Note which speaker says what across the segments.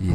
Speaker 1: 以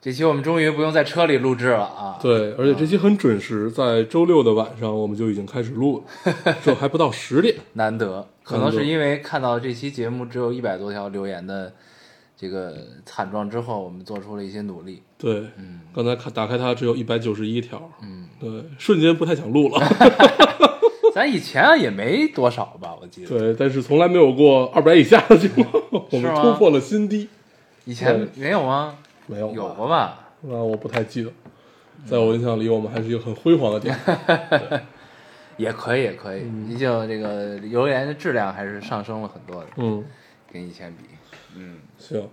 Speaker 2: 这期我们终于不用在车里录制了啊。
Speaker 3: 对，而且这期很准时，在周六的晚上我们就已经开始录了，这还不到十点。
Speaker 2: 难得，可能是因为看到这期节目只有一百多条留言的这个惨状之后，我们做出了一些努力。
Speaker 3: 对，
Speaker 2: 嗯
Speaker 3: 刚才看打开它只有一百九十一条，嗯，对，瞬间不太想录了。
Speaker 2: 咱以前啊也没多少吧，我记得
Speaker 3: 对，但是从来没有过二百以下的情 况，我
Speaker 2: 是
Speaker 3: 们
Speaker 2: 吗
Speaker 3: 突破了新低。
Speaker 2: 以前没有吗？
Speaker 3: 没有吧
Speaker 2: 有过吧？
Speaker 3: 那我不太记得，在我印象里，我们还是一个很辉煌的点。
Speaker 2: 也可以，也可以，
Speaker 3: 嗯
Speaker 2: 毕竟这个留言的质量还是上升了很多的，
Speaker 3: 嗯，
Speaker 2: 跟以前比。
Speaker 3: 行，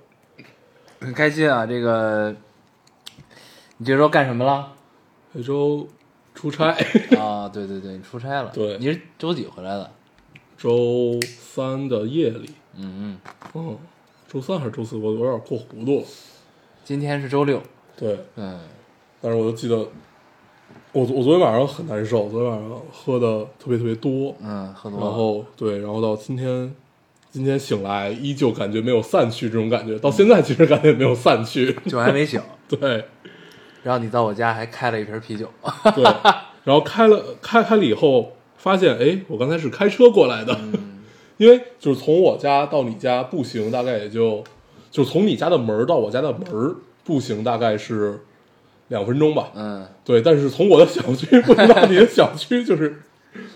Speaker 2: 很开心啊！这个，你这周干什么了？
Speaker 3: 这周出差，
Speaker 2: 啊，对对对，你出差了。
Speaker 3: 对
Speaker 2: 你是周几回来的？
Speaker 3: 周三的夜里，
Speaker 2: 嗯，
Speaker 3: 嗯，周三还是周四，我我有点过糊涂了。
Speaker 2: 今天是周六。
Speaker 3: 对，
Speaker 2: 嗯，
Speaker 3: 但是我就记得，我我昨天晚上很难受，昨天晚上喝的特别特别多，
Speaker 2: 嗯，喝多
Speaker 3: 然
Speaker 2: 了。
Speaker 3: 后对，然后到今天，今天醒来依旧感觉没有散去这种感觉，到现在其实感觉也没有散去，
Speaker 2: 酒还没醒，
Speaker 3: 对
Speaker 2: 然后你到我家还开了一瓶啤酒。
Speaker 3: 对，然后开了开开了以后，发现哎，我刚才是开车过来的，因为就是从我家到你家步行大概也就，就是从你家的门儿到我家的门儿步行大概是两分钟吧，
Speaker 2: 嗯，
Speaker 3: 对，但是从我的小区不能到你的小区， 就是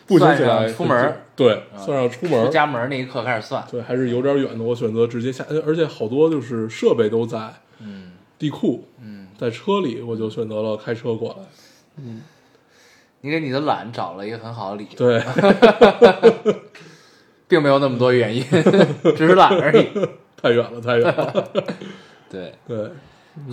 Speaker 3: 步行起
Speaker 2: 算
Speaker 3: 来
Speaker 2: 上出门儿，
Speaker 3: 对，算上出门
Speaker 2: 出
Speaker 3: 儿，
Speaker 2: 家门那一刻开始算。
Speaker 3: 对，还是有点远的。我选择直接下，呃而且好多就是设备都在，嗯，地库，嗯，在车里，我就选择了开车过来。
Speaker 2: 你给你的懒找了一个很好的理由，
Speaker 3: 对，
Speaker 2: 并没有那么多原 因，只是懒而 已。
Speaker 3: 太远了，太远了。
Speaker 2: 对，
Speaker 3: 对，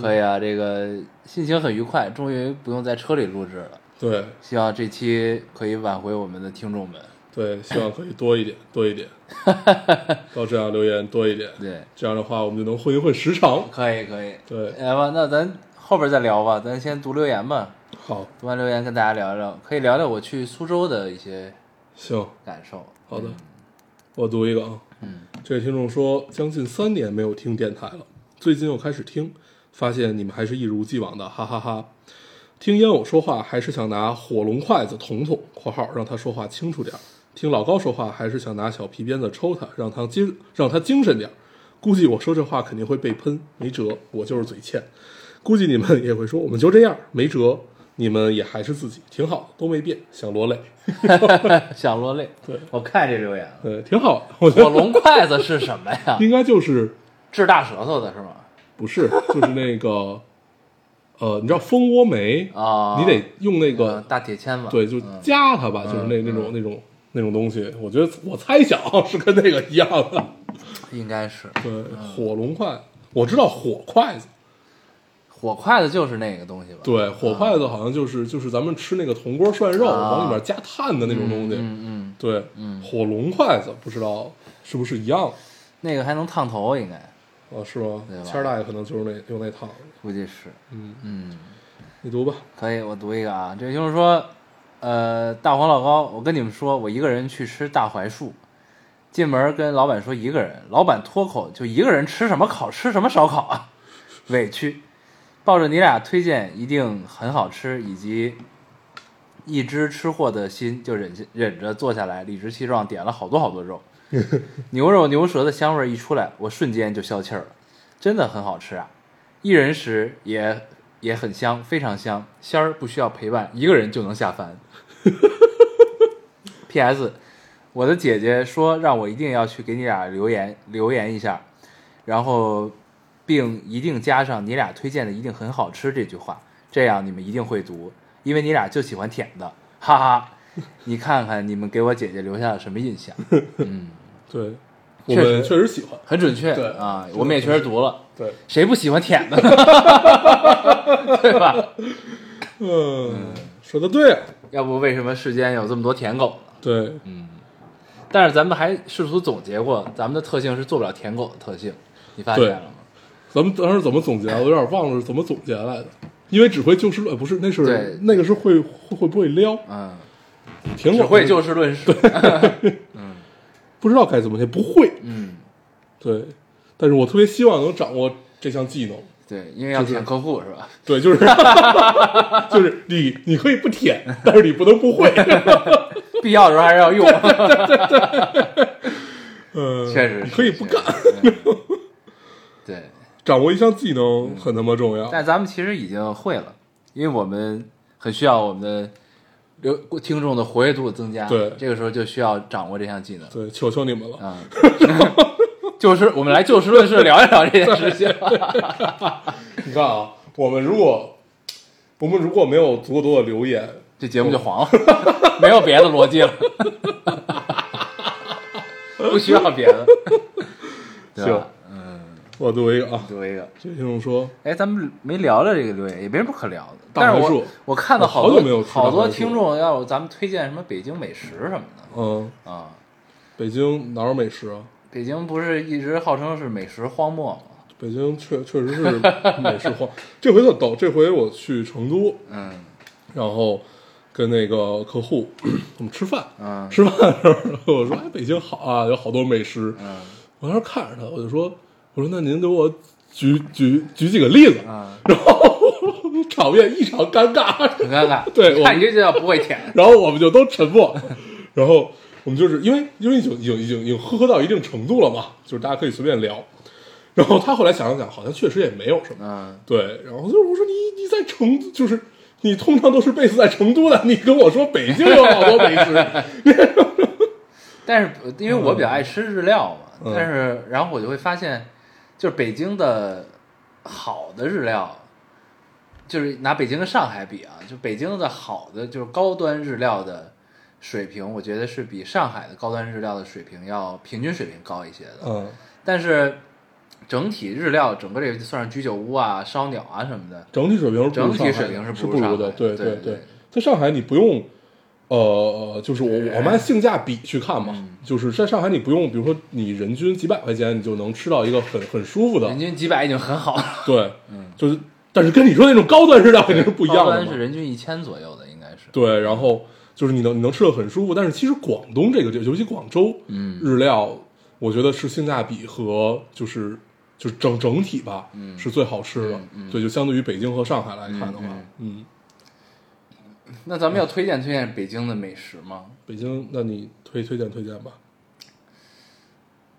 Speaker 2: 可以啊，这个心情很愉快，终于不用在车里录制了。
Speaker 3: 对，
Speaker 2: 希望这期可以挽回我们的听众们。
Speaker 3: 对，希望可以多一点，多 一点，到这样留言多一点，
Speaker 2: 对，
Speaker 3: 这样的话我们就能混一混时长。
Speaker 2: 可以可以，
Speaker 3: 对
Speaker 2: 来吧，那咱后边再聊吧，咱先读留言吧，
Speaker 3: 好，
Speaker 2: 读完留言跟大家聊聊，可以聊聊我去苏州的一些
Speaker 3: 行，
Speaker 2: 感 受。
Speaker 3: 好的，我读一个啊。嗯，这位听众说，将近三年没有听电台了，最近又开始听，发现你们还是一如既往的，哈哈哈听烟偶说话还是想拿火龙筷子捅捅（括号让他说话清楚点），听老高说话还是想拿小皮鞭子抽他，让他精让他精神点。估计我说这话肯定会被喷，没辙，我就是嘴欠。估计你们也会说，我们就这样，没辙。你们也还是自己，挺好的，都没变，想落泪，
Speaker 2: 想落泪，
Speaker 3: 对
Speaker 2: 我看这留言了。
Speaker 3: 呃，挺好的。我觉得？
Speaker 2: 火龙筷子是什么呀
Speaker 3: 应该就是
Speaker 2: 治大舌头的是吗？
Speaker 3: 不是，就是那个，呃，你知道蜂窝煤
Speaker 2: 啊
Speaker 3: 你得用那个
Speaker 2: 嗯，大铁签子。
Speaker 3: 对，就
Speaker 2: 嗯
Speaker 3: 夹它吧，就是那那种那种那种东西。我觉得我猜想是跟那个一样的。
Speaker 2: 应该是
Speaker 3: 对，火龙筷，我知道火筷子，
Speaker 2: 火筷子就是那个东西吧？
Speaker 3: 对，火筷子好像就是就是咱们吃那个铜锅涮肉往里面加碳的那种东西。
Speaker 2: 啊嗯，
Speaker 3: 对，火龙筷子不知道是不是一样
Speaker 2: 那个还能烫头，应该
Speaker 3: 啊？是吗
Speaker 2: 对吧？
Speaker 3: 谦儿大爷可能就是那用那套。
Speaker 2: 估计是。
Speaker 3: 嗯，
Speaker 2: 嗯，
Speaker 3: 你读吧。
Speaker 2: 可以，我读一个啊，这就是说，呃，大黄老高，我跟你们说，我一个人去吃大槐树，进门跟老板说一个人，老板脱口就一个人吃什么烤，吃什么烧烤啊， 委屈。抱着你俩推荐一定很好吃，以及一只吃货的心，就忍下忍着坐下来，理直气壮点了好多好多肉，牛肉牛舌的香味儿一出来，我瞬间就消气儿了，真的很好吃啊！一人食也也很香，非常香，仙儿不需要陪伴，一个人就能下 饭。P.S. 我的姐姐说让我一定要去给你俩留言留言一下，然后并一定加上你俩推荐的一定很好吃这句话，这样你们一定会读，因为你俩就喜欢甜的，哈 哈。你看看你们给我姐姐留下了什么印象？
Speaker 3: 对，我们
Speaker 2: 确实
Speaker 3: 确实喜欢。
Speaker 2: 很准确
Speaker 3: 对
Speaker 2: 啊
Speaker 3: 这，个
Speaker 2: 我们也确实读了，
Speaker 3: 对，
Speaker 2: 谁不喜欢舔 的呢？对吧？
Speaker 3: 嗯，说的对啊，
Speaker 2: 要不为什么世间有这么多舔狗呢？
Speaker 3: 对，
Speaker 2: 但是咱们还试图总结过，咱们的特性是做不了舔狗的特性，你发现
Speaker 3: 对
Speaker 2: 了吗？
Speaker 3: 咱们当时怎么总结啊？我有点忘了是怎么总结来的。因为指挥就事论，呃不是，那
Speaker 2: 对
Speaker 3: 是那个是会会会不会撩，
Speaker 2: 嗯，
Speaker 3: 挺
Speaker 2: 只
Speaker 3: 我
Speaker 2: 会就事论事。
Speaker 3: 不知道该怎么写，不会，
Speaker 2: 嗯，
Speaker 3: 对。但是我特别希望能掌握这项技能，
Speaker 2: 对，因为要
Speaker 3: 就是
Speaker 2: 舔客户是吧？
Speaker 3: 对，就是就是你你可以不舔，但是你不能不会，
Speaker 2: 必要的时候还是要用。
Speaker 3: 嗯，
Speaker 2: 确实是，
Speaker 3: 你可以不干。
Speaker 2: 确实是。对，
Speaker 3: 掌握一项技能很他妈重要，
Speaker 2: 嗯但咱们其实已经会了，因为我们很需要我们的流听众的活跃度增加。
Speaker 3: 对
Speaker 2: 这个时候就需要掌握这项技能
Speaker 3: 对，求求你们了，
Speaker 2: 啊。 就是我们来就事论事聊一聊这件事情。
Speaker 3: 你看啊，我们如果我们如果没有足够多的留言，
Speaker 2: 这节目就黄了， 没有别的逻辑了，不需要别的，对吧？
Speaker 3: 我读一个啊，
Speaker 2: 读一个，
Speaker 3: 这位听众说，
Speaker 2: 哎，咱们没聊聊这个留言，也没什么可聊的。
Speaker 3: 大槐
Speaker 2: 但是
Speaker 3: 树
Speaker 2: 我我看到
Speaker 3: 好
Speaker 2: 多
Speaker 3: 久没有吃
Speaker 2: 好
Speaker 3: 大
Speaker 2: 多
Speaker 3: 槐树
Speaker 2: 听众要咱们推荐什么北京美食什么
Speaker 3: 嗯，
Speaker 2: 的啊。
Speaker 3: 北京哪有美食啊？
Speaker 2: 北京不是一直号称是美食荒漠吗？
Speaker 3: 北京确确实是美食荒。这回特逗，这回我去成都，
Speaker 2: 嗯
Speaker 3: 然后跟那个客户我们吃饭，
Speaker 2: 嗯
Speaker 3: 吃饭的时候然后我说哎北京好啊，有好多美食。
Speaker 2: 嗯
Speaker 3: 我当时看着他，我就说我说那您给我举举举几个例子，
Speaker 2: 嗯，
Speaker 3: 然后场面异常尴尬。
Speaker 2: 很尴尬。
Speaker 3: 对我
Speaker 2: 看你这就叫不会舔。
Speaker 3: 然后我们就都沉默，然后我们就是因为因为已经已经已经已经喝到一定程度了嘛，就是大家可以随便聊。然后他后来想了想，好像确实也没有什么。
Speaker 2: 嗯，
Speaker 3: 对，然后就是我说你你在成都，就是你通常都是贝斯在成都的，你跟我说北京有好多美食，
Speaker 2: 但是因为我比较爱吃日料嘛，
Speaker 3: 嗯
Speaker 2: 但是然后我就会发现，就是北京的好的日料，就是拿北京跟上海比啊，就北京的好的就是高端日料的水平，我觉得是比上海的高端日料的水平要平均水平高一些的。
Speaker 3: 嗯，
Speaker 2: 但是整体日料整个这个算上居酒屋啊、烧鸟啊什么的，
Speaker 3: 整体水平是不如
Speaker 2: 整体水
Speaker 3: 上海
Speaker 2: 平是
Speaker 3: 的
Speaker 2: 不
Speaker 3: 是
Speaker 2: 如
Speaker 3: 不
Speaker 2: 上
Speaker 3: 如
Speaker 2: 海
Speaker 3: 的，
Speaker 2: 的
Speaker 3: 对
Speaker 2: 对
Speaker 3: 对
Speaker 2: 对，
Speaker 3: 在上海你不用。呃，就是我我们按性价比去看
Speaker 2: 嗯
Speaker 3: 嘛，就是在上海你不用，比如说你人均几百块钱，你就能吃到一个很很舒服的
Speaker 2: 人，均几百已经很好了。
Speaker 3: 对，就是但是跟你说那种高端日料肯定是不一样
Speaker 2: 高
Speaker 3: 的
Speaker 2: 端
Speaker 3: 嘛
Speaker 2: 是，人均一千左右的，应该是。
Speaker 3: 对，然后就是你能你能吃的很舒服，但是其实广东这个地儿，尤其广州，
Speaker 2: 嗯
Speaker 3: 日料我觉得是性价比和就是就是整整体吧，嗯，是最好吃的，对，就相对于北京和上海来看的话，嗯，
Speaker 2: 那咱们要推荐推荐北京的美食吗？
Speaker 3: 北京，那你推推荐推荐吧，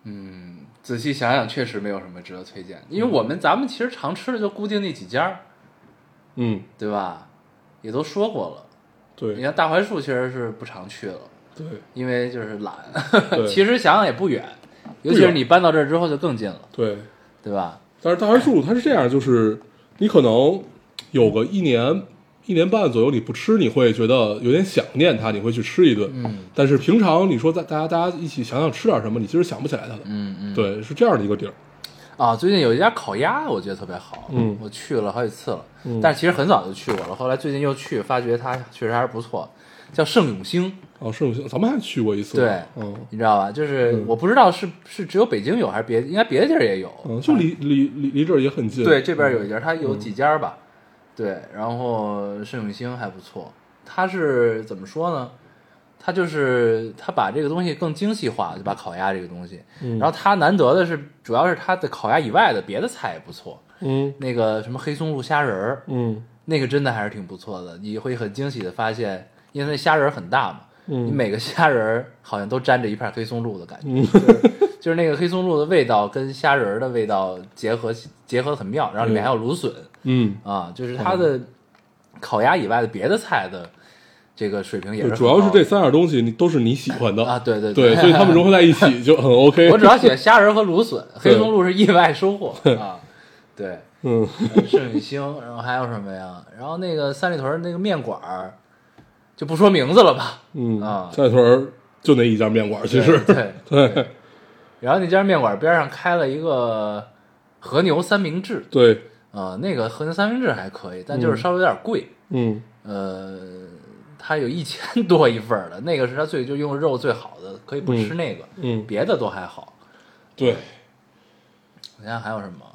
Speaker 2: 嗯，仔细想想，确实没有什么值得推荐，因为我们咱们其实常吃的就固定那几家儿，
Speaker 3: 嗯，
Speaker 2: 对吧？也都说过了。你
Speaker 3: 对
Speaker 2: 像大槐树，其实是不常去了，
Speaker 3: 对
Speaker 2: 因为就是懒。
Speaker 3: 对
Speaker 2: 其实想想也不远，尤其是你搬到这儿之后就更近了，
Speaker 3: 对，
Speaker 2: 对吧？
Speaker 3: 但是大槐树它是这样，就是你可能有个一年。一年半左右，你不吃，你会觉得有点想念它，你会去吃一顿。
Speaker 2: 嗯
Speaker 3: 但是平常你说在大家大家一起想想吃点什么，你其实想不起来它的。
Speaker 2: 嗯嗯。
Speaker 3: 对，是这样的一个地儿。
Speaker 2: 啊，最近有一家烤鸭，我觉得特别好，
Speaker 3: 嗯
Speaker 2: 我去了好几次了，
Speaker 3: 嗯
Speaker 2: 但是其实很早就去过了，后来最近又去，发觉它确实还是不错，叫盛永兴，
Speaker 3: 哦，是有咱们还去过一次。
Speaker 2: 对
Speaker 3: 嗯
Speaker 2: 你知道吧？就是我不知道是是只有北京有还是别，应该别的地儿也有，
Speaker 3: 嗯，就离离离离这儿也很近。
Speaker 2: 对，这边有一家，它有几家吧，对，然后盛永兴还不错，它是怎么说呢？它就是它把这个东西更精细化，就把烤鸭这个东西，
Speaker 3: 嗯
Speaker 2: 然后它难得的是，主要是它的烤鸭以外的别的菜也不错，
Speaker 3: 嗯
Speaker 2: 那个什么黑松露虾仁儿，
Speaker 3: 嗯
Speaker 2: 那个真的还是挺不错的，你会很惊喜的发现，因为那虾仁儿很大嘛，
Speaker 3: 嗯
Speaker 2: 你每个虾仁儿好像都沾着一片黑松露的感觉，
Speaker 3: 嗯
Speaker 2: 就是那个黑松露的味道跟虾仁儿的味道结合结合得很妙，然后里面还有芦笋、
Speaker 3: 嗯，
Speaker 2: 啊，就是它的烤鸭以外的别的菜的这个水平也
Speaker 3: 对，
Speaker 2: 是
Speaker 3: 主要是
Speaker 2: 很高
Speaker 3: 这三样东西你都是你喜欢的
Speaker 2: 的啊，。对对
Speaker 3: 对，所以他们融合在一起就很 OK。
Speaker 2: 我主要喜欢虾仁儿和芦笋，
Speaker 3: 对
Speaker 2: 黑松露是意外收获啊， 对。
Speaker 3: 嗯
Speaker 2: 盛宇兴，然后还有什么呀？然后那个三里屯儿那个面馆儿，就不说名字了吧。
Speaker 3: 嗯
Speaker 2: 啊
Speaker 3: 三里屯儿就那一家面馆儿，其实
Speaker 2: 对对
Speaker 3: 对，
Speaker 2: 然后那家面馆边上开了一个和牛三明治，
Speaker 3: 对，
Speaker 2: 啊、那个和牛三明治还可以，但就是稍微有点贵。
Speaker 3: 嗯
Speaker 2: 呃，它有一千多一份儿的， 那个是它最就用肉最好的，可以不吃那个，
Speaker 3: 嗯，
Speaker 2: 别的都还好。
Speaker 3: 对，
Speaker 2: 我想想还有什么，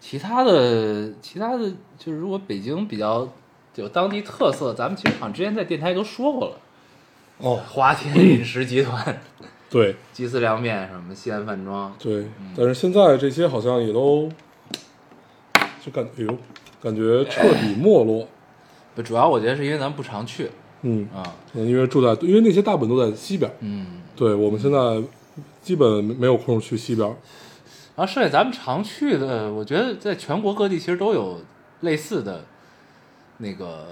Speaker 2: 其他的其他的就是如果北京比较有当地特色，咱们其实好像之前在电台都说过了，
Speaker 3: 哦，
Speaker 2: 华天饮食集团、
Speaker 3: 对
Speaker 2: 鸡丝凉面什么西安饭庄，
Speaker 3: 对，但是现在这些好像也都就感觉，哎呦，感觉彻底没落。
Speaker 2: 不主要我觉得是因为咱们不常去
Speaker 3: 嗯，
Speaker 2: 啊，
Speaker 3: 因为住在，因为那些大本都在西边儿，
Speaker 2: 嗯，
Speaker 3: 对我们现在基本没有空去西边儿。
Speaker 2: 然后剩下咱们常去的，我觉得在全国各地其实都有类似的那个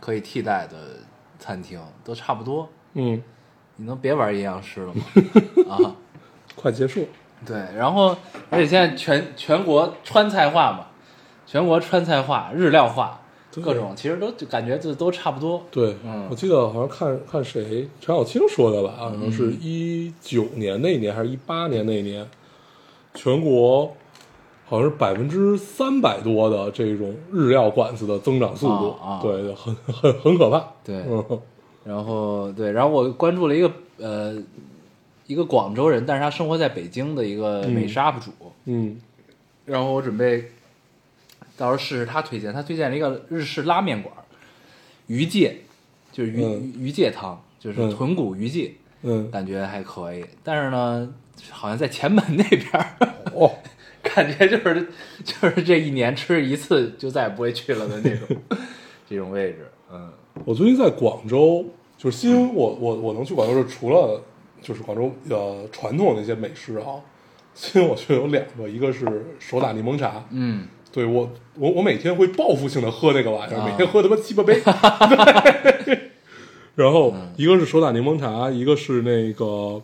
Speaker 2: 可以替代的餐厅，都差不多。
Speaker 3: 嗯，
Speaker 2: 你能别玩阴阳师了吗？啊，
Speaker 3: 快结束。
Speaker 2: 对，然后而且现在全全国川菜化嘛，全国川菜化、日料化，
Speaker 3: 对
Speaker 2: 各种其实都就感觉这都差不多。
Speaker 3: 对，
Speaker 2: 嗯
Speaker 3: 我记得好像看看谁陈小青说的吧，好像是一九年那年还是一八年那年，全国好像是百分之三百多的这种日料馆子的增长速度，
Speaker 2: 啊啊
Speaker 3: 对，很 很很可怕。
Speaker 2: 对
Speaker 3: 嗯，
Speaker 2: 然后对，然后我关注了一个呃一个广州人，但是他生活在北京的一个美食 UP 主，
Speaker 3: 嗯，
Speaker 2: 然后我准备到时候试试他推荐，他推荐了一个日式拉面馆儿，鱼介，就是鱼、
Speaker 3: 嗯
Speaker 2: 鱼介汤，就是
Speaker 3: 嗯
Speaker 2: 豚骨鱼介，
Speaker 3: 嗯，
Speaker 2: 感觉还可以。但是呢，好像在前门那边儿，
Speaker 3: 哦，
Speaker 2: 感觉就是就是这一年吃一次就再也不会去了的那 种这种位置。嗯
Speaker 3: 我最近在广州，就是新我我我能去广州，是除了就是广州呃传统的一些美食哈、新我去有两个，一个是手打柠檬茶，
Speaker 2: 嗯，
Speaker 3: 对我，我我每天会报复性的喝那个玩意儿，
Speaker 2: 啊
Speaker 3: 每天喝他妈七八杯。 然后
Speaker 2: 嗯
Speaker 3: 一个是手打柠檬茶，一个是那个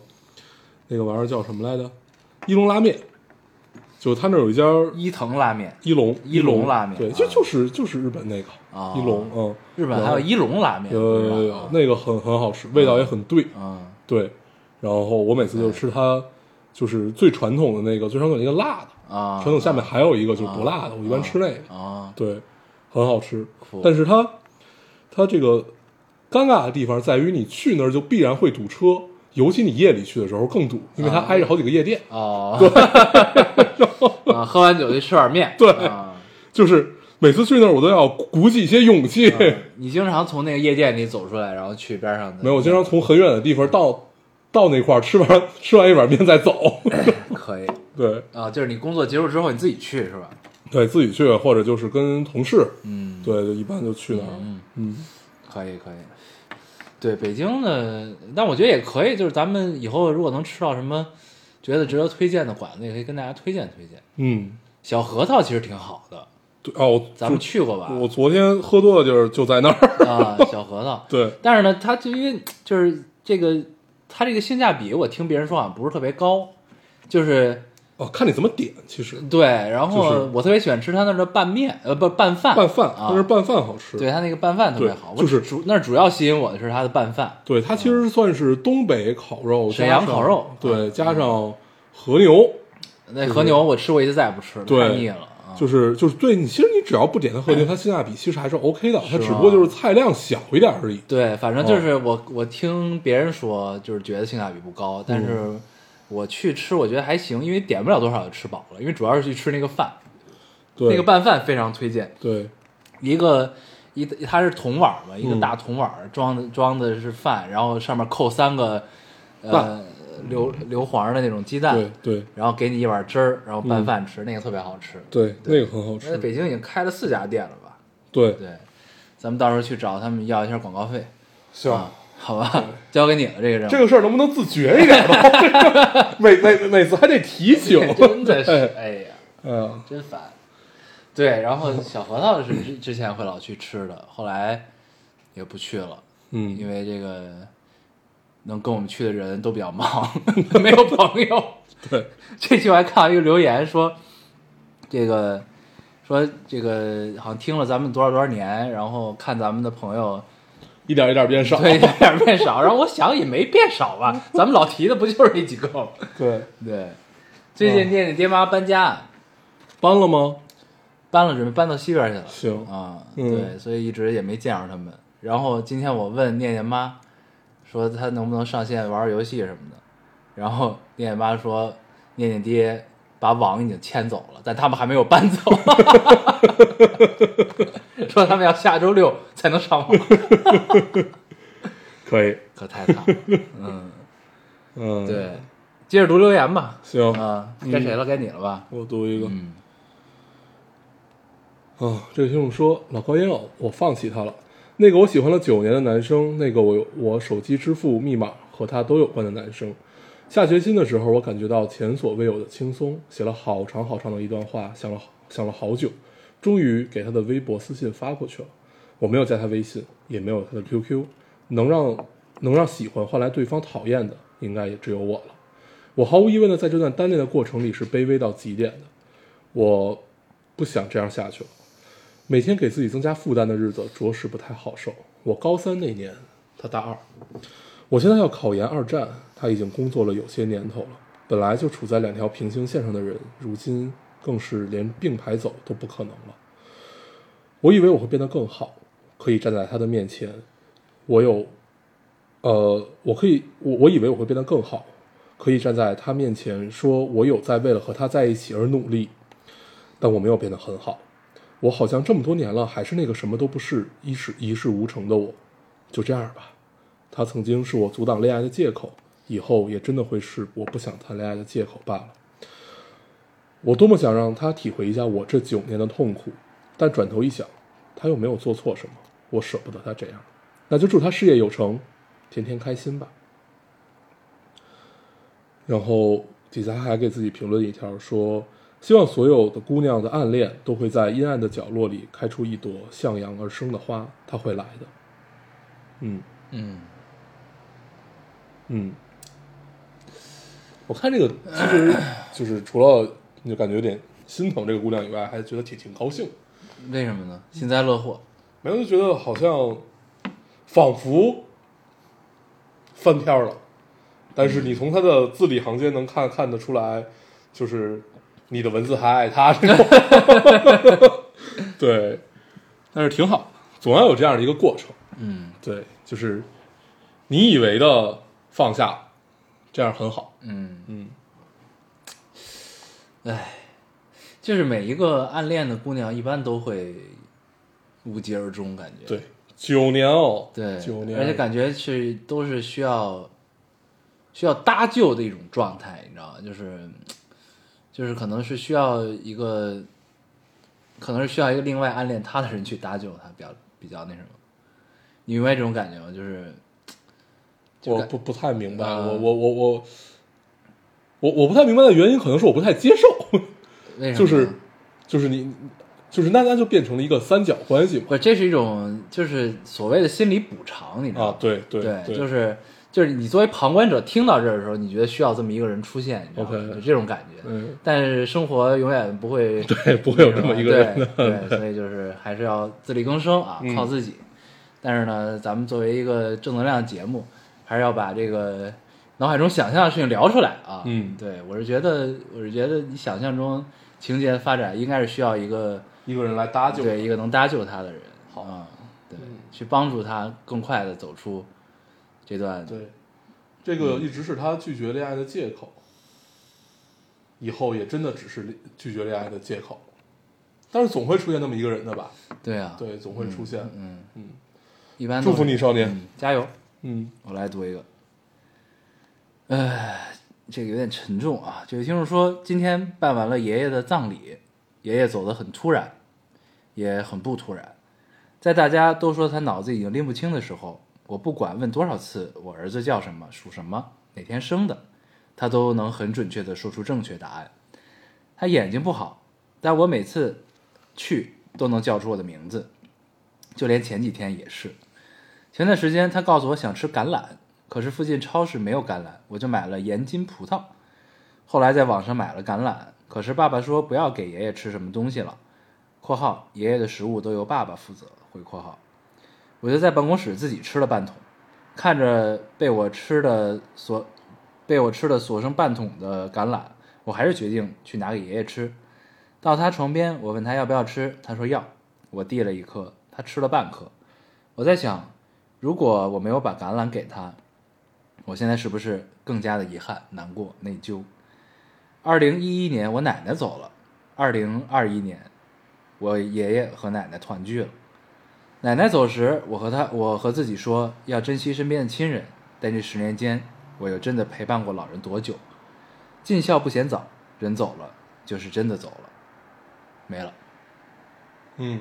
Speaker 3: 那个玩意儿叫什么来着？一龙拉面，就他那儿有一家
Speaker 2: 伊藤拉面，
Speaker 3: 一龙
Speaker 2: 一龙拉面
Speaker 3: 对，
Speaker 2: 啊
Speaker 3: 就就是就是日本那个
Speaker 2: 啊
Speaker 3: 一龙，嗯，
Speaker 2: 日本还有一龙拉面，啊
Speaker 3: 有有有
Speaker 2: 不知道
Speaker 3: 有那个很很好吃，味道也很对，
Speaker 2: 嗯
Speaker 3: 对。然后我每次就
Speaker 2: 哎
Speaker 3: 吃它，就是最传统的那个最传统的一个辣的，
Speaker 2: 啊，
Speaker 3: 传统下面还有一个就是不辣的，我一般吃那个。
Speaker 2: 啊，
Speaker 3: 对，很好吃
Speaker 2: 酷。
Speaker 3: 但是它它这个尴尬的地方在于，你去那儿就必然会堵车，尤其你夜里去的时候更堵，因为
Speaker 2: 啊
Speaker 3: 它挨着好几个夜店。
Speaker 2: 哦，啊，喝完酒就吃碗面，
Speaker 3: 对
Speaker 2: 啊
Speaker 3: 就是每次去那儿，我都要鼓起一些勇气。
Speaker 2: 啊嗯你经常从那个夜店里走出来，然后去边上的，
Speaker 3: 没有，我经常从很远的地方到到那块儿吃完吃完一碗面再走。
Speaker 2: 可以
Speaker 3: 对
Speaker 2: 啊，就是你工作结束之后你自己去是吧？
Speaker 3: 对，自己去或者就是跟同事，
Speaker 2: 嗯，
Speaker 3: 对，就一般就去那儿。
Speaker 2: 嗯，
Speaker 3: 嗯，
Speaker 2: 可以可以。对北京的，但我觉得也可以，就是咱们以后如果能吃到什么觉得值得推荐的馆子，也可以跟大家推荐推荐。
Speaker 3: 嗯，
Speaker 2: 小核桃其实挺好的，
Speaker 3: 对哦，我
Speaker 2: 咱们去过吧？
Speaker 3: 我昨天喝多了就是就在那儿。
Speaker 2: 啊，小核桃。
Speaker 3: 对，
Speaker 2: 但是呢，它就因为就是这个，它这个性价比，我听别人说好像不是特别高，就是
Speaker 3: 哦，看你怎么点，其实
Speaker 2: 对。然后
Speaker 3: 就是
Speaker 2: 我特别喜欢吃他那儿的拌面，呃，不拌饭，
Speaker 3: 拌饭，
Speaker 2: 啊
Speaker 3: 但是，拌饭好吃。
Speaker 2: 对他那个拌饭特别好。
Speaker 3: 对就是
Speaker 2: 我主那主要吸引我的是他的拌饭，
Speaker 3: 对，它其实算是东北烤肉，
Speaker 2: 沈
Speaker 3: 加
Speaker 2: 阳
Speaker 3: 上
Speaker 2: 烤肉嗯
Speaker 3: 对，加上和牛，
Speaker 2: 那和牛我吃过一次，再也不吃了，
Speaker 3: 对
Speaker 2: 太腻了啊。
Speaker 3: 就是就是对你，其实你只要不点它和牛，它性价比其实还是 OK 的，它
Speaker 2: 是啊
Speaker 3: 只不过
Speaker 2: 吗
Speaker 3: 就是菜量小一点而已。
Speaker 2: 对，反
Speaker 3: 哦
Speaker 2: 正就是我、我听别人说，就是觉得性价比不高，但
Speaker 3: 嗯
Speaker 2: 是我去吃，我觉得还行，因为点不了多少就吃饱了，因为主要是去吃那个饭，
Speaker 3: 对，
Speaker 2: 那个拌饭非常推荐。
Speaker 3: 对，
Speaker 2: 一个一它是铜碗嘛，一个
Speaker 3: 嗯
Speaker 2: 大铜碗儿装的装的是饭，然后上面扣三个呃
Speaker 3: 饭
Speaker 2: 硫硫磺的那种鸡蛋
Speaker 3: 对，嗯对
Speaker 2: 然后给你一碗汁儿，然后拌饭吃，那个特别好吃。
Speaker 3: 对，那个很好
Speaker 2: 那在
Speaker 3: 吃。
Speaker 2: 北京已经开了四家店了吧？
Speaker 3: 对，
Speaker 2: 对，咱们到时候去找他们要一下广告费
Speaker 3: 行，
Speaker 2: 啊，好吧，交给你了这个任务。
Speaker 3: 这个事儿能不能自觉一点儿吧？这个每每每次还得提醒。
Speaker 2: 真的是，
Speaker 3: 哎
Speaker 2: 哎呀，
Speaker 3: 哎呀，
Speaker 2: 真烦。对，然后小核桃是之之前会老去吃的，后来也不去了。因
Speaker 3: 嗯，
Speaker 2: 为这个能跟我们去的人都比较忙， 没有朋友。
Speaker 3: 对，
Speaker 2: 这期我还看到一个留言说，这个说这个好像听了咱们多少多少年，然后看咱们的朋友
Speaker 3: 一点一点变少。
Speaker 2: 对，一点点变少。然后我想也没变少吧，咱们老提的不就是那几个吗？
Speaker 3: 对
Speaker 2: 对，最
Speaker 3: 嗯
Speaker 2: 近念念爹妈搬家，
Speaker 3: 搬了吗？
Speaker 2: 搬了准备搬到西边去了。
Speaker 3: 行
Speaker 2: 啊，
Speaker 3: 嗯
Speaker 2: 对，所以一直也没见着他们。然后今天我问念念妈，说她能不能上线玩玩游戏什么的，然后念念妈说，念念爹把网已经迁走了，但他们还没有搬走， 说他们要下周六才能上网，
Speaker 3: 可以。
Speaker 2: 可太惨了。
Speaker 3: 嗯，，
Speaker 2: 对，接着读留言吧。
Speaker 3: 行，
Speaker 2: 啊，该谁了？该你了吧？
Speaker 3: 我读一个。
Speaker 2: 嗯
Speaker 3: 啊，这个听众说，老高烟偶，我放弃他了。那个我喜欢了九年的男生，那个我有我手机支付密码和他都有关的男生，下决心的时候，我感觉到前所未有的轻松，写了好长好长的一段话，想了想了好久，终于给他的微博私信发过去了。我没有加他微信，也没有他的 QQ，能让能让喜欢换来对方讨厌的，应该也只有我了。我毫无疑问的在这段单恋的过程里是卑微到极点的，我不想这样下去了。每天给自己增加负担的日子着实不太好受。我高三那年，他大二，我现在要考研二战，他已经工作了有些年头了，本来就处在两条平行线上的人，如今更是连并排走都不可能了。我以为我会变得更好，可以站在他的面前，我有，呃，我可以，我我以为我会变得更好，可以站在他面前说我有在为了和他在一起而努力，但我没有变得很好。我好像这么多年了，还是那个什么都不是、一事一事无成的我。就这样吧，他曾经是我阻挡恋爱的借口，以后也真的会是我不想谈恋爱的借口罢了。我多么想让他体会一下我这九年的痛苦，但转头一想，他又没有做错什么，我舍不得他这样，那就祝他事业有成，天天开心吧。然后底下还给自己评论一条说：“希望所有的姑娘的暗恋都会在阴暗的角落里开出一朵向阳而生的花，它会来的。”嗯
Speaker 2: 嗯，
Speaker 3: 嗯，我看这个其实就是除了你就感觉有点心疼这个姑娘以外，还觉得挺挺高兴，
Speaker 2: 嗯为什么呢？幸灾乐祸。
Speaker 3: 没有就觉得好像仿佛翻篇儿了，但是你从他的字里行间能看看得出来，就是你的文字还爱他这种， 对，但是挺好，总要有这样的一个过程，
Speaker 2: 嗯
Speaker 3: 对，就是你以为的放下，这样很好，
Speaker 2: 嗯。
Speaker 3: 嗯，
Speaker 2: 就是每一个暗恋的姑娘，一般都会无疾而终，感觉
Speaker 3: 对，九年哦，
Speaker 2: 对
Speaker 3: 九年，
Speaker 2: 而且感觉是都是需要需要搭救的一种状态，你知道吗？就是就是可能是需要一个，可能是需要一个另外暗恋他的人去搭救他，比较比较那什么，你明白这种感觉吗？就是就
Speaker 3: 我
Speaker 2: 感
Speaker 3: 不不太明白，
Speaker 2: 啊
Speaker 3: 我我我我我我不太明白的原因，可能是我不太接受，
Speaker 2: 为什么呢？
Speaker 3: 就是就是你就是那那就变成了一个三角关系嘛
Speaker 2: 不，这是一种就是所谓的心理补偿，你知道吗？
Speaker 3: 啊，对对对，
Speaker 2: 就是就是你作为旁观者听到这儿的时候，你觉得需要这么一个人出现，你知道吗
Speaker 3: OK
Speaker 2: 就这种感觉。
Speaker 3: 嗯，
Speaker 2: 但是生活永远不会
Speaker 3: 对，不会有这么一个人的，
Speaker 2: 对，对，所以就是还是要自力更生啊，
Speaker 3: 嗯
Speaker 2: 靠自己。但是呢，咱们作为一个正能量节目，还是要把这个脑海中想象的事情聊出来啊。
Speaker 3: 嗯
Speaker 2: 对我是觉得，我是觉得你想象中情节的发展应该是需要一个
Speaker 3: 一个人来搭救，
Speaker 2: 对一个能搭救他的人，好啊，对，
Speaker 3: 嗯
Speaker 2: 去帮助他更快的走出这段
Speaker 3: 对，嗯这个一直是他拒绝恋爱的借口，以后也真的只是拒绝恋爱的借口，但是总会出现那么一个人的吧？
Speaker 2: 对啊，
Speaker 3: 对，总会出现，
Speaker 2: 嗯
Speaker 3: 嗯，
Speaker 2: 一般都
Speaker 3: 祝福你，少年，
Speaker 2: 嗯加油！
Speaker 3: 嗯
Speaker 2: 我来读一个，唉，这个有点沉重啊。这位听众说，今天办完了爷爷的葬礼，爷爷走得很突然，也很不突然。在大家都说他脑子已经拎不清的时候，我不管问多少次我儿子叫什么、属什么、哪天生的，他都能很准确地说出正确答案。他眼睛不好，但我每次去都能叫出我的名字，就连前几天也是。前段时间他告诉我想吃橄榄，可是附近超市没有橄榄，我就买了盐津葡萄。后来在网上买了橄榄，可是爸爸说不要给爷爷吃什么东西了。（括号爷爷的食物都由爸爸负责。）回括号。我就在办公室自己吃了半桶，看着被我吃的所被我吃的所剩半桶的橄榄，我还是决定去拿给爷爷吃。到他床边，我问他要不要吃，他说要。我递了一颗，他吃了半颗。我在想，如果我没有把橄榄给他，我现在是不是更加的遗憾、难过、内疚？二零一一年我奶奶走了，二零二一年我爷爷和奶奶团聚了。奶奶走时，我和她，我和自己说要珍惜身边的亲人，但这十年间，我又真的陪伴过老人多久？尽孝不嫌早，人走了就是真的走了，没了。
Speaker 3: 嗯，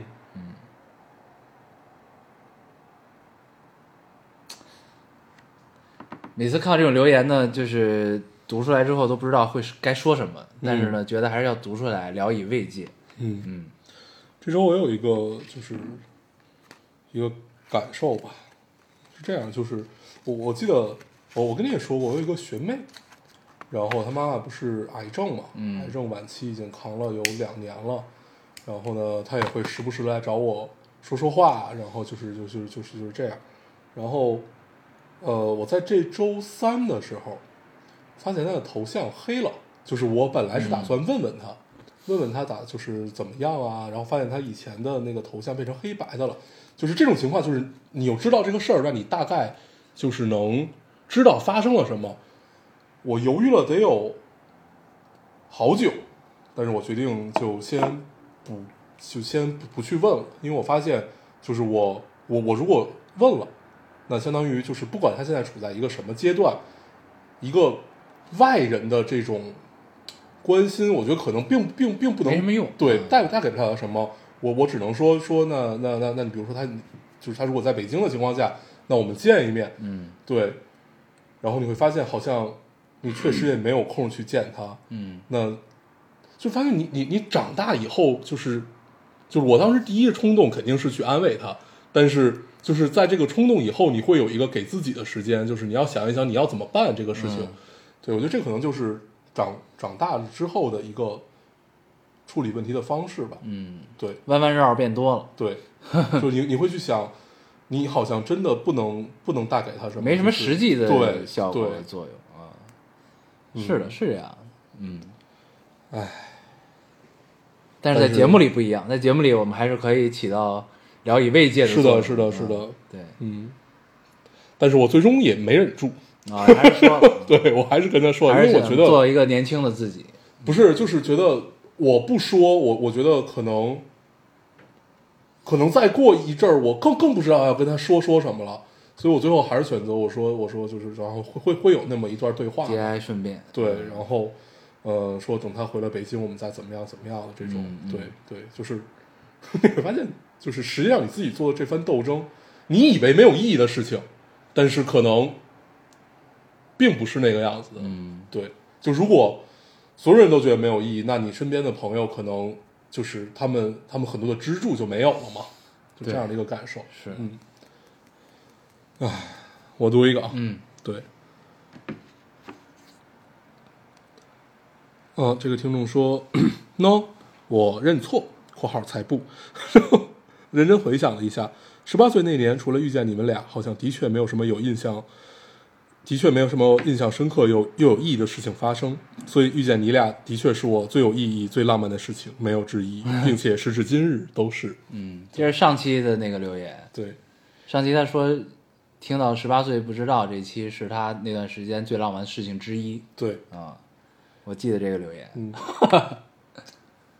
Speaker 2: 每次看到这种留言呢，就是读出来之后都不知道会是该说什么，但是呢，觉得还是要读出来，聊以慰藉。
Speaker 3: 嗯
Speaker 2: 嗯，
Speaker 3: 这周我有一个就是一个感受吧，是这样，就是我我记得我我跟你也说过，我有一个学妹，然后她妈妈不是癌症嘛，
Speaker 2: 嗯
Speaker 3: 癌症晚期已经扛了有两年了，然后呢，她也会时不时来找我说说话，然后就是就是就是就是这样，然后呃，我在这周三的时候发现她的头像黑了，就是我本来是打
Speaker 2: 嗯
Speaker 3: 算问问她。问问他打就是怎么样啊，然后发现他以前的那个头像变成黑白的了，就是这种情况，就是你有知道这个事儿，让你大概就是能知道发生了什么。我犹豫了得有好久，但是我决定就先不就先不不去问了，因为我发现就是我我我如果问了，那相当于就是不管他现在处在一个什么阶段，一个外人的这种关心，我觉得可能并并并不能
Speaker 2: 没什么用
Speaker 3: 对
Speaker 2: 嗯，
Speaker 3: 带带给不了他什么。我我只能说说那那那那你比如说他就是他如果在北京的情况下，那我们见一面，
Speaker 2: 嗯
Speaker 3: 对，然后你会发现好像你确实也没有空去见他，
Speaker 2: 嗯
Speaker 3: 那就发现你你你长大以后就是，就是我当时第一个冲动肯定是去安慰他，但是就是在这个冲动以后，你会有一个给自己的时间，就是你要想一想你要怎么办这个事情。
Speaker 2: 嗯
Speaker 3: 对我觉得这可能就是长长大了之后的一个处理问题的方式吧。
Speaker 2: 嗯，
Speaker 3: 对
Speaker 2: 弯弯绕绕变多了，
Speaker 3: 对，就你你会去想，你好像真的不能不能带给他什么，
Speaker 2: 没什么
Speaker 3: 就是
Speaker 2: 实际的
Speaker 3: 对
Speaker 2: 效果
Speaker 3: 对
Speaker 2: 作用啊。是的，是这样。嗯，
Speaker 3: 唉，
Speaker 2: 但是在
Speaker 3: 但是
Speaker 2: 节目里不一样，在节目里我们还是可以起到聊以慰藉
Speaker 3: 是
Speaker 2: 作用
Speaker 3: 的，是的，是。的
Speaker 2: 嗯，对
Speaker 3: 嗯。但是我最终也没忍住，，
Speaker 2: 啊，还是说了
Speaker 3: 对我还是跟他说，因
Speaker 2: 还是
Speaker 3: 为我
Speaker 2: 想
Speaker 3: 觉得
Speaker 2: 做一个年轻的自己。
Speaker 3: 不是，就是觉得我不说，我我觉得可能，可能再过一阵儿，我更更不知道要跟他说说什么了，所以我最后还是选择我说我说就是，然后会会会有那么一段对话，
Speaker 2: 节哀顺变。
Speaker 3: 对，然后呃说等他回来北京，我们再怎么样怎么样的这种，
Speaker 2: 嗯嗯
Speaker 3: 对对，就是 你会发现，就是实际上你自己做的这番斗争，你以为没有意义的事情，但是可能并不是那个样子的，
Speaker 2: 嗯
Speaker 3: 对，就如果所有人都觉得没有意义，那你身边的朋友可能就是他们，他们很多的支柱就没有了嘛，就这样的一个感受。
Speaker 2: 是
Speaker 3: 嗯，唉，我读一个啊，
Speaker 2: 嗯
Speaker 3: 对，啊，这个听众说，no，我认错（括号才不），认真回想了一下，十八岁那年，除了遇见你们俩，好像的确没有什么有印象。的确没有什么印象深刻又又有意义的事情发生，所以遇见你俩的确是我最有意义、最浪漫的事情，没有之一，并且时至今日都是。
Speaker 2: 嗯，这是上期的那个留言。
Speaker 3: 对，
Speaker 2: 上期他说听到十八岁不知道这期是他那段时间最浪漫的事情之一
Speaker 3: 对，
Speaker 2: 啊，我记得这个留言。
Speaker 3: 嗯，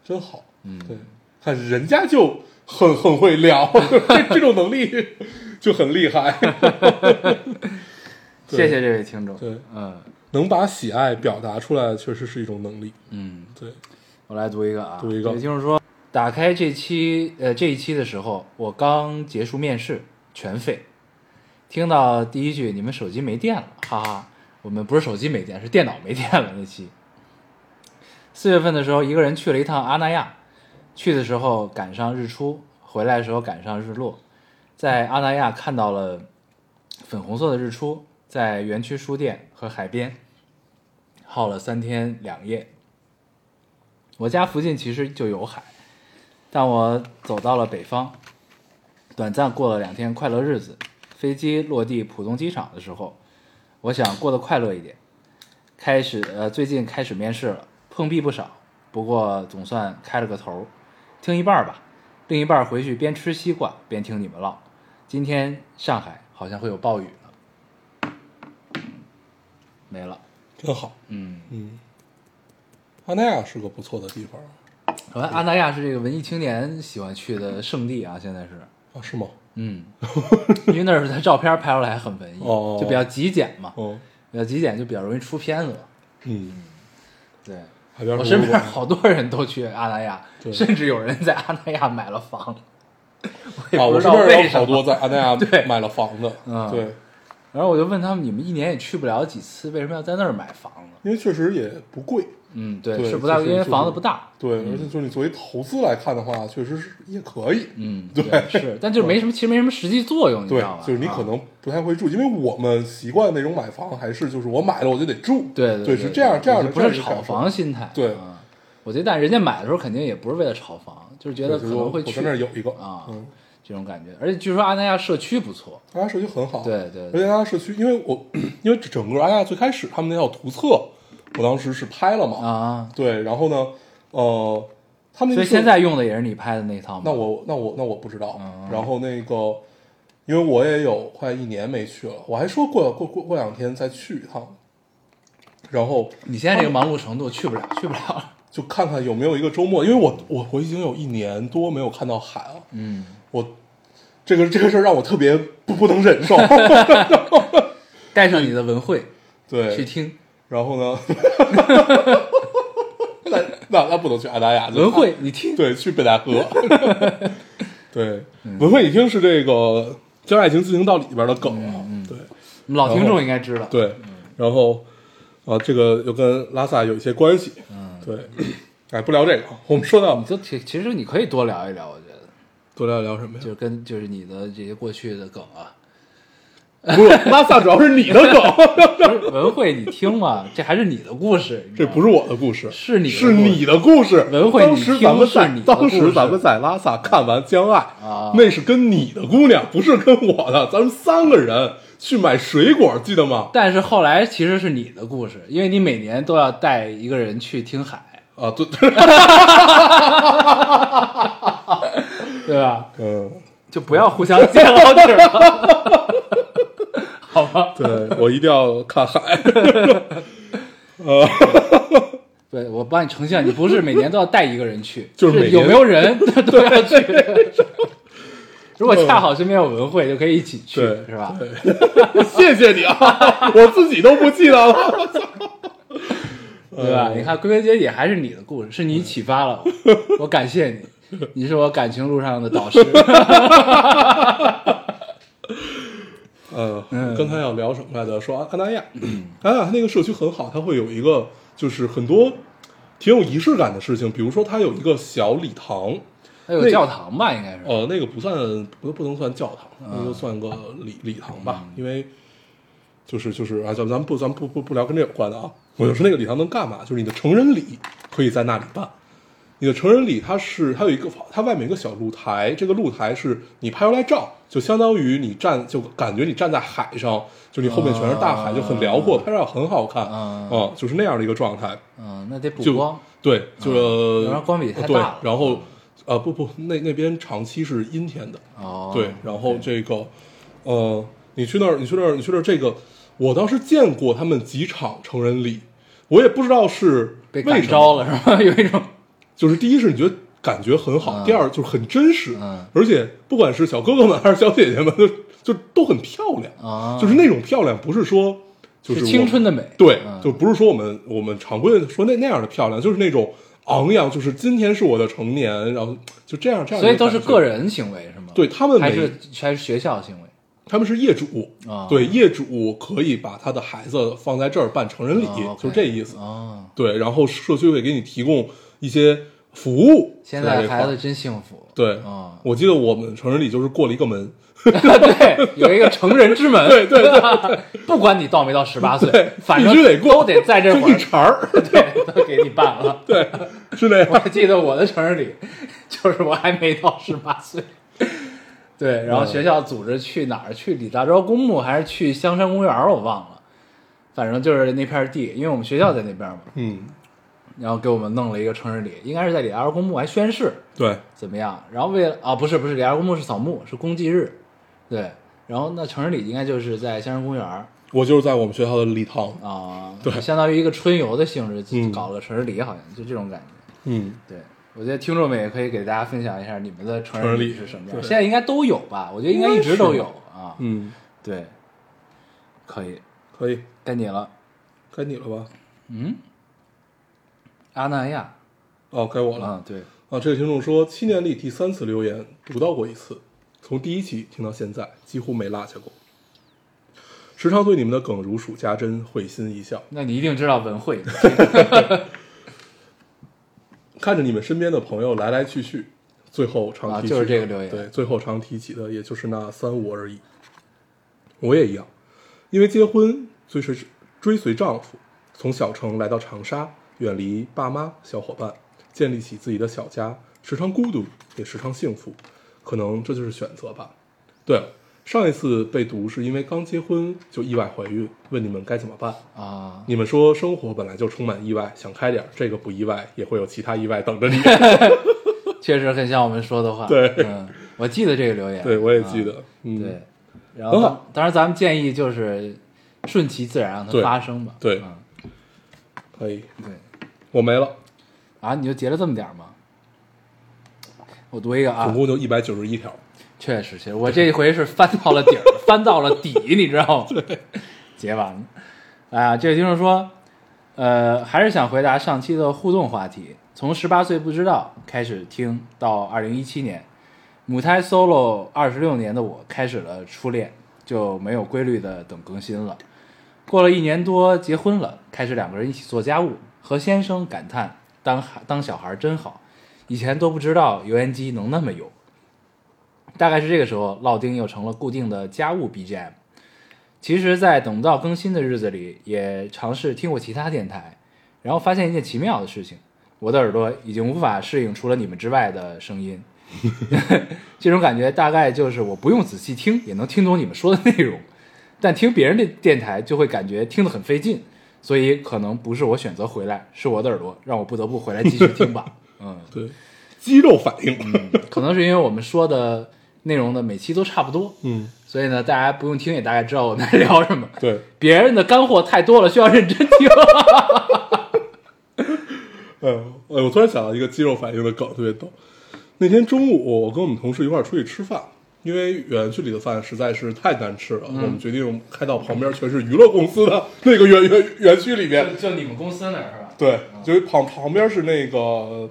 Speaker 3: 真好，嗯，对，看人家就很很会聊， 这这种能力 就很厉 害，对
Speaker 2: 谢谢这位听众。
Speaker 3: 对，
Speaker 2: 嗯
Speaker 3: 能把喜爱表达出来，确实是一种能力。
Speaker 2: 嗯，
Speaker 3: 对，
Speaker 2: 我来读一个啊，
Speaker 3: 读一个
Speaker 2: 也就是说，打开这期呃这一期的时候，我刚结束面试，全废。听到第一句“你们手机没电了”，哈哈，我们不是手机没电，是电脑没电了那期。四月份的时候，一个人去了一趟阿那亚，去的时候赶上日出，回来的时候赶上日落，在阿那亚看到了粉红色的日出，在园区书店和海边耗了三天两夜。我家附近其实就有海，但我走到了北方，短暂过了两天快乐日子。飞机落地浦东机场的时候，我想过得快乐一点。开始呃，最近开始面试了，碰壁不少，不过总算开了个头儿。听一半儿吧，另一半儿回去边吃西瓜边听你们唠。今天上海好像会有暴雨了，没了。
Speaker 3: 真好。
Speaker 2: 嗯，
Speaker 3: 嗯，阿那亚是个不错的地方啊
Speaker 2: 好像安那亚是这个文艺青年喜欢去的圣地啊，现在是。
Speaker 3: 啊，是吗？
Speaker 2: 嗯，因为那儿他照片拍出来很文艺，
Speaker 3: 哦
Speaker 2: 就比较极简嘛，
Speaker 3: 哦，
Speaker 2: 比较极简就比较容易出片子嘛。
Speaker 3: 嗯，
Speaker 2: 对，
Speaker 3: 海边
Speaker 2: 我
Speaker 3: 是
Speaker 2: 身边
Speaker 3: 乌
Speaker 2: 好多人都去阿那亚，
Speaker 3: 哦对
Speaker 2: 甚至有人在阿那亚买了房。我
Speaker 3: 龙啊，
Speaker 2: 也不
Speaker 3: 我
Speaker 2: 知
Speaker 3: 身
Speaker 2: 道
Speaker 3: 边
Speaker 2: 为
Speaker 3: 有
Speaker 2: 什
Speaker 3: 好
Speaker 2: 么。
Speaker 3: 多在阿那 亚
Speaker 2: 对
Speaker 3: 买了房子，
Speaker 2: 嗯
Speaker 3: 对，
Speaker 2: 然后我就问他们，你们一年也去不了几次，为什么要在那儿买房呢？
Speaker 3: 因为确实也不贵，
Speaker 2: 嗯，对，
Speaker 3: 对
Speaker 2: 是不大，
Speaker 3: 就是
Speaker 2: 因为
Speaker 3: 就是
Speaker 2: 房子不大。
Speaker 3: 对，而且就是你作为投资来看的话，确实是也可以，
Speaker 2: 嗯，
Speaker 3: 对
Speaker 2: 是，但就是没什么，其实没什么实际作用，你知
Speaker 3: 对
Speaker 2: 道吧？，
Speaker 3: 就是你
Speaker 2: 啊
Speaker 3: 可能不太会住，因为我们习惯那种买房还是就是我买了我就得住，
Speaker 2: 对
Speaker 3: 对
Speaker 2: 对，
Speaker 3: 是这样这样的，
Speaker 2: 就不
Speaker 3: 这样
Speaker 2: 是
Speaker 3: 的
Speaker 2: 炒
Speaker 3: 感受
Speaker 2: 房，心态。
Speaker 3: 对
Speaker 2: 啊我觉得，但人家买的时候肯定也不是为了炒房，就是觉得
Speaker 3: 对就
Speaker 2: 可
Speaker 3: 是我
Speaker 2: 能会
Speaker 3: 我
Speaker 2: 去
Speaker 3: 在那儿有一个
Speaker 2: 啊
Speaker 3: 嗯，
Speaker 2: 这种感觉。而且据说阿那亚社区不错，
Speaker 3: 阿亚社区很好，
Speaker 2: 对对
Speaker 3: 哦而且阿亚社区，因为我因为整个阿亚最开始他们那套图册，我当时是拍了嘛，
Speaker 2: 啊，
Speaker 3: 对，然后呢，呃，他们那
Speaker 2: 所以
Speaker 3: 个
Speaker 2: 现在嗯用的也是你拍的那套吗？
Speaker 3: 那我那我那我不知道。然后那个，因为我也有快一年没去了，我还说过过过过两天再去一趟，然后
Speaker 2: 你现在这个忙碌程度去不了，去不了。
Speaker 3: 就看看有没有一个周末，因为我我我已经有一年多没有看到海了，
Speaker 2: 嗯，
Speaker 3: 我这个这个事儿让我特别不不能忍 受。
Speaker 2: 带上你的文汇去
Speaker 3: 对，
Speaker 2: 听
Speaker 3: 然后 呢，那那那不能去阿达亚，就
Speaker 2: 文汇，你听。
Speaker 3: 对，去北戴 河。对，文慧一听是这个《将爱情进行到》里边的梗啊，对
Speaker 2: 老听众应该知道。，
Speaker 3: 对，然后啊，这个又跟拉萨有一些关系，
Speaker 2: 嗯，
Speaker 3: 对，哎，不聊这个啊，我们说到
Speaker 2: 你就其其实你可以多聊一聊，我觉得
Speaker 3: 多聊聊什么呀
Speaker 2: 就？是跟就是你的这些过去的梗啊，
Speaker 3: 不是拉萨，主要是你的梗，
Speaker 2: 不是文慧，你听嘛，这还是你的故事，你知
Speaker 3: 这
Speaker 2: 道吗
Speaker 3: 不是我的故事，
Speaker 2: 是你的
Speaker 3: 是你的故事。
Speaker 2: 文慧
Speaker 3: 当
Speaker 2: 你
Speaker 3: 时
Speaker 2: 听
Speaker 3: 咱们
Speaker 2: 是
Speaker 3: 在
Speaker 2: 你的
Speaker 3: 当
Speaker 2: 故
Speaker 3: 时
Speaker 2: 事
Speaker 3: 咱们在拉萨看完《将爱》
Speaker 2: 啊
Speaker 3: 那是跟你的姑娘，不是跟我的，咱们三个人去买水果，记得吗？
Speaker 2: 但是后来其实是你的故事，因为你每年都要带一个人去听海，
Speaker 3: 啊，对，对
Speaker 2: 对吧？
Speaker 3: 嗯。
Speaker 2: 就不要互相揭老底儿了， 好吧？
Speaker 3: 对我一定要看海。
Speaker 2: 对，我帮你呈现，你不是每年都要带一个人去，
Speaker 3: 就是每年
Speaker 2: 有没有人 都要 去。如果恰好身边有文慧，就可以一起去，
Speaker 3: 对
Speaker 2: 是吧？
Speaker 3: 谢谢你啊，我自己都不记得了。
Speaker 2: 对吧？
Speaker 3: 嗯
Speaker 2: 你看，归根结底还是你的故事，是你启发了我，我 感谢你，你是我感情路上的导师。
Speaker 3: 呃，
Speaker 2: 嗯
Speaker 3: 刚才要聊什么来着？说安那亚，安那亚那个社区很好，它会有一个就是很多挺有仪式感的事情，比如说它有一个小礼堂，
Speaker 2: 还有教堂吧，应嗯该是。
Speaker 3: 呃，那个不算不不能算教堂，那就算个礼礼堂吧，
Speaker 2: 嗯
Speaker 3: 因为就是就是啊，咱咱不咱不不不聊跟这有关的啊，我就说那个礼堂能干嘛？就是你的成人礼可以在那里办，你的成人礼它是它有一个它外面有一个小露台，这个露台是你拍出来照，就相当于你站就感觉你站在海上，就你后面全是大海，就很辽阔，拍照很好看
Speaker 2: 啊
Speaker 3: 啊，就是那样的一个状态。
Speaker 2: 嗯，那得补
Speaker 3: 就
Speaker 2: 光。
Speaker 3: 对，就是、
Speaker 2: 要不然光比太大
Speaker 3: 对
Speaker 2: 了，嗯
Speaker 3: 然后呃不不，那那边长期是阴天的，
Speaker 2: 哦，
Speaker 3: 对，然后这个，呃，你去那儿，你去那儿，你去那儿，这个，我当时见过他们几场成人礼，我也不知道是
Speaker 2: 被
Speaker 3: 为
Speaker 2: 感
Speaker 3: 什
Speaker 2: 召
Speaker 3: 么，
Speaker 2: 了是吧？有一种
Speaker 3: 就是第一是你觉得感觉很好，
Speaker 2: 嗯
Speaker 3: 第二就是很真实，
Speaker 2: 嗯
Speaker 3: 而且不管是小哥哥们还是小姐姐们，就就都很漂亮，
Speaker 2: 啊，
Speaker 3: 就是那种漂亮，不是说 就是是
Speaker 2: 青
Speaker 3: 我
Speaker 2: 春的美，
Speaker 3: 对，
Speaker 2: 嗯
Speaker 3: 就不是说我们我们常规的说那那样的漂亮，就是那种昂扬，就是今天是我的成年，然后就这样这样，
Speaker 2: 所以都是个。人行为是吗？
Speaker 3: 对他们
Speaker 2: 还
Speaker 3: 每
Speaker 2: 是还是学校行为？
Speaker 3: 他们是业主
Speaker 2: 啊
Speaker 3: 对，业主可以把他的孩子放在这儿办成人礼，
Speaker 2: 哦，OK
Speaker 3: 就是这意思。
Speaker 2: 哦，
Speaker 3: 对，然后社区会给你提供一些服务。
Speaker 2: 现
Speaker 3: 在
Speaker 2: 在
Speaker 3: 这块
Speaker 2: 孩
Speaker 3: 儿
Speaker 2: 子真幸福。
Speaker 3: 对、
Speaker 2: 啊
Speaker 3: 我记得我们成人礼就是过了一个门，
Speaker 2: 对，有一个成人之门，
Speaker 3: 对对
Speaker 2: 对， 不管你到没到十八岁
Speaker 3: 对，
Speaker 2: 反正
Speaker 3: 必须得过
Speaker 2: 都得在这
Speaker 3: 就
Speaker 2: 会
Speaker 3: 一
Speaker 2: 儿，
Speaker 3: 茬儿，
Speaker 2: 对，都给你办了。
Speaker 3: 对， 是那样。
Speaker 2: 我记得我的成人礼就是我还没到十八岁， 对，
Speaker 3: 嗯
Speaker 2: 然后学校组织去哪儿？去李大钊公墓还是去香山公园儿？我忘了，反正就是那片地，因为我们学校在那边嘛。
Speaker 3: 嗯，
Speaker 2: 然后给我们弄了一个成人礼，应该是在李大钊公墓还宣誓
Speaker 3: 对，
Speaker 2: 怎么样？然后为了啊，不是不是，李大钊公墓是扫墓，是公祭日，对。然后那成人礼应该就是在香山公园儿
Speaker 3: 我就是在我们学校的礼堂，
Speaker 2: 啊，
Speaker 3: 对
Speaker 2: 相当于一个春游的性质，
Speaker 3: 嗯
Speaker 2: 搞了个成人礼，好像就这种感觉。
Speaker 3: 嗯，
Speaker 2: 对，我觉得听众们也可以给大家分享一下你们的成
Speaker 3: 成
Speaker 2: 人
Speaker 3: 人礼
Speaker 2: 是什么样，
Speaker 3: 对
Speaker 2: 现在应该都有吧？我觉得应该一直都有啊。
Speaker 3: 嗯，
Speaker 2: 对，可以，
Speaker 3: 可以，
Speaker 2: 该你了。
Speaker 3: 该你了吧？
Speaker 2: 嗯，阿那亚
Speaker 3: 哦，该我了。
Speaker 2: 啊，对，
Speaker 3: 啊，这位听众说，七年里第三次留言读到过一次，从第一期听到现在，几乎没落下过。时常对你们的梗如数家珍，会心一笑。
Speaker 2: 那你一定知道文 慧。
Speaker 3: 看着你们身边的朋友来来去去，最后常提起的、
Speaker 2: 啊就是这个留言
Speaker 3: 对，最后常提起的也就是那三五而已。我也一样，因为结婚追随追随丈夫，从小城来到长沙，远离爸妈、小伙伴，建立起自己的小家，时常孤独，也时常幸福，可能这就是选择吧。对了，上一次被读是因为刚结婚就意外怀孕，问你们该怎么办。
Speaker 2: 啊，
Speaker 3: 你们说生活本来就充满意外，想开点儿，这个不意外，也会有其他意外等 着你。
Speaker 2: 确实很像我们说的话。
Speaker 3: 对
Speaker 2: 嗯，我记得这个留言。
Speaker 3: 对，我也记
Speaker 2: 啊
Speaker 3: 得，嗯，
Speaker 2: 对，然
Speaker 3: 很
Speaker 2: 后
Speaker 3: 好
Speaker 2: 当然咱们建议就是顺其自然，让它
Speaker 3: 对
Speaker 2: 发生吧。
Speaker 3: 对
Speaker 2: 嗯
Speaker 3: 可以，
Speaker 2: 对。
Speaker 3: 我没了，
Speaker 2: 啊，你就截了这么点儿吗？我读一个啊
Speaker 3: 总，共就一百九十一条。
Speaker 2: 确实，确实，我这一回是翻到了底儿，翻到了底，你知道吗？对，结完了。哎呀，这位听众说，呃，还是想回答上期的互动话题，从十八岁不知道开始听到二零一七年，母胎 solo 二十六年的我开始了初恋，就没有规律的等更新了。过了一年多，结婚了，开始两个人一起做家务。何先生感叹：“当孩当小孩真好，以前都不知道油烟机能那么油。”大概是这个时候，烙丁又成了固定的家务 BGM。其实，在等不到更新的日子里，也尝试听过其他电台，然后发现一件奇妙的事情：我的耳朵已经无法适应除了你们之外的声音。 这种感觉大概就是我不用仔细听也能听懂你们说的内容，但听别人的电台就会感觉听得很费劲，所以可能不是我选择回来，是我的耳朵让我不得不回来继续听吧。 嗯，
Speaker 3: 对，肌肉反应。
Speaker 2: 可能是因为我们说的内容呢每期都差不多，
Speaker 3: 嗯，
Speaker 2: 所以呢，大家不用听也大概知道我们在聊什么。
Speaker 3: 对，
Speaker 2: 别人的干货太多了，需要认真听。
Speaker 3: 嗯，哎，我突然想到一个肌肉反应的梗，特别逗。那天中午，我跟我们同事一块儿出去吃饭，因为远距离的饭实在是太难吃
Speaker 2: 嗯
Speaker 3: 了，我们决定开到旁边全是娱乐公司的那个园园园区里面，
Speaker 2: 就你们公司那儿是吧？
Speaker 3: 对，就是旁旁边是那个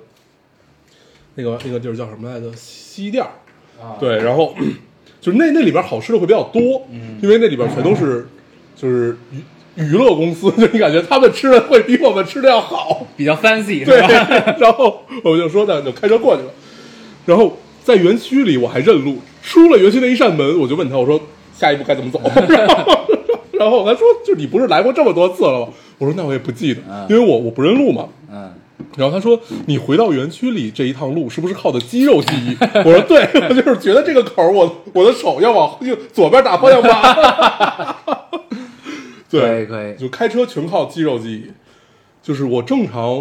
Speaker 3: 那个那个地儿叫什么来着？西店儿。
Speaker 2: 啊
Speaker 3: 对，然后就是那那里边好吃的会比较多，因为那里边全都是就是娱娱乐公司， 就你感觉他们吃的会比我们吃的要好。
Speaker 2: 比较 fancy
Speaker 3: 对
Speaker 2: 是吧？，
Speaker 3: 然后我们就说那就开车过去了。然后在园区里我还认路，出了园区那一扇门，我就问他，我说下一步该怎 么走？然后然后我跟他说，就是你不是来过这么多次了吗？我说那我也不记得，因为我我不认路嘛。
Speaker 2: 嗯，
Speaker 3: 然后他说：“你回到园区里这一趟路是不是靠的肌肉记忆？”我说：“对，我就是觉得这个口儿我我的手要往右左边打方向盘。
Speaker 2: 可以
Speaker 3: 对，
Speaker 2: 可以
Speaker 3: 就开车全靠肌肉记忆。就是我正常，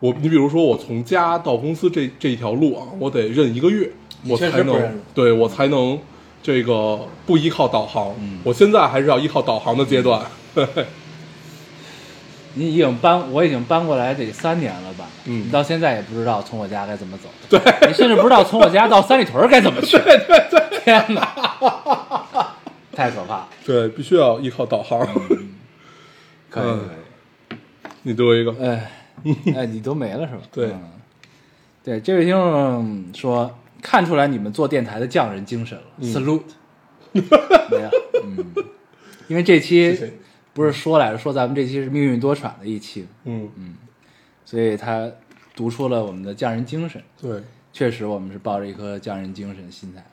Speaker 3: 我你比如说我从家到公司这这一条路啊，我得认一个月，
Speaker 2: 你
Speaker 3: 我
Speaker 2: 确实
Speaker 3: 才
Speaker 2: 不认
Speaker 3: 能
Speaker 2: 路
Speaker 3: 对我才能这个不依靠导航。
Speaker 2: 嗯
Speaker 3: 我现在还是要依靠导航的阶段。
Speaker 2: 你已经搬，我已经搬过来得三年了吧？
Speaker 3: 嗯
Speaker 2: 你到现在也不知道从我家该怎么走。对，你甚至不知道从我家到三里屯该怎 么去。对对对，天哪，太可怕了！
Speaker 3: 对，必须要依靠导航。
Speaker 2: 嗯可以
Speaker 3: 嗯
Speaker 2: 可以。
Speaker 3: 你对我一个，
Speaker 2: 哎，哎，你都没了是吧？
Speaker 3: 对
Speaker 2: 嗯对，这位听众说，看出来你们做电台的匠人精神了、s a
Speaker 3: 嗯
Speaker 2: l u t e 没了，嗯，因为这
Speaker 3: 谢
Speaker 2: 期
Speaker 3: 谢你。
Speaker 2: 不是说来着，说咱们这期是命运多舛的一期，
Speaker 3: 嗯，
Speaker 2: 所以他读出了我们的匠人精神。
Speaker 3: 对。”
Speaker 2: 确实，我们是抱着一颗匠人精神的心态，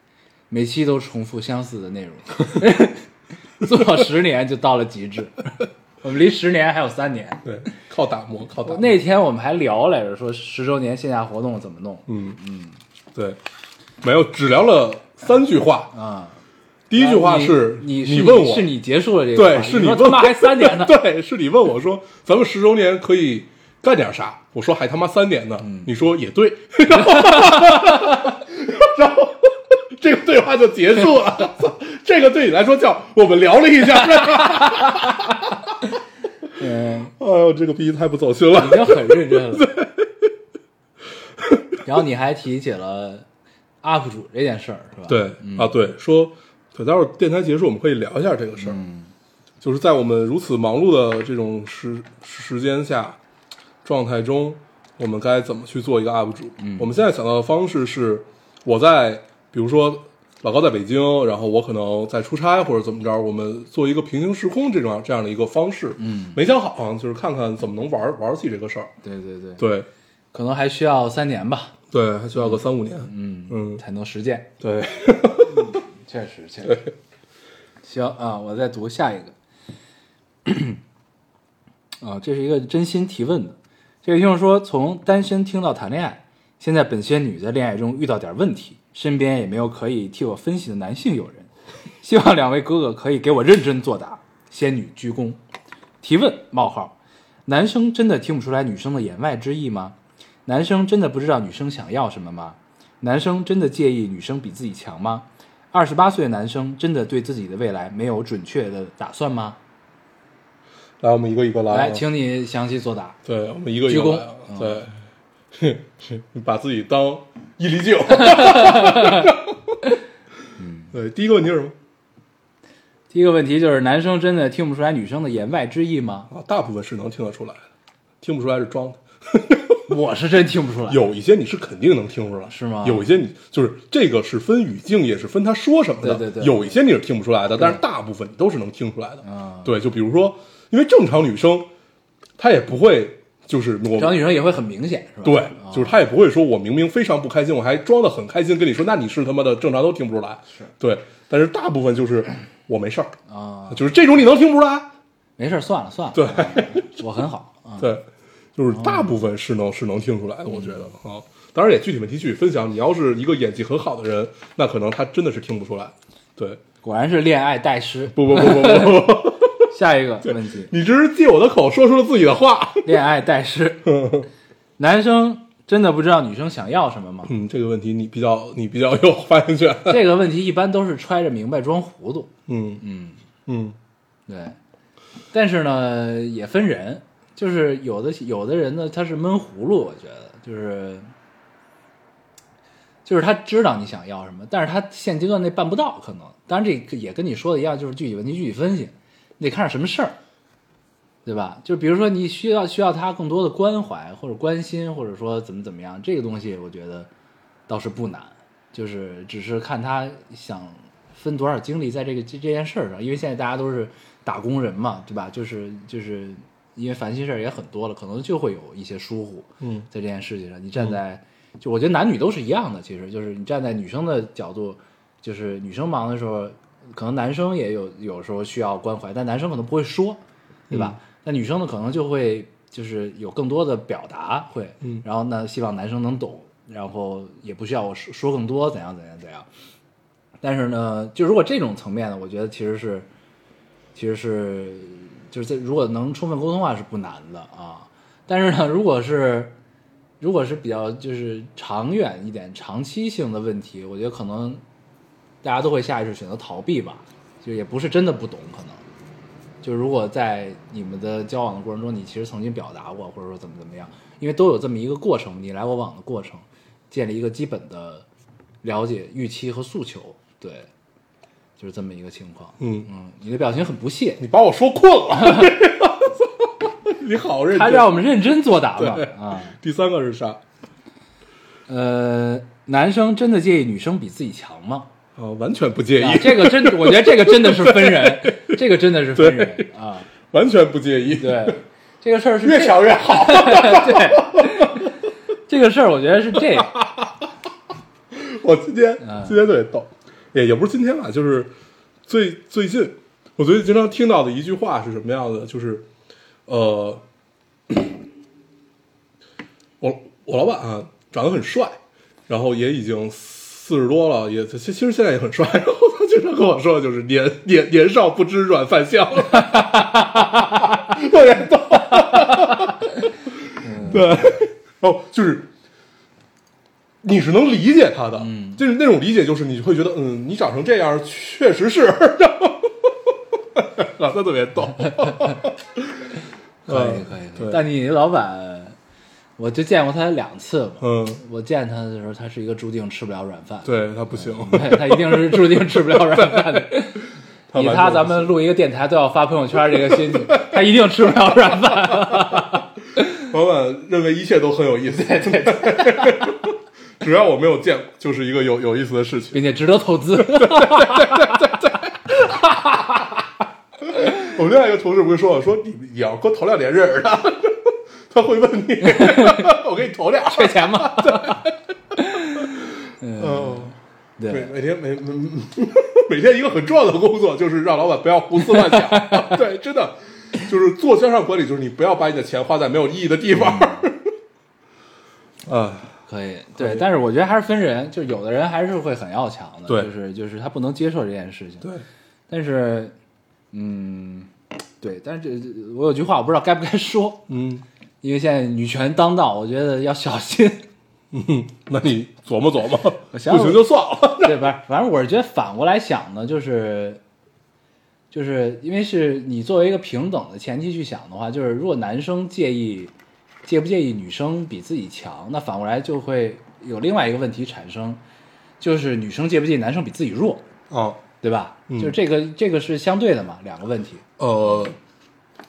Speaker 2: 每期都重复相似的内容， 做十年就到了极致。我们离十年还有三年，
Speaker 3: 对，靠打磨，靠打磨。
Speaker 2: 哦那天我们还聊来着，说十周年线下活动怎么弄。
Speaker 3: 嗯嗯，对，没有，只聊了三句话。
Speaker 2: 啊，
Speaker 3: 第一句话
Speaker 2: 你
Speaker 3: 是
Speaker 2: 你
Speaker 3: 你
Speaker 2: 是
Speaker 3: 问我
Speaker 2: 是，你结束了这个话，
Speaker 3: 对，是
Speaker 2: 你
Speaker 3: 问
Speaker 2: 说他妈
Speaker 3: 我，
Speaker 2: 还三点呢，
Speaker 3: 对，是你问我说咱们十周年可以干点啥？我说还他妈三点呢，
Speaker 2: 嗯
Speaker 3: 你说也对， 然后然后这个对话就结束了。 这个对你来说叫我们聊了一下，
Speaker 2: 嗯，
Speaker 3: 哎呦，这个逼太不走心了
Speaker 2: 已。经很认真了。 然后你还提起了 UP 主这件事儿，是吧？
Speaker 3: 对、啊，对，说对，待会儿电台结束我们可以聊一下这个事儿。就是在我们如此忙碌的这种时时间下状态中，我们该怎么去做一个 UP 主？我们现在想到的方式是，我在比如说老高在北京，然后我可能在出差或者怎么着，我们做一个平行时空这种这样的一个方式。嗯，没想好啊，就是看看怎么能玩玩起这个事儿。
Speaker 2: 对对对，
Speaker 3: 对
Speaker 2: 可能还需要三年吧，
Speaker 3: 对，还需要个三五年。嗯嗯，
Speaker 2: 才能实践。嗯
Speaker 3: 对，
Speaker 2: 确实，确实。行啊，我再读下一个。啊，这是一个真心提问的。这位听众说，从单身听到谈恋爱，现在本仙女在恋爱中遇到点问题，身边也没有可以替我分析的男性友人，希望两位哥哥可以给我认真作答。仙女鞠躬，提问：冒号，男生真的听不出来女生的言外之意吗？男生真的不知道女生想要什么吗？男生真的介意女生比自己强吗？二十八岁的男生真的对自己的未来没有准确的打算吗？
Speaker 3: 来，我们一个一个来啊。
Speaker 2: 来，请你详细作答。
Speaker 3: 对，我们一个一
Speaker 2: 鞠躬
Speaker 3: 个来啊。对， 你把自己当伊犁舅。
Speaker 2: 嗯
Speaker 3: 对，第一个问题是什么
Speaker 2: 第一个问题就是，男生真的听不出来女生的言外之意吗？
Speaker 3: 啊？大部分是能听得出来的，听不出来是装的。
Speaker 2: 我是真听不出来。
Speaker 3: 有一些你是肯定能听出来，
Speaker 2: 是吗
Speaker 3: 有一些你就是这个是分语境，也是分他说什么的。
Speaker 2: 对对对
Speaker 3: 有一些你是听不出来的，但是大部分你都是能听出来的。
Speaker 2: 啊
Speaker 3: 对，就比如说，因为正常女生她也不会就是我
Speaker 2: 小女生也会很明显，是吧？
Speaker 3: 对，啊就是他也不会说我明明非常不开心，我还装的很开心跟你说，那你是他妈的正常都听不出来。是对，但是大部分就是我没事儿啊，就是这种你能听不出来。
Speaker 2: 没事儿，算了算了。
Speaker 3: 对
Speaker 2: 啊， 我很好啊。
Speaker 3: 对，就是大部分是能是能听出来的，我觉得啊。当然也具体问题具体分享。你要是一个演技很好的人，那可能他真的是听不出来。对，
Speaker 2: 果然是恋爱代师。
Speaker 3: 不不不不不不 不，
Speaker 2: 下一个问 题，
Speaker 3: 你这是借我的口说出了自己的话。
Speaker 2: 恋爱代师，男生真的不知道女生想要什 么吗？
Speaker 3: 嗯，这个问题你比较你比较有发言权。
Speaker 2: 这个问题一般都是揣着明白装糊涂。
Speaker 3: 嗯嗯嗯，
Speaker 2: 对，但是呢，也分人，就是有的有的人呢，他是闷葫芦，我觉得就是就是他知道你想要什么，但是他现阶段内办不到，可能。当然，这个也跟你说的一样，就是具体问题具体分析，你得看是什么事儿，对吧？就比如说你需要需要他更多的关怀或者关心，或者说怎么怎么样，这个东西我觉得倒是不难，就是只是看他想分多少精力在这个这这件事儿上，因为现在大家都是打工人嘛，对吧？就是就是因为烦心事儿也很多了，可能就会有一些疏忽。
Speaker 3: 嗯，
Speaker 2: 在这件事情上，你站在、就我觉得男女都是一样的，其实就是你站在女生的角度，就是女生忙的时候，可能男生也有有时候需要关怀，但男生可能不会说，对吧？那女生呢，可能就会就是有更多的表达会，
Speaker 3: 嗯
Speaker 2: 然后呢，希望男生能懂，然后也不需要我说说更多，怎样怎样怎样。但是呢，就如果这种层面呢，我觉得其实是，其实是就是在如果能充分沟通的话是不难的啊。但是呢，如果是如果是比较就是长远一点、长期性的问题，我觉得可能大家都会下意识选择逃避吧，就也不是真的不懂，可能就如果在你们的交往的过程中，你其实曾经表达过，或者说怎么怎么样，因为都有这么一个过程，你来我往的过程，建立一个基本的了解、预期和诉求，对，就是这么一个情况。
Speaker 3: 嗯
Speaker 2: 嗯，你的表情很不屑，
Speaker 3: 你把我说困了。 你好认真。
Speaker 2: 他让我们认真作答嘛
Speaker 3: 对
Speaker 2: 啊。
Speaker 3: 第三个是啥？
Speaker 2: 呃，男生真的介意女生比自己强吗？
Speaker 3: 啊，完全不介
Speaker 2: 啊
Speaker 3: 意，
Speaker 2: 这个真，我觉得这个真的是分人， 这个真的是分人啊。
Speaker 3: 完全不介意，，
Speaker 2: 对，这个事儿是
Speaker 3: 越
Speaker 2: 这
Speaker 3: 少越好。
Speaker 2: 对，这个事儿我觉得是这样。
Speaker 3: 我今天今天特别逗，也也不是今天吧，就是最最近，我最近经常听到的一句话是什么样的？就是呃，我我老板啊，长得很帅，然后也已经四四十多了，也其其实现在也很帅。然后他经常跟我说，就是年年年少不知软饭香，特别逗。 对， 哦，就是你是能理解他的，嗯，就是那种理解，就是你会觉得，嗯，你长成这样确实是， 然后啊，他特别逗。
Speaker 2: 可以可以可以。
Speaker 3: 对，
Speaker 2: 但你老板，我就见过他两次嘛。
Speaker 3: 嗯，
Speaker 2: 我见他的时候，他是一个注定吃不了软饭，
Speaker 3: 对他不行，
Speaker 2: 对，他一定是注定吃不了软饭 的。
Speaker 3: 完
Speaker 2: 以
Speaker 3: 全
Speaker 2: 他
Speaker 3: 不
Speaker 2: 咱
Speaker 3: 行
Speaker 2: 们录一个电台都要发朋友圈这个心情，他一定吃不了软饭。
Speaker 3: 老板认为一切都很有意思， 对对对，只要我没有见过，就是一个有有意思的事情。
Speaker 2: 并且值得投资。
Speaker 3: 我们另外一个同事不是说我说你你要给我投两年认识他， 他会问你， 我给你投俩。
Speaker 2: 缺钱吗？
Speaker 3: 嗯，每
Speaker 2: 对，
Speaker 3: 每天每每每天一个很重要的工作就是让老板不要胡思乱想， 对，真的就是做向上管理，就是你不要把你的钱花在没有意义的地方。 啊，
Speaker 2: 可以，对，但是我觉得还是分人，就有的人还是会很要强的，
Speaker 3: 对
Speaker 2: 就是就是他不能接受这件事情，
Speaker 3: 对，
Speaker 2: 但是，嗯，对，但是这我有句话我不知道该不该说，
Speaker 3: 嗯，
Speaker 2: 因为现在女权当道，我觉得要小心，
Speaker 3: 嗯 那你琢磨琢磨，不
Speaker 2: 我想想
Speaker 3: 行就算了。
Speaker 2: 对，吧？反正我是觉得反过来想呢，就是。就是因为是你作为一个平等的前提去想的话，就是如果男生介意介不介意女生比自己强，那反过来就会有另外一个问题产生，就是女生介不介意男生比自己弱，
Speaker 3: 啊，
Speaker 2: 对吧？
Speaker 3: 嗯
Speaker 2: 就是这个这个是相对的嘛，两个问题。
Speaker 3: 呃，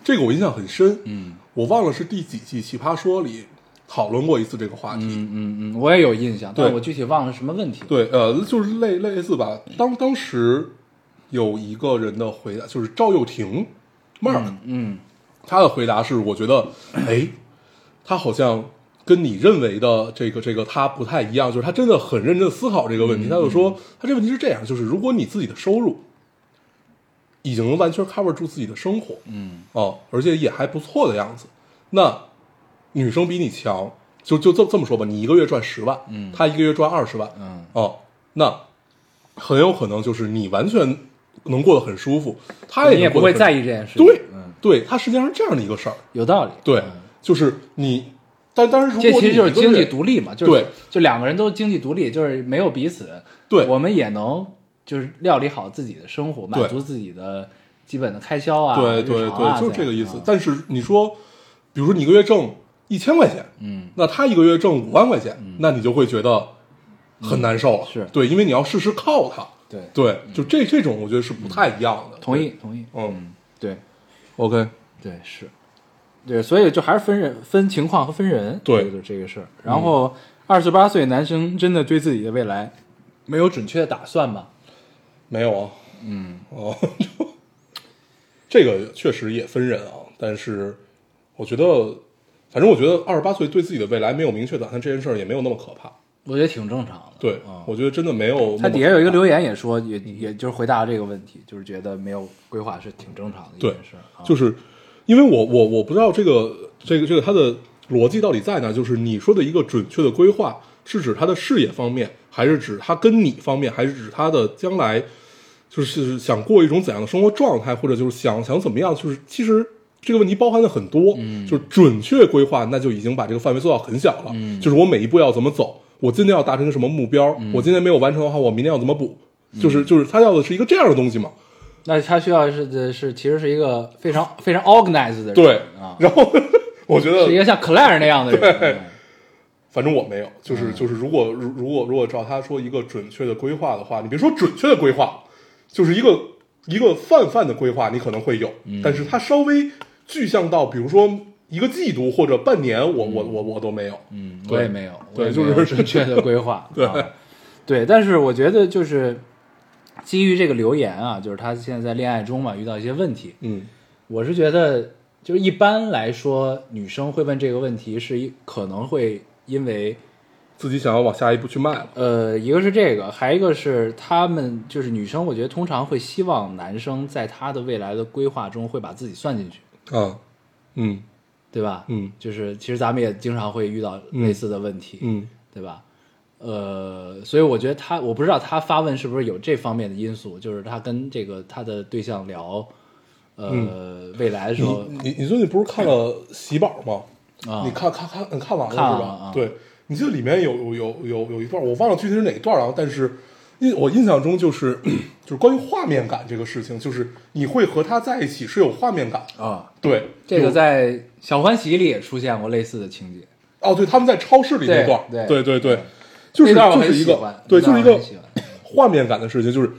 Speaker 3: 这个我印象很深，
Speaker 2: 嗯
Speaker 3: 我忘了是第几季《奇葩说》里讨论过一次这个话题。
Speaker 2: 嗯嗯嗯，我也有印象，但
Speaker 3: 对
Speaker 2: 我具体忘了什么问题。
Speaker 3: 对，呃，就是类类似吧。当当时有一个人的回答，就是赵又廷，Mark，、
Speaker 2: 嗯，
Speaker 3: 他的回答是，我觉得，哎，他好像跟你认为的这个这个他不太一样，就是他真的很认真地思考这个
Speaker 2: 嗯
Speaker 3: 问题。他就说，他这问题是这样，就是如果你自己的收入已经能完全 cover 住自己的生活，嗯，哦，而且也还不错的样子，那女生比你强，就就这这么说吧，你一个月赚十万，嗯，他一个月赚二十万，嗯，哦，那很有可能就是你完全能过得很舒服，他
Speaker 2: 你也不会在
Speaker 3: 意。
Speaker 2: 意这件事情。
Speaker 3: 对，
Speaker 2: 嗯，
Speaker 3: 对，它实际上是这样的一个事儿。
Speaker 2: 有道理。
Speaker 3: 对，就是你，但但是如果
Speaker 2: 嗯这其实就是
Speaker 3: 你一个
Speaker 2: 经济
Speaker 3: 人
Speaker 2: 独立嘛，就是
Speaker 3: 对
Speaker 2: 就两个人都经济独立，就是没有彼此，
Speaker 3: 对
Speaker 2: 我们也能就是料理好自己的生活，满
Speaker 3: 对
Speaker 2: 足自己的基本的开销啊，
Speaker 3: 对
Speaker 2: 日
Speaker 3: 对
Speaker 2: 常啊
Speaker 3: 对，就是这个意思
Speaker 2: 样。啊
Speaker 3: 但是你说，比如说你一个月挣一千块钱，嗯，那他一个月挣五万块钱，那你就会觉得很难受了，
Speaker 2: 嗯是
Speaker 3: 对，因为你要事事靠他，
Speaker 2: 对，
Speaker 3: 对，就这这种我觉得是不太一样的。
Speaker 2: 同意，同意，
Speaker 3: 对，嗯
Speaker 2: 对
Speaker 3: ，OK，
Speaker 2: 对是，对，所以就还是分人、分情况和分人，
Speaker 3: 对
Speaker 2: 这
Speaker 3: 嗯
Speaker 2: 个就这个事儿。然后二十八岁男生真的对自己的未来没有准确的打算吗？
Speaker 3: 没有啊，嗯， 哦，这个确实也分人啊，但是我觉得，反正我觉得二十八岁对自己的未来没有明确打算这件事儿也没有那么可怕。
Speaker 2: 我觉得挺正常的。
Speaker 3: 对，
Speaker 2: 啊
Speaker 3: 我觉得真的没有那么可怕。
Speaker 2: 他底下有一个留言也说，也也就是回答了这个问题，就是觉得没有规划是挺正常的一件
Speaker 3: 对
Speaker 2: 事儿。啊
Speaker 3: 就是因为我我我不知道这个这个这个它的逻辑到底在哪，就是你说的一个准确的规划，是指他的事业方面，还是指他跟你方面，还是指他的将来，就是想过一种怎样的生活状态，或者就是想想怎么样，就是其实。这个问题包含了很多，嗯、就是准确规划，那就已经把这个范围做到很小了。嗯、就是我每一步要怎么走，我今天要达成一个什么目标，我今天没有完成的话，我明天要怎么补？就是就是他要的是一个这样的东西嘛。
Speaker 2: 那他需要是呃是其实是一个非常非常 organized 的人，
Speaker 3: 对
Speaker 2: 啊，
Speaker 3: 然 后我觉得
Speaker 2: 是一个像 Claire 那样的人，啊
Speaker 3: 反正我没有，
Speaker 2: 嗯
Speaker 3: 就是就是如果如如果如果照他说一个准确的规划的话，你别说准确的规划，就是一个一个泛泛的规划，你可能会有，
Speaker 2: 嗯
Speaker 3: 但是它稍微具象到，比如说一个季度或者半年，我我我我都没有，
Speaker 2: 嗯
Speaker 3: 嗯
Speaker 2: 我也没有，
Speaker 3: 对
Speaker 2: 我也
Speaker 3: 就
Speaker 2: 没
Speaker 3: 是
Speaker 2: 有准确的规划，
Speaker 3: 对
Speaker 2: 啊对，但是我觉得就是基于这个留言啊，就是他现在在恋爱中嘛遇到一些问题，
Speaker 3: 嗯
Speaker 2: 我是觉得就是一般来说女生会问这个问题是一可能会因为
Speaker 3: 自己想要往下一步去迈了，
Speaker 2: 呃，一个是这个，还一个是他们就是女生，我觉得通常会希望男生在他的未来的规划中会把自己算进去，
Speaker 3: 啊，嗯
Speaker 2: 对吧？
Speaker 3: 嗯
Speaker 2: 就是其实咱们也经常会遇到类似的问题，
Speaker 3: 嗯
Speaker 2: 对吧？呃，所以我觉得他，我不知道他发问是不是有这方面的因素，就是他跟这个他的对象聊，呃，未来的时候，
Speaker 3: 嗯你你最近不是看了《喜宝》吗？
Speaker 2: 啊
Speaker 3: 你看看看嗯看完了
Speaker 2: 看
Speaker 3: 是
Speaker 2: 了
Speaker 3: 吧？
Speaker 2: 啊
Speaker 3: 对，你记得里面有有有有有一段，我忘了具体是哪一段了、但是印我印象中就是就是关于画面感这个事情，就是你会和他在一起是有画面感的。
Speaker 2: 啊，
Speaker 3: 对，
Speaker 2: 这个
Speaker 3: 有
Speaker 2: 在《小欢喜》里也出现过类似的情节，
Speaker 3: 哦，对，他们在超市里那段，
Speaker 2: 对
Speaker 3: 对对对，就是
Speaker 2: 那段我
Speaker 3: 就
Speaker 2: 很
Speaker 3: 是一
Speaker 2: 喜欢
Speaker 3: 个，对，
Speaker 2: 那
Speaker 3: 就
Speaker 2: 段我
Speaker 3: 是一个
Speaker 2: 很喜欢
Speaker 3: 画面感的事情，就是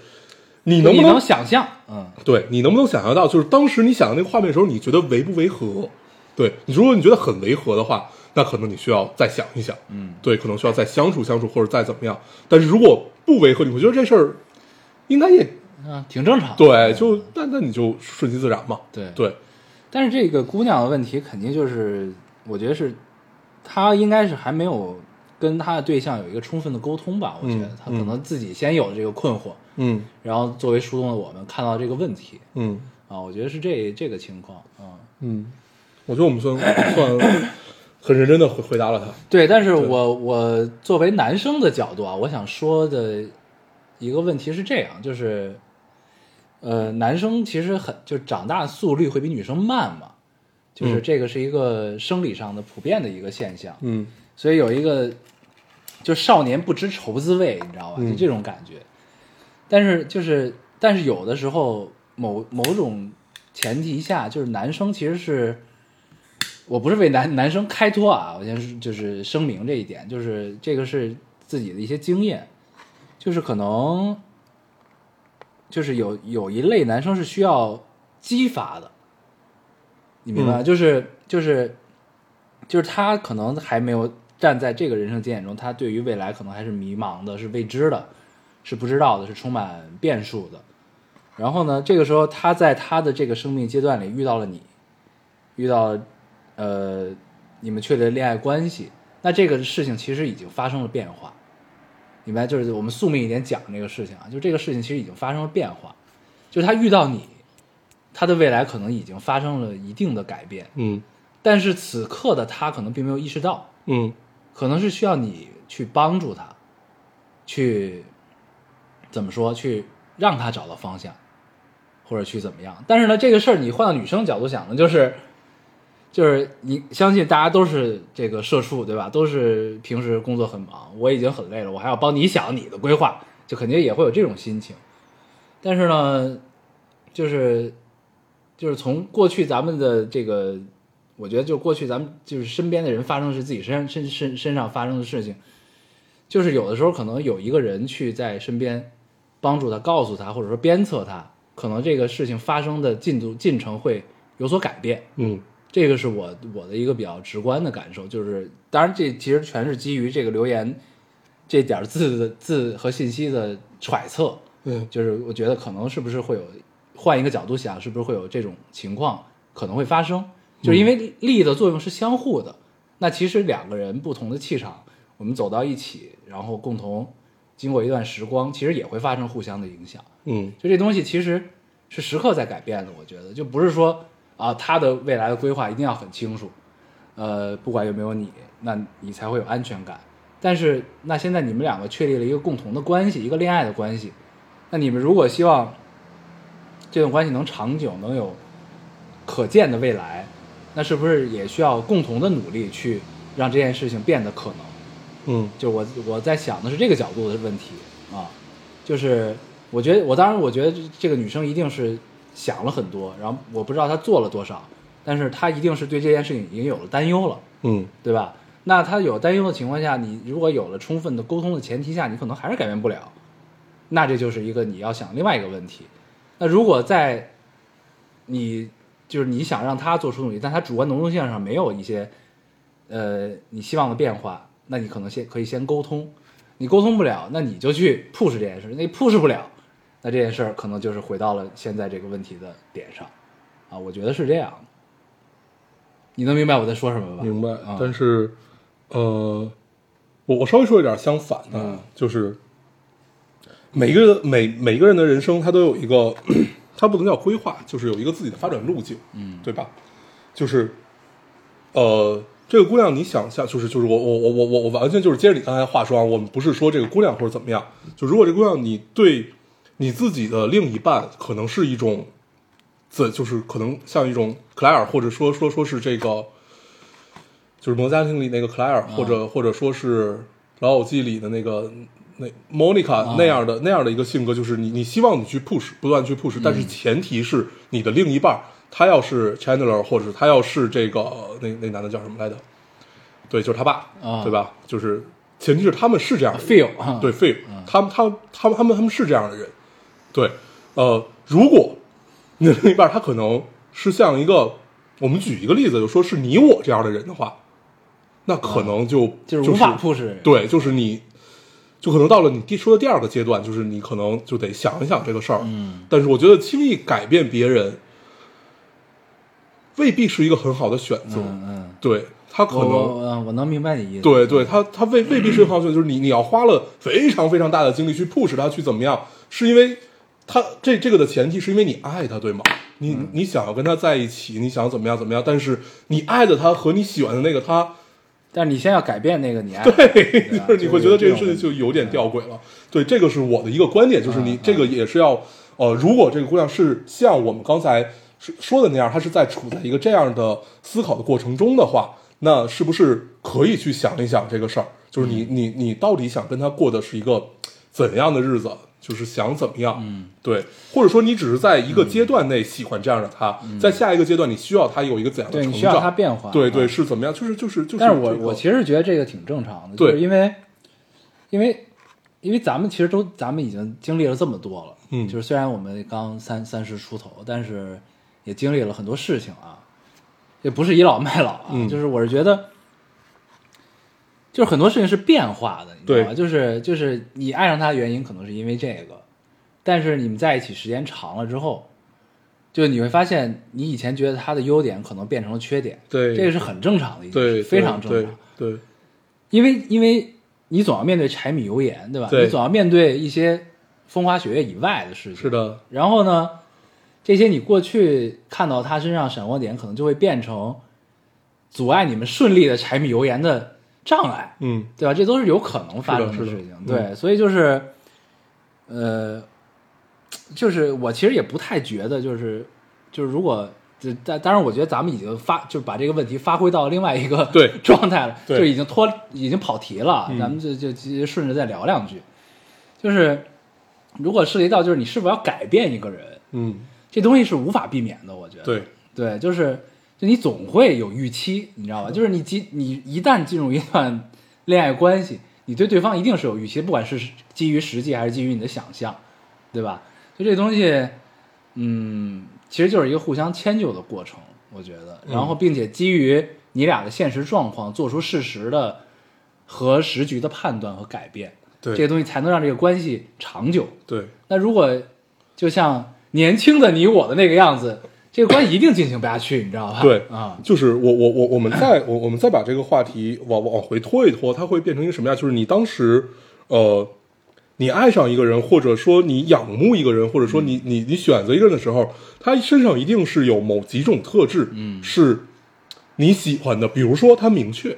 Speaker 3: 你
Speaker 2: 你
Speaker 3: 能不
Speaker 2: 能
Speaker 3: 能
Speaker 2: 想象，嗯，
Speaker 3: 对你能不能想象到，就是当时你想象那个画面的时候，你觉得违不违和？对，你如果你觉得很违和的话，那可能你需要再想一想，嗯，对，可能需要再相处相处，或者再怎么样。但是如果不违和，你会觉得这事儿应该也
Speaker 2: 啊，挺正常的，
Speaker 3: 对，就那那你就顺其自然嘛。
Speaker 2: 对
Speaker 3: 对，
Speaker 2: 但是这个姑娘的问题肯定就是，我觉得是，她应该是还没有跟她的对象有一个充分的沟通吧。我觉得
Speaker 3: 嗯
Speaker 2: 她可能自己先有这个困惑，
Speaker 3: 嗯
Speaker 2: 然后作为树洞的我们看到这个问题
Speaker 3: 嗯
Speaker 2: 啊，我觉得是这这个情况啊。
Speaker 3: 嗯，我觉得我们算算很认真的回回答了他。
Speaker 2: 对，但是我我作为男生的角度啊，我想说的一个问题是这样，就是，呃，男生其实很就长大速率会比女生慢嘛，就是
Speaker 3: 嗯
Speaker 2: 这个是一个生理上的普遍的一个现象。
Speaker 3: 嗯
Speaker 2: 所以有一个就少年不知愁滋味，你知道吧？
Speaker 3: 嗯
Speaker 2: 就这种感觉。但是就是，但是有的时候某某种前提下，就是男生其实是，我不是为男男生开脱啊，我先是就是声明这一点，就是这个是自己的一些经验，就是可能就是有有一类男生是需要激发的，你明白吗？就是就是就是他可能还没有站在这个人生节点中，他对于未来可能还是迷茫的，是未知的，是不知道的，是充满变数的。然后呢，这个时候他在他的这个生命阶段里遇到了你，遇到了呃你们确立了恋爱关系，那这个事情其实已经发生了变化。明白，就是我们宿命一点讲这个事情啊，就这个事情其实已经发生了变化，就是他遇到你，他的未来可能已经发生了一定的改变，
Speaker 3: 嗯
Speaker 2: 但是此刻的他可能并没有意识到，
Speaker 3: 嗯
Speaker 2: 可能是需要你去帮助他，去怎么说，去让他找到方向，或者去怎么样。但是呢，这个事儿你换到女生角度想呢，就是就是你相信大家都是这个社畜，对吧？都是平时工作很忙，我已经很累了，我还要帮你想你的规划，就肯定也会有这种心情。但是呢，就是就是从过去咱们的这个，我觉得就过去咱们就是身边的人发生的是自己身上身身身上发生的事情，就是有的时候可能有一个人去在身边帮助他、告诉他，或者说鞭策他，可能这个事情发生的进度进程会有所改变。
Speaker 3: 嗯
Speaker 2: 这个是我我的一个比较直观的感受，就是当然这其实全是基于这个留言这点儿字的字和信息的揣测，
Speaker 3: 嗯
Speaker 2: 就是我觉得可能是不是会有换一个角度想，是不是会有这种情况可能会发生？就是因为力的作用是相互的，那其实两个人不同的气场，我们走到一起，然后共同经过一段时光，其实也会发生互相的影响。
Speaker 3: 嗯
Speaker 2: 就这东西其实是时刻在改变的，我觉得就不是说啊，他的未来的规划一定要很清楚，呃，不管有没有你，那你才会有安全感。但是那现在你们两个确立了一个共同的关系，一个恋爱的关系，那你们如果希望这种关系能长久，能有可见的未来，那是不是也需要共同的努力去让这件事情变得可能？
Speaker 3: 嗯
Speaker 2: 就我我在想的是这个角度的问题啊，就是我觉得我当然我觉得这这个女生一定是想了很多，然后我不知道她做了多少，但是她一定是对这件事情已经有了担忧了，
Speaker 3: 嗯
Speaker 2: 对吧？那她有担忧的情况下，你如果有了充分的沟通的前提下，你可能还是改变不了，那这就是一个你要想另外一个问题。那如果在你就是你想让她做出努力，但她主观能动性上没有一些呃你希望的变化，那你可能先可以先沟通，你沟通不了，那你就去 push 这件事，那 push 不了，那这件事儿可能就是回到了现在这个问题的点上，啊，我觉得是这样的。你能明白我在说什么吧？
Speaker 3: 明白
Speaker 2: 啊、，
Speaker 3: 但是，呃，我我稍微说一点相反的，就是每个人每每个人的人生，他都有一个， 他不能叫规划，就是有一个自己的发展路径，嗯，对吧？就是，呃，这个姑娘，你想一下，就是就是我我我我我我完全就是接着你刚才话说啊，我们不是说这个姑娘或者怎么样，就如果这姑娘你对你自己的另一半可能是一种，这就是可能像一种克莱尔，或者说说说是这个，就是《摩家庭》里那个克莱尔，或
Speaker 2: 啊
Speaker 3: 者或者说是《老友记》里的那个那
Speaker 2: 啊
Speaker 3: Monica 那样的那样的一个性格，就是你你希望你去 push，不断去 push，但
Speaker 2: 嗯
Speaker 3: 是前提是你的另一半儿他要是 Chandler，或者他要是这个那那男的叫什么来着？对，就是他爸，
Speaker 2: 啊
Speaker 3: 对吧？就是前提是他们是这样的人
Speaker 2: feel 啊
Speaker 3: 对 feel，他们他们他们他们他们是这样的人，对，呃，如果你的另一半他可能是像一个，我们举一个例子，就说是你我这样的人的话，那可能就、
Speaker 2: 啊就是是无法 push，
Speaker 3: 对，就是你，就可能到了你第说的第二个阶段，就是你可能就得想一想这个事儿。嗯，但是我觉得轻易改变别人，未必是一个很好的选择。
Speaker 2: 嗯嗯，
Speaker 3: 对他可
Speaker 2: 我
Speaker 3: 能
Speaker 2: 我嗯我能明白你意思，
Speaker 3: 对对，他他未未必是好选，就是你你要花了非常非常大的精力去 push 他去怎么样，是因为他这这个的前提是因为你爱他，对吗？你、你想要跟他在一起，你想要怎么样怎么样，但是你爱的他和你喜欢的那个他，
Speaker 2: 但是你先要改变那个你爱的，
Speaker 3: 对，
Speaker 2: 吧
Speaker 3: 就是 你会觉得这个事情
Speaker 2: 种
Speaker 3: 就有点吊诡了。对，这个是我的一个观点，就是
Speaker 2: 嗯
Speaker 3: 你这个也是要，呃，如果这个姑娘是像我们刚才说说的那样，她是在处在一个这样的思考的过程中的话，那是不是可以去想一想这个事儿？就是你
Speaker 2: 嗯
Speaker 3: 你你到底想跟她过的是一个怎样的日子？就是想怎么样，嗯，对，或者说你只是在
Speaker 2: 嗯
Speaker 3: 一个阶段内喜欢这样的她，在下一个阶段你需要她有一个怎样的
Speaker 2: 对
Speaker 3: 成
Speaker 2: 你
Speaker 3: 长？
Speaker 2: 需要它变化，
Speaker 3: 对
Speaker 2: 啊
Speaker 3: 对是怎么样？就是就是就是这个、
Speaker 2: 但是我我其实觉得这个挺正常的，
Speaker 3: 对
Speaker 2: 就是因为因为因为咱们其实都咱们已经经历了这么多了，
Speaker 3: 嗯
Speaker 2: 就是虽然我们刚三三十出头，但是也经历了很多事情啊，也不是倚老卖老啊，
Speaker 3: 嗯
Speaker 2: 就是我是觉得。就是很多事情是变化的，你知道吗？
Speaker 3: 对
Speaker 2: 就是就是你爱上他的原因可能是因为这个，但是你们在一起时间长了之后，就你会发现你以前觉得他的优点可能变成了缺点，
Speaker 3: 对
Speaker 2: 这个是很正常的一件事，
Speaker 3: 对，
Speaker 2: 非常正
Speaker 3: 对
Speaker 2: 常。
Speaker 3: 对，对
Speaker 2: 因为因为你总要面对柴米油盐，对吧？
Speaker 3: 对
Speaker 2: 你总要面对一些风花雪月以外的事情。
Speaker 3: 是。的，
Speaker 2: 然后呢，这些你过去看到他身上闪光点，可能就会变成阻碍你们顺利的柴米油盐的障碍，
Speaker 3: 嗯，
Speaker 2: 对吧？这都是有可能发生
Speaker 3: 是的是的
Speaker 2: 事情。
Speaker 3: 嗯
Speaker 2: 对，所以就是，呃，就是我其实也不太觉得，就是就是如果。就但当然，我觉得咱们已经发就是把这个问题发挥到另外一个
Speaker 3: 对
Speaker 2: 状态了，
Speaker 3: 对
Speaker 2: 就已经脱已经跑题了，
Speaker 3: 嗯
Speaker 2: 咱们就就就顺着再聊两句。就是如果涉及到就是你是否要改变一个人，
Speaker 3: 嗯，
Speaker 2: 这东西是无法避免的，我觉得。
Speaker 3: 对，
Speaker 2: 对，就是就你总会有预期，你知道吧？就是你即你一旦进入一段恋爱关系，你对对方一定是有预期，不管是基于实际还是基于你的想象，对吧？所以这东西，嗯，其实就是一个互相迁就的过程，我觉得。然后，并且基于你俩的现实状况，做出适时的和时局的判断和改变，
Speaker 3: 对
Speaker 2: 这个东西才能让这个关系长久。
Speaker 3: 对，
Speaker 2: 那如果就像年轻的你我的那个样子，这个关系一定进行不下去，你知道吧？
Speaker 3: 对
Speaker 2: 啊，
Speaker 3: 就是我我我我们再我我们再把这个话题往往回拖一拖，它会变成一个什么样？就是你当时，呃，你爱上一个人，或者说你仰慕一个人，或者说
Speaker 2: 嗯
Speaker 3: 你你你选择一个人的时候，他身上一定是有某几种特质，嗯，是你喜欢的，比如说他明确，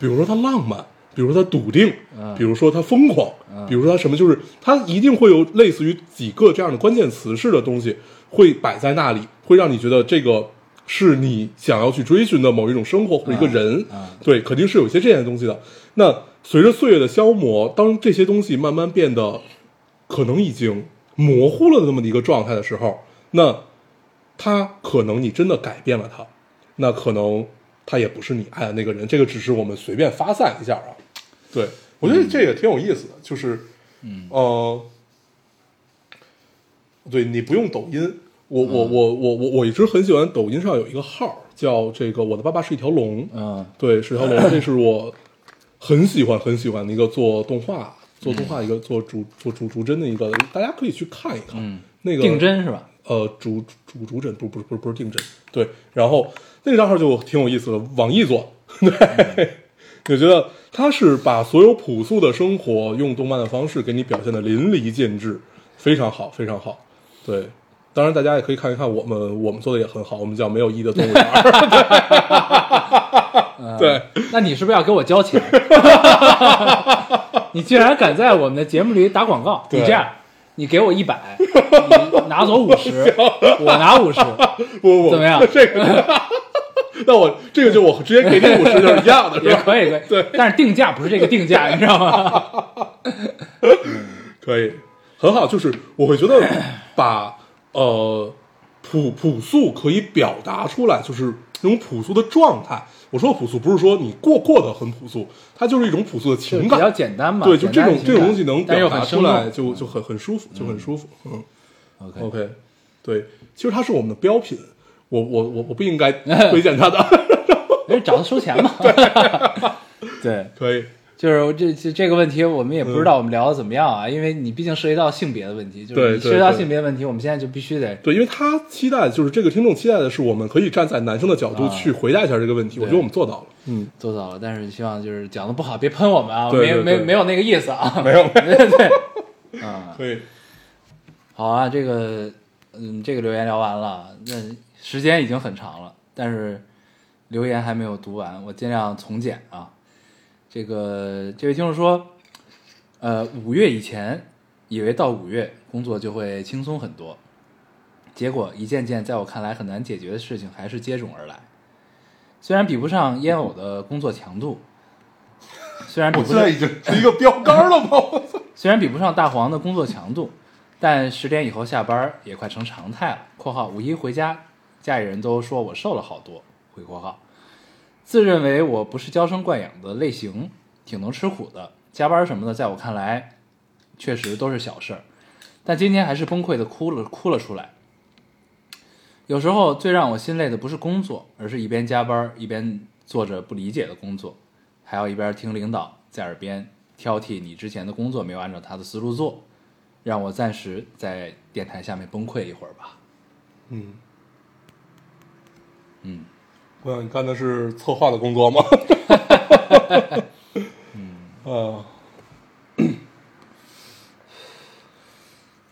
Speaker 3: 比如说他浪漫，比如说他笃定，比如说他疯狂，比如说他什么，就是他一定会有类似于几个这样的关键词式的东西会摆在那里，会让你觉得这个是你想要去追寻的某一种生活或者一个人，对，肯定是有一些这样的东西的。那随着岁月的消磨，当这些东西慢慢变得可能已经模糊了的那么的一个状态的时候，那他可能你真的改变了他，那可能他也不是你爱的那个人。这个只是我们随便发散一下啊。对，我觉得这个挺有意思的，就是，嗯，呃，对你不用抖音，我我我我我我一直很喜欢抖音上有一个号儿叫这个“我的爸爸是一条龙”，
Speaker 2: 嗯，
Speaker 3: 对，是条 龙，这是我很喜欢很喜欢的一个做动画、做动画一个做竹做竹竹针的一个，大家可以去看一看。那
Speaker 2: 嗯
Speaker 3: 个
Speaker 2: 定真是吧？
Speaker 3: 呃主主主诊不不不不是定诊，对，然后那个账号就挺有意思的，网易做，
Speaker 2: 嗯
Speaker 3: 对，我觉得他是把所有朴素的生活用动漫的方式给你表现的淋漓尽致，非常好，非常好，对。当然，大家也 可以看一看我们，我们做的也很好。我们叫没有意义的动物园儿，
Speaker 2: 嗯
Speaker 3: 对，
Speaker 2: 那你是不是要给我交 钱？你竟然敢在我们的节目里打广告！你
Speaker 3: 对
Speaker 2: 这样，你给我一百，你拿走五 十，我拿五十，
Speaker 3: 不不，
Speaker 2: 怎么样
Speaker 3: 这个，那我这个就我直接给你五十就是一样 的，是
Speaker 2: 也
Speaker 3: 吧？
Speaker 2: 可以，可以。
Speaker 3: 对
Speaker 2: 但是定价不是这个定 价，你知道吗？
Speaker 3: 可以，很好，就是我会觉得把呃朴朴素可以表达出来，就是那种朴素的状态。我说朴素不是说你过过得很朴素，它就是一种朴素的
Speaker 2: 就
Speaker 3: 情
Speaker 2: 比
Speaker 3: 感，
Speaker 2: 较简单嘛。
Speaker 3: 对，就
Speaker 2: 简
Speaker 3: 这
Speaker 2: 单的
Speaker 3: 种
Speaker 2: 情
Speaker 3: 这种
Speaker 2: 感
Speaker 3: 东西能
Speaker 2: 但
Speaker 3: 表
Speaker 2: 又
Speaker 3: 达
Speaker 2: 很
Speaker 3: 出
Speaker 2: 生
Speaker 3: 来
Speaker 2: 动。嗯
Speaker 3: 就，就很很舒服，就很舒服。嗯
Speaker 2: OK，
Speaker 3: ，OK，对，其实它是我们的标品，我我我我不 应该推荐它的，
Speaker 2: 哎，找他收钱嘛。 对，
Speaker 3: 可以，
Speaker 2: 就是这这这个问题，我们也不知道我们聊的怎么样啊，因为你毕竟涉及到性别的问题，就是
Speaker 3: 嗯对
Speaker 2: 你
Speaker 3: 对
Speaker 2: 涉及到
Speaker 3: 对
Speaker 2: 性别问题，我们现在就必须得
Speaker 3: 对，因为他期待就是这个听众期待的是，我们可以站在男生的角度去回答一下这个问题。我觉得我们做到了，嗯，
Speaker 2: 做到了，但是希望就是讲的不好，别喷我们啊，
Speaker 3: 对对
Speaker 2: 没
Speaker 3: 对
Speaker 2: 没没有那个意思啊，
Speaker 3: 没有
Speaker 2: 对，
Speaker 3: 可以，
Speaker 2: 好啊，这个嗯，这个留言聊完了，那时间已经很长了，但是留言还没有读完，我尽量从简啊。这个这位听众说，呃，五月以前以为到五月工作就会轻松很多，结果一件件在我看来很难解决的事情还是接踵而来。虽然比不上烟偶的工作强度，虽然比
Speaker 3: 我
Speaker 2: 不
Speaker 3: 现
Speaker 2: 上
Speaker 3: 在已经是一个标杆了吗？
Speaker 2: 虽然比不上大黄的工作强度，但十点以后下班也快成常态了。（括号五一回家，家里人都说我瘦了好多。）回括号，自认为我不是娇生惯养的类型，挺能吃苦的。加班什么的，在我看来，确实都是小事儿，但今天还是崩溃的哭了哭了出来。有时候最让我心累的不是工作，而是一边加班一边做着不理解的工作，还要一边听领导在耳边挑剔你之前的工作没有按照他的思路做，让我暂时在电台下面崩溃一会儿吧。
Speaker 3: 嗯
Speaker 2: 嗯，
Speaker 3: 我想你干的是策划的工作吗？嗯，啊，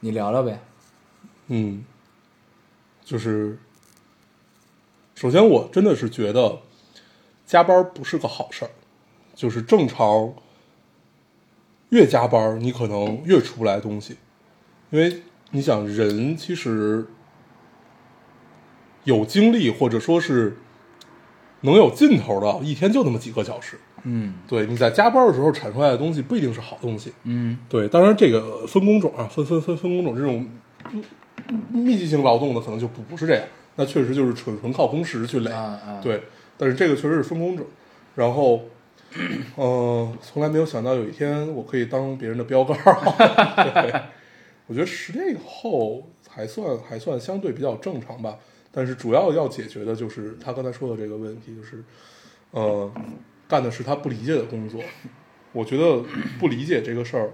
Speaker 2: 你聊聊呗。
Speaker 3: 嗯，就是，首先我真的是觉得加班不是个好事儿，就是正常越加班儿你可能越出不来东西，因为你想人其实有精力或者说是能有劲头的，一天就那么几个小时。
Speaker 2: 嗯
Speaker 3: 对，你在加班的时候产出来的东西不一定是好东西，
Speaker 2: 嗯
Speaker 3: 对，当然这个分工种啊，分分分分工种这种密集型劳动的可能就不不是这样，那确实就是纯纯靠工时去垒。
Speaker 2: 啊啊，
Speaker 3: 对，但是这个确实是分工种，然后，呃，从来没有想到有一天我可以当别人的标杆儿。 对，我觉得十年以后还算还算相对比较正常吧，但是主要要解决的就是他刚才说的这个问题，就是，呃，干的是他不理解的工作。我觉得不理解这个事儿，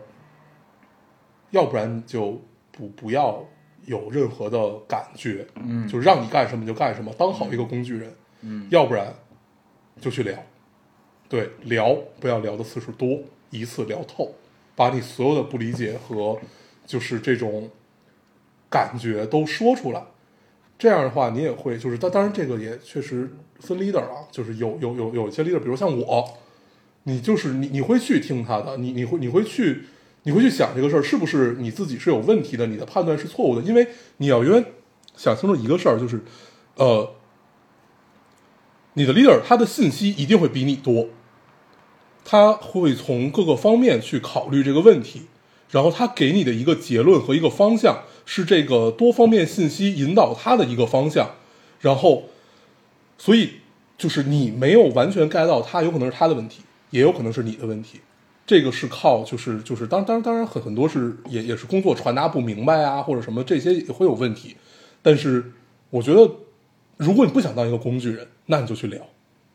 Speaker 3: 要不然你就不不要有任何的感觉，嗯，就是让你干什么你就干什么，当好一个工具人，嗯，要不然就去聊，对，聊不要聊的次数多，一次聊透，把你所有的不理解和就是这种感觉都说出来，这样的话你也会就是，当当然这个也确实分 leader 啊，就是有有有有一些 leader，比如像我，你就是你，你会去听他的，你你会你会去，你会去想这个事儿是不是你自己是有问题的，你的判断是错误的，因为你要永远想清楚一个事儿，就是，呃，你的 leader 他的信息一定会比你多，他会从各个方面去考虑这个问题，然后他给你的一个结论和一个方向是这个多方面信息引导他的一个方向，然后，所以就是你没有完全 get 到他，有可能是他的问题，也有可能是你的问题。这个是靠就是就是当当然当然很很多是也也是工作传达不明白啊或者什么这些也会有问题，但是我觉得如果你不想当一个工具人，那你就去聊，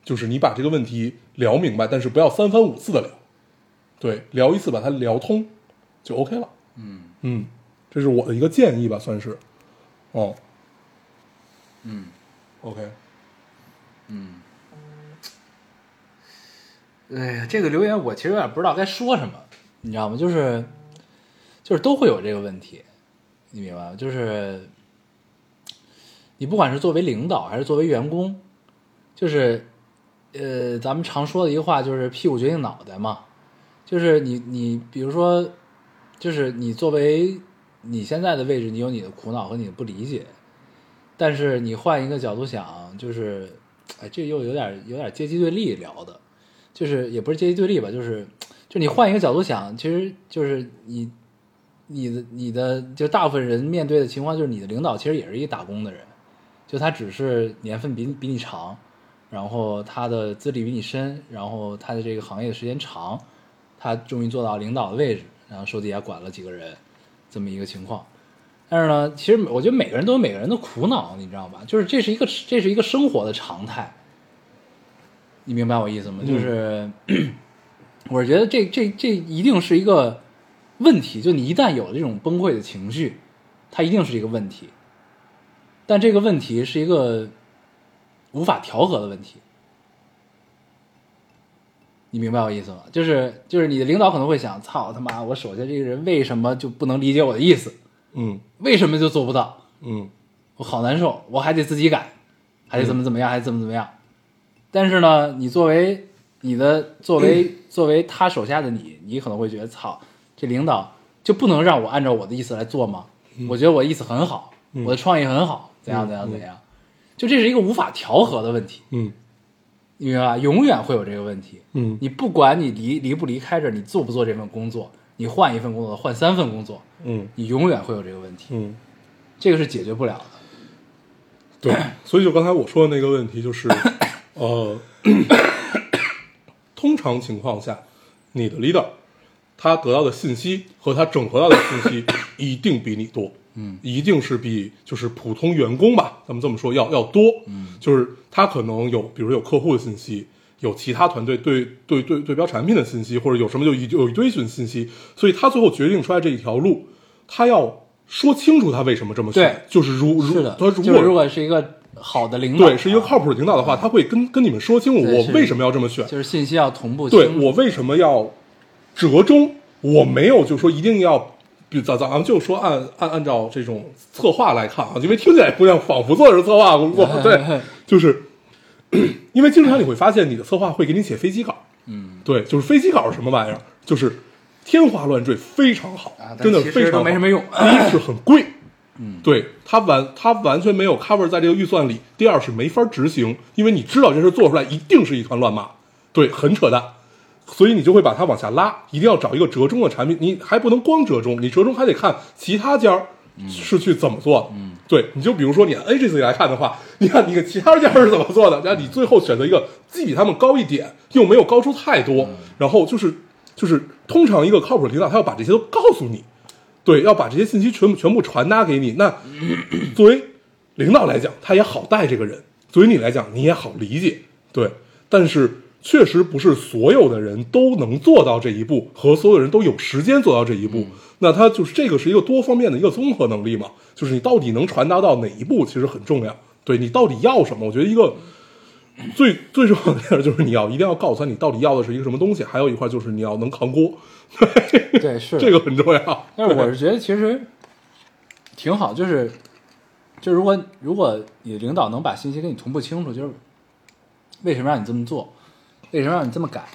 Speaker 3: 就是你把这个问题聊明白，但是不要三番五次的聊，对，聊一次把它聊通就 OK 了。嗯嗯，这是我的一个建议吧，算是。哦，嗯，OK，
Speaker 2: 哎呀，这个留言我其实有点不知道该说什么，你知道吗？就是就是都会有这个问题，你明白吗？就是你不管是作为领导还是作为员工，就是呃，咱们常说的一个话就是“屁股决定脑袋”嘛，就是你你比如说，就是你作为你现在的位置，你有你的苦恼和你的不理解，但是你换一个角度想，就是，哎，这又有点有点阶级对立聊的，就是也不是阶级对立吧，就是就你换一个角度想，其实就是你你的你的就大部分人面对的情况就是你的领导其实也是一打工的人，就他只是年份比你比你长，然后他的资历比你深，然后他的这个行业的时间长，他终于做到领导的位置，然后手底下管了几个人，这么一个情况。但是呢，其实我觉得每个人都有每个人的苦恼，你知道吧？就是这是一个这是一个生活的常态，你明白我意思吗？就是、 我是觉得这这这一定是一个问题，就你一旦有这种崩溃的情绪，它一定是一个问题。但这个问题是一个无法调和的问题，你明白我意思吗？就是就是你的领导可能会想，操他妈，我手下这个人为什么就不能理解我的意思？
Speaker 3: 嗯
Speaker 2: 为什么就做不到？
Speaker 3: 嗯
Speaker 2: 我好难受，我还得自己改，还得怎么怎么样，还得怎么怎么样。但是呢，你作为你的作为作为他手下的你，你可能会觉得，操，这领导就不能让我按照我的意思来做吗？
Speaker 3: 嗯
Speaker 2: 我觉得我意思很好，我的创意很好，怎样怎样怎样，就这是一个无法调和的问题，
Speaker 3: 嗯
Speaker 2: 你明白吧？永远会有这个问题。
Speaker 3: 嗯
Speaker 2: 你不管你离离不离开这儿，你做不做这份工作，你换一份工作，换三份工作，
Speaker 3: 嗯
Speaker 2: 你永远会有这个问题，
Speaker 3: 嗯，
Speaker 2: 这个是解决不了的。
Speaker 3: 对，所以就刚才我说的那个问题，就是呃，通常情况下，你的 leader 他得到的信息和他整合到的 信息一定比你多，嗯，一定是比就是普通员工吧，咱们这么说要要多，嗯，就是他可能有，比如有客户的信息。有其他团队对对对对标产品的信息，或者有什么就一有一堆信信息，所以他最后决定出来这一条路，他要说清楚他为什么这么选，
Speaker 2: 对
Speaker 3: 就是如如
Speaker 2: 是的，
Speaker 3: 他如
Speaker 2: 就是
Speaker 3: 果
Speaker 2: 如果是一个好的领导，啊
Speaker 3: 对，是一个靠谱的领导的话，他会跟跟你们说清楚
Speaker 2: 嗯对
Speaker 3: 我
Speaker 2: 是
Speaker 3: 为什么要这么选，
Speaker 2: 就是信息要同步清
Speaker 3: 对
Speaker 2: 楚。
Speaker 3: 我为什么要折中，我没有就说一定要。比咱咱们就说按按按照这种策划来看啊，因为听起来不像仿佛做的是策划 工作，对，就是因为经常你会发现你的策划会给你写飞机稿，嗯，对，就是飞机稿是什么玩意儿，就是天花乱坠，非常好，
Speaker 2: 啊，但
Speaker 3: 真的
Speaker 2: 其实
Speaker 3: 非常
Speaker 2: 都
Speaker 3: 好
Speaker 2: 没什么用。
Speaker 3: 一是很贵，嗯，对，它完它完全没有 cover 在这个预算里。第二是没法执行，因为你知道这事做出来一定是一团乱麻，对，很扯淡，所以你就会把它往下拉，一定要找一个折中的产品，你还不能光折中，你折中还得看其他家儿是去怎么做的，嗯，对，你就比如说你按 agency 来看的话，你看你看其他家儿是怎么做的，然后你最后选择一个既比他们高一点，又没有高出太多，然后就是就是通常一个靠谱的领导，他要把这些都告诉你，对，要把这些信息全部全部传达给你。那作为领导来讲，他也好带这个人；作为你来讲，你也好理解。对，但是确实不是所有的人都能做到这一步，和所有人都有时间做到这一步。那他就是这个是一个多方面的一个综合能力嘛，就是你到底能传达到哪一步，其实很重要。对你到底要什么？我觉得一个最最重要的地儿就是你要一定要告诉他你到底要的是一个什么东西。还有一块就是你要能扛锅，
Speaker 2: 对，是
Speaker 3: 这个很重要。
Speaker 2: 但是我是觉得其实挺好，就是就如果如果你的领导能把信息给你同步清楚，就是为什么让你这么做，为什么让你这么改，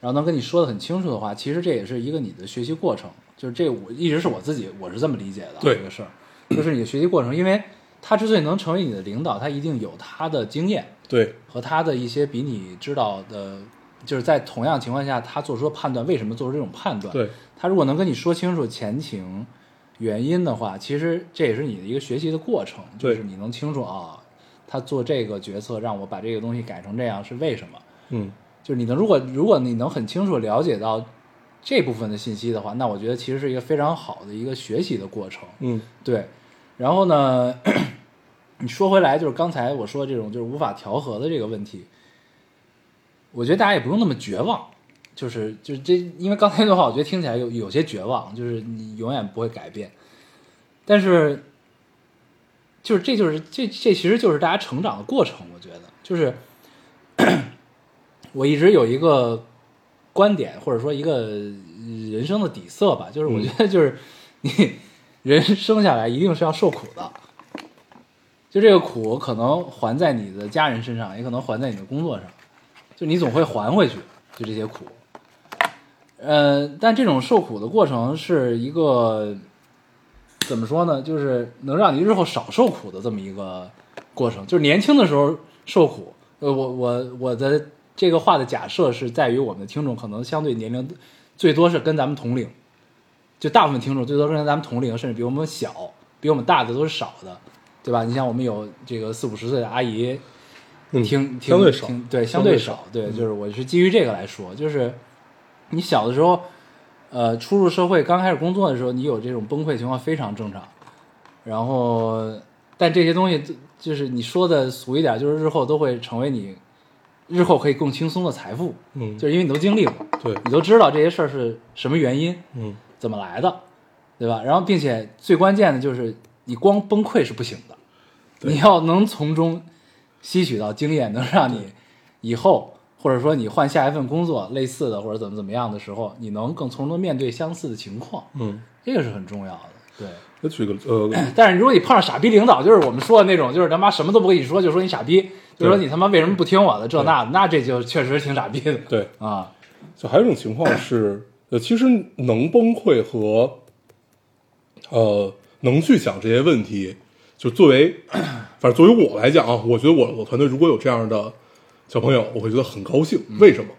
Speaker 2: 然后能跟你说的很清楚的话，其实这也是一个你的学习过程。就是这我一直是我自己我是这么理解的啊
Speaker 3: 对
Speaker 2: 这个事儿，就是你的学习过程，因为他之所以能成为你的领导，他一定有他的经验，
Speaker 3: 对，
Speaker 2: 和他的一些比你知道的，就是在同样情况下，他做出的判断，为什么做出这种判断？
Speaker 3: 对，
Speaker 2: 他如果能跟你说清楚前情原因的话，其实这也是你的一个学习的过程，就
Speaker 3: 对
Speaker 2: 是你能清楚啊，他做这个决策让我把这个东西改成这样是为什么？
Speaker 3: 嗯，
Speaker 2: 就是你能如果如果你能很清楚了解到这部分的信息的话，那我觉得其实是一个非常好的一个学习的过程。
Speaker 3: 嗯
Speaker 2: 对，然后呢， 你说回来，就是刚才我说这种就是无法调和的这个问题，我觉得大家也不用那么绝望，就是就是这，因为刚才的话，我觉得听起来有有些绝望，就是你永远不会改变，但是就是这就是这这其实就是大家成长的过程，我觉得就是 我一直有一个观点或者说一个呃人生的底色吧，就是我觉得就是你。人生下来一定是要受苦的，就这个苦可能还在你的家人身上，也可能还在你的工作上，就你总会还回去，就这些苦。呃，但这种受苦的过程是一个怎么说呢？就是能让你日后少受苦的这么一个过程。就是年轻的时候受苦，呃，我我我的这个话的假设是在于我们的听众可能相对年龄最多是跟咱们同龄，就大部分听众最多是跟咱们同龄，甚至比我们小、比我们大的都是少的，对吧？你像我们有这个四五十岁的阿姨，
Speaker 3: 嗯
Speaker 2: 听听
Speaker 3: 相对少
Speaker 2: 听对，
Speaker 3: 相
Speaker 2: 相
Speaker 3: 对
Speaker 2: 对
Speaker 3: 少
Speaker 2: 少，嗯对，就是我是基于这个来说，就是你小的时候，呃，初入社会刚开始工作的时候，你有这种崩溃情况非常正常。然后，但这些东西就就是你说的俗一点，就是日后都会成为你日后可以更轻松的财富，
Speaker 3: 嗯，
Speaker 2: 就是因为你都经历过，
Speaker 3: 对，
Speaker 2: 你都知道这些事儿是什么原因，
Speaker 3: 嗯，
Speaker 2: 怎么来的，对吧？然后，并且最关键的就是，你光崩溃是不行的，
Speaker 3: 对
Speaker 2: 你要能从中吸取到经验，能让你以后或者说你换下一份工作类似的或者怎么怎么样的时候，你能更从容面对相似的情况，
Speaker 3: 嗯，
Speaker 2: 这个是很重要的。对，
Speaker 3: 我举个呃，
Speaker 2: 但是如果你碰上傻逼领导，就是我们说的那种，就是他妈什么都不跟你说，就说你傻逼，就说你他妈为什么不听我的这那的，那这就确实挺傻逼的
Speaker 3: 对，
Speaker 2: 啊。
Speaker 3: 就还有一种情况是，呃，其实能崩溃和呃能去想这些问题，就作为 反正作为我来讲啊，我觉得我我团队如果有这样的小朋友，我会觉得很高兴。
Speaker 2: 嗯
Speaker 3: 为什么？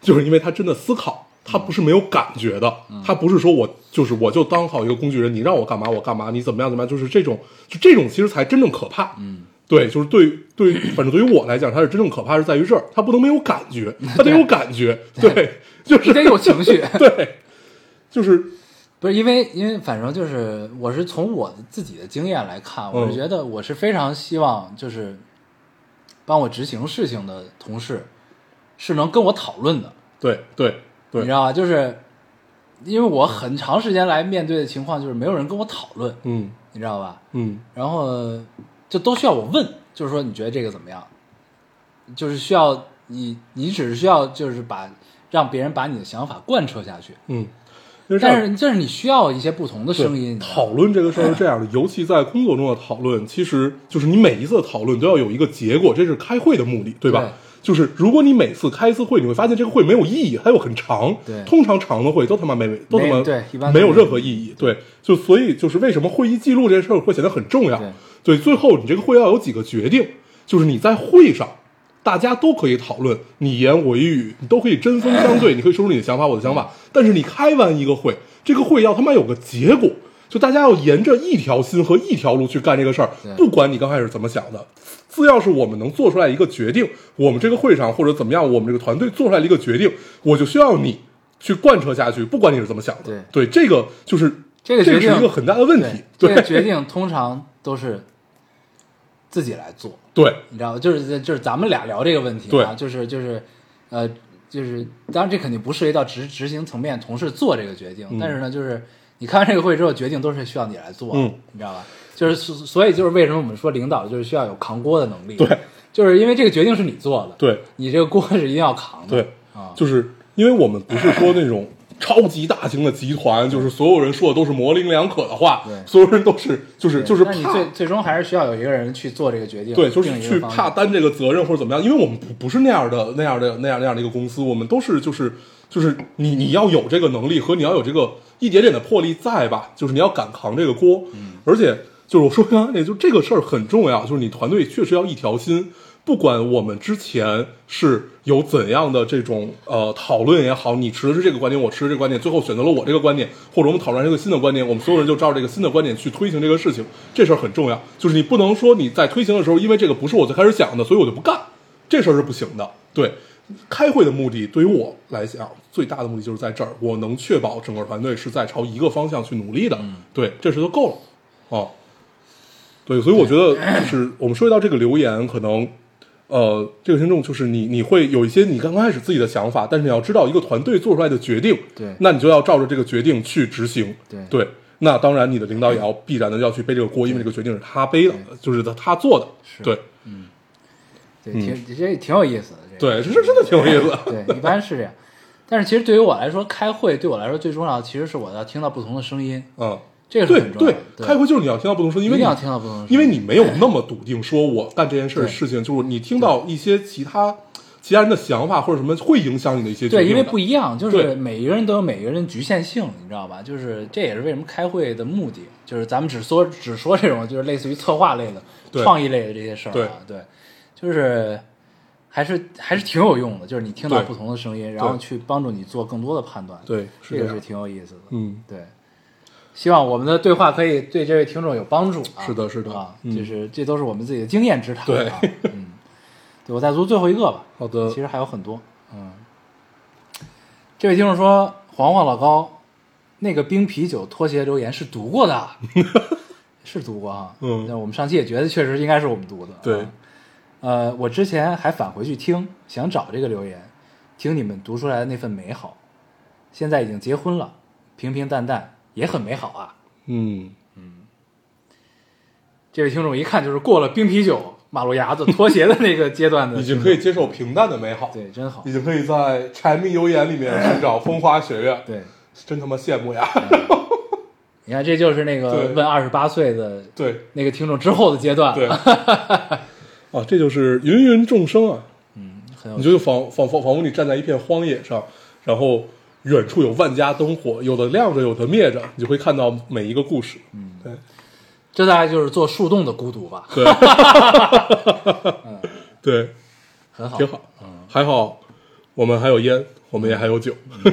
Speaker 3: 就是因为他真的思考，他不是没有感觉的，
Speaker 2: 嗯
Speaker 3: 他不是说我就是我就当好一个工具人，你让我干嘛我干嘛，你怎么样怎么样，就是这种就这种其实才真正可怕。嗯。对，就是对对，反正对于我来讲，它是真正可怕是在于这儿，他不能没有感觉，他得有感觉，对，就
Speaker 2: 嗯你
Speaker 3: 是
Speaker 2: 得有情绪，
Speaker 3: 对，就是
Speaker 2: 不是因为因为反正就是我是从我的自己的经验来看，
Speaker 3: 嗯
Speaker 2: 我是觉得我是非常希望就是帮我执行事情的同事是能跟我讨论的，
Speaker 3: 对对对，
Speaker 2: 你知道吧？就是因为我很长时间来面对的情况就是没有人跟我讨论，
Speaker 3: 嗯
Speaker 2: 你知道吧？
Speaker 3: 嗯
Speaker 2: 然后就都需要我问，就是说你觉得这个怎么样？就是需要你，你只是需要就是把让别人把你的想法贯彻下去，
Speaker 3: 嗯，因为这样
Speaker 2: 但是但是你需要一些不同的
Speaker 3: 对
Speaker 2: 声音，你知道吗
Speaker 3: 讨论这个事儿是这样的，尤其在工作中的讨论，其实就是你每一次的讨论都要有一个结果，这是开会的目的，对吧？
Speaker 2: 对
Speaker 3: 就是如果你每次开一次会，你会发现这个会没有意义，它又很长。
Speaker 2: 对
Speaker 3: 通常长的会都他妈没都他妈
Speaker 2: 没对一般都
Speaker 3: 没有
Speaker 2: 没
Speaker 3: 任何意义。对，就所以就是为什么会议记录这事儿会显得很重要。
Speaker 2: 对
Speaker 3: 对，最后你这个会要有几个决定，就是你在会上。大家都可以讨论，你言我一语，你都可以针锋相对，你可以说出你的想法，我的想法。但是你开完一个会，这个会要他妈有个结果，就大家要沿着一条心和一条路去干这个事儿
Speaker 2: 对，
Speaker 3: 不管你刚开始怎么想的，只要是我们能做出来一个决定，我们这个会上或者怎么样，我们这个团队做出来了一个决定，我就需要你去贯彻下去，不管你是怎么想的。对，这个就是
Speaker 2: 这个决
Speaker 3: 这
Speaker 2: 定
Speaker 3: 是一个很大的问题。
Speaker 2: 对这个
Speaker 3: 对
Speaker 2: 决定通常都是自己来做，
Speaker 3: 对
Speaker 2: 你知道吗？就是就是咱们俩聊这个问题啊，
Speaker 3: 对
Speaker 2: 就是就是呃就是，当然这肯定不涉及到执执行层面同事做这个决
Speaker 3: 嗯
Speaker 2: 定，但是呢，就是你开完这个会之后，决定都是需要你来做的，
Speaker 3: 嗯
Speaker 2: 你知道吧？就是所所以就是为什么我们说领导就是需要有扛锅的能力，
Speaker 3: 对，
Speaker 2: 就是因为这个决定是你做的，，
Speaker 3: 对
Speaker 2: 你这个锅是一定要扛的，
Speaker 3: 对
Speaker 2: 啊，
Speaker 3: 就是因为我们不是说那种 超级大型的集团，就是所有人说的都是模棱两可的话
Speaker 2: 对，
Speaker 3: 所有人都是就是就是
Speaker 2: 但你
Speaker 3: 怕
Speaker 2: 最最终还是需要有一个人去做这个决定，
Speaker 3: 对，就
Speaker 2: 定
Speaker 3: 是
Speaker 2: 一个
Speaker 3: 去
Speaker 2: 方
Speaker 3: 怕
Speaker 2: 向
Speaker 3: 担这个责任或者怎么样，因为我们不不是那样的那样的那样那样的一个公司，我们都是就是就是你你要有这个能力和你要有这个一点点的魄力在吧，就是你要敢扛这个锅，
Speaker 2: 嗯
Speaker 3: 而且就是我说刚刚那就这个事儿很重要，就是你团队确实要一条心。不管我们之前是有怎样的这种呃讨论也好，你持的是这个观点，我持的这个观点，最后选择了我这个观点，或者我们讨论这个新的观点，我们所有人就照这个新的观点去推行这个事情，这事儿很重要。就是你不能说你在推行的时候，因为这个不是我最开始想的，所以我就不干，这事儿是不行的。对，开会的目的对于我来讲，最大的目的就是在这儿，我能确保整个团队是在朝一个方向去努力的。对，这事就够了。哦，对，所以我觉得就是我们说到这个留言，可能呃，这个听众就是你，你会有一些你刚开始自己的想法，但是你要知道一个团队做出来的决定，
Speaker 2: 对
Speaker 3: 那你就要照着这个决定去执行，
Speaker 2: 对
Speaker 3: 那当然，你的领导也要必然的要去背这个锅，因为这个决定是他背的，就是他他做的，对
Speaker 2: 对，挺这挺有意思的，这个
Speaker 3: 嗯对，这这真的挺有意思，
Speaker 2: 对，一般是这样。但是其实对于我来说，开会对我来说最重要的其实是我要听到不同的声音，
Speaker 3: 嗯，
Speaker 2: 这个是
Speaker 3: 对
Speaker 2: 很重要
Speaker 3: 对
Speaker 2: 的。，对
Speaker 3: 开会就是你要听到不同声音，因为
Speaker 2: 一
Speaker 3: 你
Speaker 2: 定要听到不同的声音，
Speaker 3: 因为你没有那么笃定，说我干这件事儿
Speaker 2: 对
Speaker 3: 事情，就是你听到一些其他其他人的想法或者什么会影响你的一些决定
Speaker 2: 对，
Speaker 3: 的
Speaker 2: 因为不一样，就
Speaker 3: 对
Speaker 2: 是每一个人都有每一个人的局限性，你知道吧？就是这也是为什么开会的目的，就是咱们只说只说这种就是类似于策划类
Speaker 3: 对
Speaker 2: 的、创意类的这些事儿
Speaker 3: 对
Speaker 2: 啊，对，就是还是还是挺有用的，就是你听到
Speaker 3: 对
Speaker 2: 不同的声音，然后
Speaker 3: 对
Speaker 2: 去帮助你做更多的判断，
Speaker 3: 对
Speaker 2: 这
Speaker 3: 是这
Speaker 2: 个
Speaker 3: 样
Speaker 2: 是挺有意思的，
Speaker 3: 嗯，
Speaker 2: 对。希望我们的对话可以对这位听众有帮助啊！
Speaker 3: 是的是的
Speaker 2: 啊，
Speaker 3: 嗯
Speaker 2: 就是这都是我们自己的经验之谈啊。
Speaker 3: 对呃
Speaker 2: 嗯，对我再读最后一个吧。
Speaker 3: 好的
Speaker 2: 其实还有很多。嗯，这位听众说，黄黄老高那个冰啤酒拖鞋留言是读过的，啊 是读过啊。
Speaker 3: 嗯
Speaker 2: 那我们上期也觉得确实应该是我们读的。啊
Speaker 3: 对，
Speaker 2: 呃，我之前还返回去听，想找这个留言，听你们读出来的那份美好。现在已经结婚了，平平淡淡也很美好啊。
Speaker 3: 嗯，
Speaker 2: 这位听众一看就是过了冰啤酒、马路牙子、拖鞋的那个阶段的，
Speaker 3: 已经可以接受平淡的美好，
Speaker 2: 对，真好
Speaker 3: 已，经可以在柴米油盐里面寻找风花雪月，
Speaker 2: 对。
Speaker 3: 真他妈羡慕呀！
Speaker 2: 你看，这就是那个
Speaker 3: 对
Speaker 2: 问二十八岁的
Speaker 3: 对
Speaker 2: 那个听众之后的阶段，
Speaker 3: 对，，啊，这就是芸芸众生啊，
Speaker 2: 很有
Speaker 3: 你就仿仿仿仿佛你站在一片荒野上，然后远处有万家灯火，有的亮着，有的灭着，你就会看到每一个故事。嗯，对
Speaker 2: 这大概就是做树洞的孤独吧，
Speaker 3: 对，
Speaker 2: 很好，嗯
Speaker 3: 挺好。还好我们还有烟，我们也还有酒。
Speaker 2: 确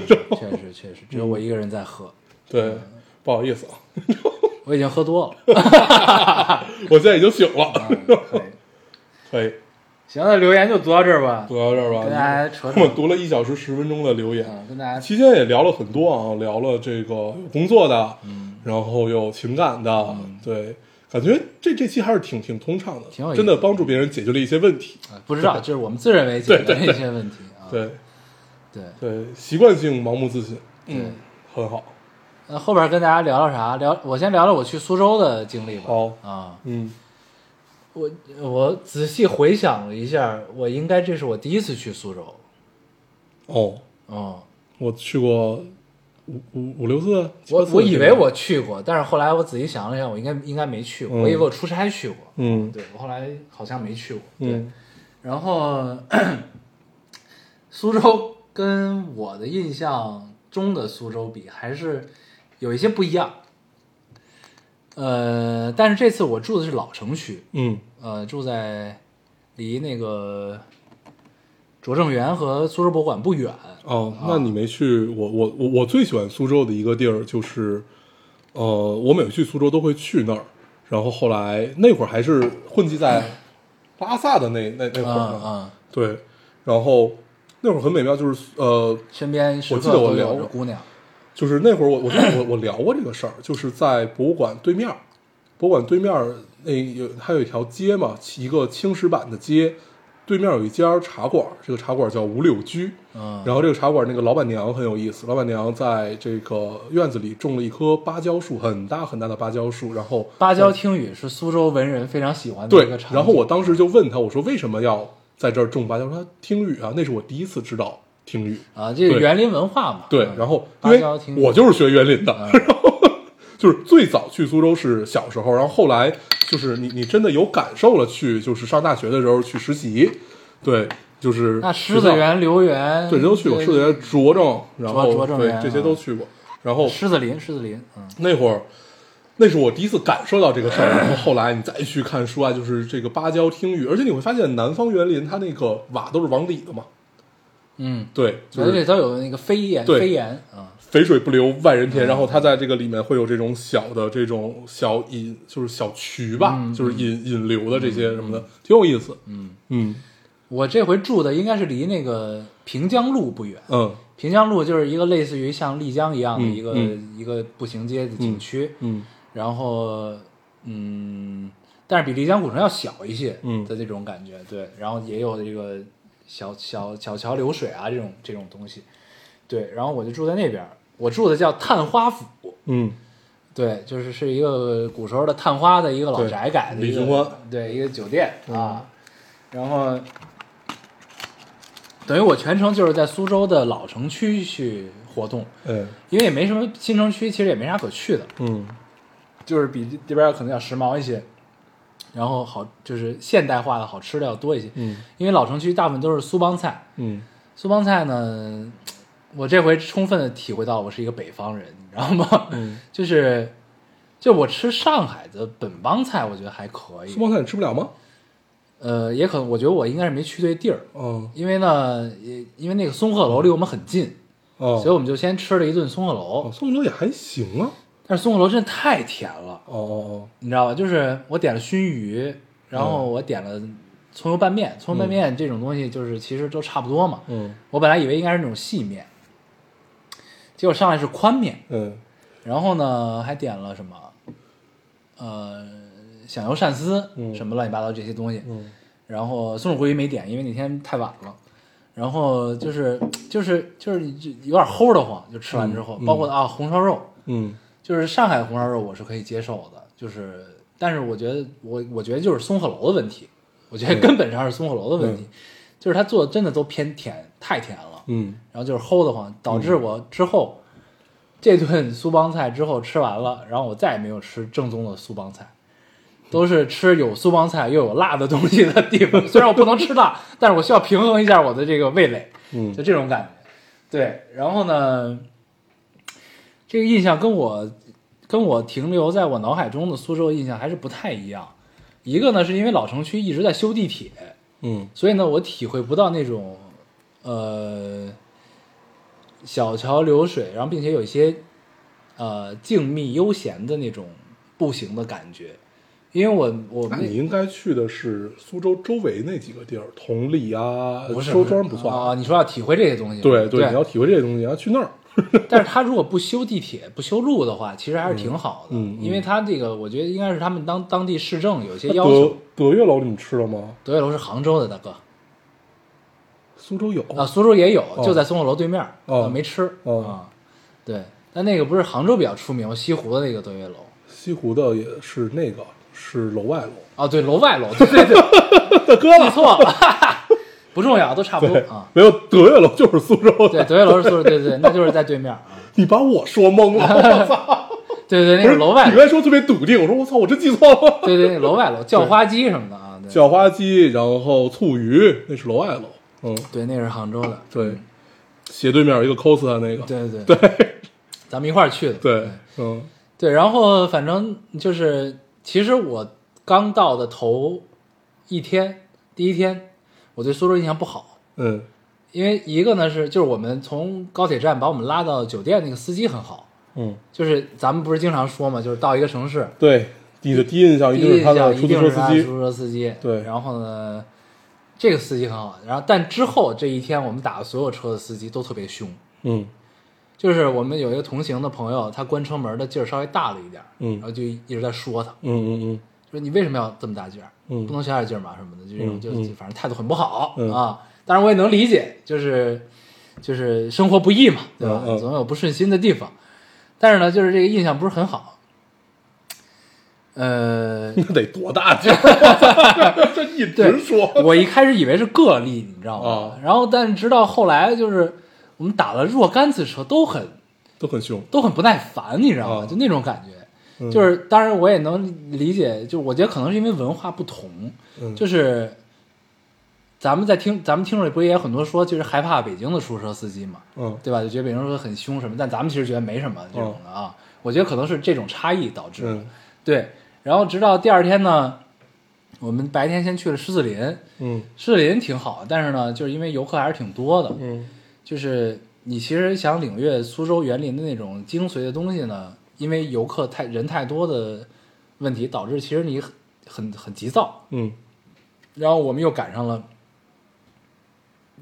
Speaker 2: 实确实，只有我一个人在喝，
Speaker 3: 对，不好意思啊，
Speaker 2: 我已经喝多 了。
Speaker 3: 我现在已经醒了。
Speaker 2: 可以
Speaker 3: 可以，
Speaker 2: 行，那留言就读到这儿吧，
Speaker 3: 读到这儿吧。
Speaker 2: 跟大家扯扯
Speaker 3: 我们读了一小时十分钟的留言，
Speaker 2: 嗯，跟大家
Speaker 3: 期间也聊了很多啊，聊了这个有工作的，
Speaker 2: 嗯
Speaker 3: 然后有情感的，对，感觉这这期还是挺挺通畅的，
Speaker 2: 挺有意思
Speaker 3: 真的帮助别人解决了一些问题。
Speaker 2: 呃不知道，就是我们自认为解决
Speaker 3: 对
Speaker 2: 的
Speaker 3: 对
Speaker 2: 一
Speaker 3: 对
Speaker 2: 些问题啊，
Speaker 3: 对
Speaker 2: 对
Speaker 3: 对，习惯性盲目自信，
Speaker 2: 对。
Speaker 3: 很好。
Speaker 2: 那后边跟大家聊聊啥？聊我先聊聊我去苏州的经历吧。
Speaker 3: 好
Speaker 2: 啊，
Speaker 3: 嗯
Speaker 2: 我我仔细回想了一下，我应该这是我第一次去苏州。
Speaker 3: 哦，
Speaker 2: 哦，
Speaker 3: 我去过五五五六次，七八
Speaker 2: 我
Speaker 3: 次
Speaker 2: 我以为
Speaker 3: 这个
Speaker 2: 我去过，但是后来我仔细想了想，我应该应该没去过，
Speaker 3: 嗯
Speaker 2: 我以为我出差去过。
Speaker 3: 嗯
Speaker 2: 对我后来好像没去过。对，
Speaker 3: 嗯
Speaker 2: 然后 苏州跟我的印象中的苏州比，还是有一些不一样。呃，但是这次我住的是老城区，
Speaker 3: 嗯
Speaker 2: 呃，住在离那个拙政园和苏州博物馆不远。
Speaker 3: 哦，
Speaker 2: 啊
Speaker 3: 那你没去我我我我最喜欢苏州的一个地儿就是，呃，我每次去苏州都会去那儿，然后后来那会儿还是混迹在拉萨的那那那会
Speaker 2: 啊
Speaker 3: 儿呢，
Speaker 2: 啊，
Speaker 3: 对，然后那会儿很美妙，就是呃，
Speaker 2: 身边时
Speaker 3: 我记
Speaker 2: 刻
Speaker 3: 得我
Speaker 2: 都
Speaker 3: 聊
Speaker 2: 有着
Speaker 3: 过
Speaker 2: 姑娘。
Speaker 3: 就是那会儿我我我我聊过这个事儿，就是在博物馆对面儿，博物馆对面儿那有它有一条街嘛，一个青石板的街，对面有一家茶馆儿，这个茶馆儿叫五柳居，
Speaker 2: 嗯，
Speaker 3: 然后这个茶馆那个老板娘很有意思，老板娘在这个院子里种了一棵芭蕉树，很大很大的芭蕉树。然后
Speaker 2: 芭蕉听雨是苏州文人非常喜欢的
Speaker 3: 对
Speaker 2: 嗯一个场景。，
Speaker 3: 然后我当时就问他，我说为什么要在这儿种芭蕉？他说听雨啊，那是我第一次知道听雨。
Speaker 2: 啊，这个
Speaker 3: 对
Speaker 2: 园林文化嘛。
Speaker 3: 对
Speaker 2: 嗯，
Speaker 3: 然后因
Speaker 2: 芭
Speaker 3: 为
Speaker 2: 蕉听雨
Speaker 3: 我就是学园林的，
Speaker 2: 嗯
Speaker 3: 然后就是最早去苏州是小时候，然后后来就是你你真的有感受了去，就是上大学的时候去实习，对，就是
Speaker 2: 那
Speaker 3: 学
Speaker 2: 狮
Speaker 3: 校
Speaker 2: 子园、留园，
Speaker 3: 对，都去过，
Speaker 2: 这
Speaker 3: 是的，拙政，然后
Speaker 2: 拙政
Speaker 3: 对
Speaker 2: 园啊
Speaker 3: 这些都去过。然后
Speaker 2: 狮子林，狮子林，嗯，
Speaker 3: 那会儿，那是我第一次感受到这个事儿。然后后来你再去看书啊，就是这个芭蕉听雨，而且你会发现南方园林它那个瓦都是往里的嘛，
Speaker 2: 嗯，
Speaker 3: 对，就
Speaker 2: 而且
Speaker 3: 是
Speaker 2: 它有那个飞檐，
Speaker 3: 对
Speaker 2: 飞檐，嗯，
Speaker 3: 肥水不流外人田。然后它在这个里面会有这种小的这种小引，就是小渠吧，
Speaker 2: 嗯
Speaker 3: 就是引引流的这些什么的，挺有意思。嗯嗯
Speaker 2: 我这回住的应该是离那个平江路不远，
Speaker 3: 嗯
Speaker 2: 平江路就是一个类似于像丽江一样的
Speaker 3: 嗯
Speaker 2: 一个、
Speaker 3: 嗯
Speaker 2: 一个步行街的景区，
Speaker 3: 嗯
Speaker 2: 然后嗯，但是比丽江古城要小一些，
Speaker 3: 嗯
Speaker 2: 的那种感觉，对，然后也有这个小小小桥流水啊这种这种东西，对，然后我就住在那边儿，我住的叫探花府，
Speaker 3: 嗯
Speaker 2: 对，就是是一个古时候的探花的一个老
Speaker 3: 对
Speaker 2: 宅改的一
Speaker 3: 李嗯
Speaker 2: 个
Speaker 3: 寻欢
Speaker 2: 对一个酒店啊，然后等于我全程就是在苏州的老城区去活动，
Speaker 3: 哎
Speaker 2: 因为也没什么新城区，其实也没啥可去的，
Speaker 3: 嗯
Speaker 2: 就是比这边可能要时髦一些，然后好就是现代化的好吃的要多一些。
Speaker 3: 嗯
Speaker 2: 因为老城区大部分都是苏帮菜，
Speaker 3: 嗯，
Speaker 2: 苏帮菜呢，我这回充分的体会到我是一个北方人，你知道吗？
Speaker 3: 嗯，
Speaker 2: 就是就我吃上海的本帮菜，我觉得还可
Speaker 3: 苏
Speaker 2: 以。
Speaker 3: 帮菜你吃不了吗？
Speaker 2: 呃，也可能我觉得我应该是没去对地儿，
Speaker 3: 哦
Speaker 2: 因为呢，也因为那个松鹤楼离我们很近，
Speaker 3: 哦，
Speaker 2: 所以我们就先吃了一顿松鹤楼
Speaker 3: 哦，。松油也还行啊。
Speaker 2: 但是松鹤楼真的太甜了，
Speaker 3: 哦哦
Speaker 2: 你知道吧？就是我点了熏鱼，然后
Speaker 3: 嗯
Speaker 2: 我点了葱油拌面，葱油拌面这种东西就是其实都差不多嘛。
Speaker 3: 哦，嗯
Speaker 2: 我本来以为应该是那种细面，结果上来是宽面，
Speaker 3: 嗯
Speaker 2: 然后呢还点了什么，呃，响油鳝丝，
Speaker 3: 嗯
Speaker 2: 什么乱七八糟这些东西。
Speaker 3: 嗯
Speaker 2: 然后松鼠桂鱼没点，因为那天太晚了。然后就是就是就是就有点齁的慌，就吃完之后，
Speaker 3: 嗯嗯
Speaker 2: 包括啊红烧肉，
Speaker 3: 嗯
Speaker 2: 就是上海红烧肉我是可以接受的，就是但是我觉得我我觉得就是松鹤楼的问题，我觉得根本上是松鹤楼的问题，就是他做的真的都偏甜，太甜了。
Speaker 3: 嗯
Speaker 2: 然后就是齁得慌，导致我之后、这顿苏帮菜之后吃完了，然后我再也没有吃正宗的苏帮菜，都是吃有苏帮菜又有辣的东西的地方。虽 然我不能吃辣，但是我需要平衡一下我的这个味蕾，
Speaker 3: 嗯
Speaker 2: 就这种感觉。对，然后呢，这个印象跟我跟我停留在我脑海中的苏州印象还是不太一样。一个呢，是因为老城区一直在修地铁，
Speaker 3: 嗯
Speaker 2: 所以呢，我体会不到那种，呃，小桥流水，然后并且有一些，呃，静谧悠闲的那种步行的感觉，因为我我
Speaker 3: 那
Speaker 2: 们
Speaker 3: 你应该去的是苏州周围那几个地儿，同里啊，
Speaker 2: 不是
Speaker 3: 周庄不
Speaker 2: 啊、
Speaker 3: 算。
Speaker 2: 你说要体会这些东西，
Speaker 3: 对
Speaker 2: 对，
Speaker 3: 你要体会这些东西，你要去那儿。
Speaker 2: 但是他如果不修地铁、不修路的话，其实还是挺好的，
Speaker 3: 嗯嗯嗯
Speaker 2: 因为他这个我觉得应该是他们当当地市政有一些
Speaker 3: 那
Speaker 2: 要求
Speaker 3: 德。德月楼你们吃了吗？
Speaker 2: 德月楼是杭州的，大哥
Speaker 3: 苏州有
Speaker 2: 啊，苏州也有，
Speaker 3: 哦
Speaker 2: 就在松鹤楼对面，
Speaker 3: 哦
Speaker 2: 呃没吃、
Speaker 3: 哦
Speaker 2: 啊，对，但那个不是杭州比较出名，西湖的那个德月楼。
Speaker 3: 西湖的也是那个是楼外楼，
Speaker 2: 哦，对，楼外楼，对对对，
Speaker 3: 大哥
Speaker 2: 记错了， 哈哈不重要，都差不多
Speaker 3: 对
Speaker 2: 啊。，
Speaker 3: 没有德月楼就是苏州
Speaker 2: 对，
Speaker 3: 的，
Speaker 2: 德月楼是宿舍，对对对，那就是在对面啊。
Speaker 3: 你把我说懵 了，我操！
Speaker 2: 对对，那
Speaker 3: 不是
Speaker 2: 是楼外
Speaker 3: 你
Speaker 2: 楼
Speaker 3: 刚，才说特别笃定，我说我操，我真记错了。
Speaker 2: 对对，那楼外楼，叫花鸡什么的啊，对
Speaker 3: 叫花鸡，然后醋鱼，那是楼外楼，嗯，
Speaker 2: 对，那是杭州的，
Speaker 3: 对，斜对面有一个 cos 的那个，
Speaker 2: 嗯对对对对，咱们一块儿去的，
Speaker 3: 对，嗯
Speaker 2: 对，然后反正就是，其实我刚到的头一天，第一天，我对苏州印象不好，
Speaker 3: 嗯
Speaker 2: 因为一个呢是就是我们从高铁站把我们拉到酒店那个司机很好，
Speaker 3: 嗯，
Speaker 2: 就是咱们不是经常说嘛，就是到一个城市。
Speaker 3: 对，你的第一印象
Speaker 2: 第
Speaker 3: 一
Speaker 2: 一
Speaker 3: 定是
Speaker 2: 印
Speaker 3: 他
Speaker 2: 象
Speaker 3: 的
Speaker 2: 一
Speaker 3: 出
Speaker 2: 定
Speaker 3: 租
Speaker 2: 是
Speaker 3: 车
Speaker 2: 他
Speaker 3: 司
Speaker 2: 的
Speaker 3: 机
Speaker 2: 出，租车司机。
Speaker 3: 对
Speaker 2: 然后呢，这个司机很好。然后，但之后这一天，我们打的所有车的司机都特别凶。
Speaker 3: 嗯
Speaker 2: 就是我们有一个同行的朋友，他关车门的劲儿稍微大了一点儿，
Speaker 3: 嗯
Speaker 2: 然后就一直在说他，
Speaker 3: 嗯嗯
Speaker 2: 说你为什么要这么大劲儿？
Speaker 3: 嗯
Speaker 2: 不能小点劲儿嘛什么的，就这种
Speaker 3: 嗯
Speaker 2: 就
Speaker 3: 嗯
Speaker 2: 就反正态度很不好、
Speaker 3: 嗯
Speaker 2: 啊。当然我也能理解，就是就是生活不易嘛，对吧？
Speaker 3: 嗯嗯
Speaker 2: 总有不顺心的地方，但是呢，就是这个印象不是很好。 呃，
Speaker 3: 嗯，那得多大 劲儿？ 这一
Speaker 2: 对
Speaker 3: 直说，
Speaker 2: 我一开始以为是个例，你知道吗？
Speaker 3: 啊
Speaker 2: 然后，但直到后来，就是我们打了若干次车，都很
Speaker 3: 都很凶，
Speaker 2: 都很不耐烦，你知道吗？
Speaker 3: 啊
Speaker 2: 就那种感觉。
Speaker 3: 嗯
Speaker 2: 就是，当然我也能理解，就我觉得可能是因为文化不同，
Speaker 3: 嗯
Speaker 2: 就是咱们在听，咱们听众里不也有很多说，就是害怕北京的出租车司机嘛，
Speaker 3: 嗯
Speaker 2: 对吧？就觉得北京出租车很凶什么，但咱们其实觉得没什么这种的啊。我觉得可能是这种差异导致的。
Speaker 3: 哦嗯
Speaker 2: 对，然后直到第二天呢，我们白天先去了狮子林，
Speaker 3: 嗯
Speaker 2: 狮子林挺好，但是呢，就是因为游客还是挺多的，
Speaker 3: 嗯
Speaker 2: 就是你其实想领略苏州园林的那种精髓的东西呢，因为游客太人太多的问题，导致其实你很很很急躁。
Speaker 3: 嗯
Speaker 2: 然后我们又赶上了，